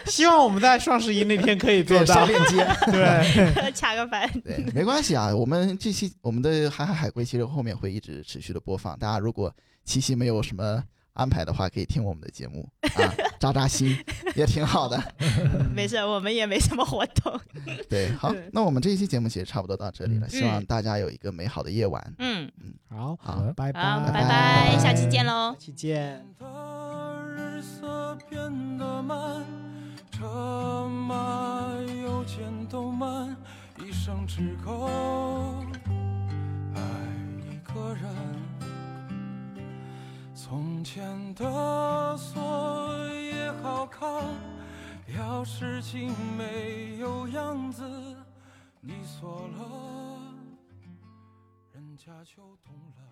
B: 希望我们在双十一那天可以做
A: 对，
B: 到
A: 上。链接。
C: 对，
D: 卡个板。
A: 对，没关系啊。我们这期我们的海海海龟其实后面会一直持续的播放，大家如果七夕没有什么安排的话，可以听我们的节目啊，扎扎心也挺好的。
D: 没事，我们也没什么活 动。
A: 对，好，那我们这一期节目其实差不多到这里了，
C: 嗯
A: 希望大家有一个美好的夜晚。啊
D: 嗯，
B: 好，
A: 好，
B: 拜拜，
D: 好，
A: 拜
D: 拜
A: 拜
D: 拜，下期见喽
B: 下。期见。
E: 它日色变得慢，车马邮件都慢，一生只够爱一个人。从前的锁也好看，钥匙精没有样子，你锁了，人家就懂了。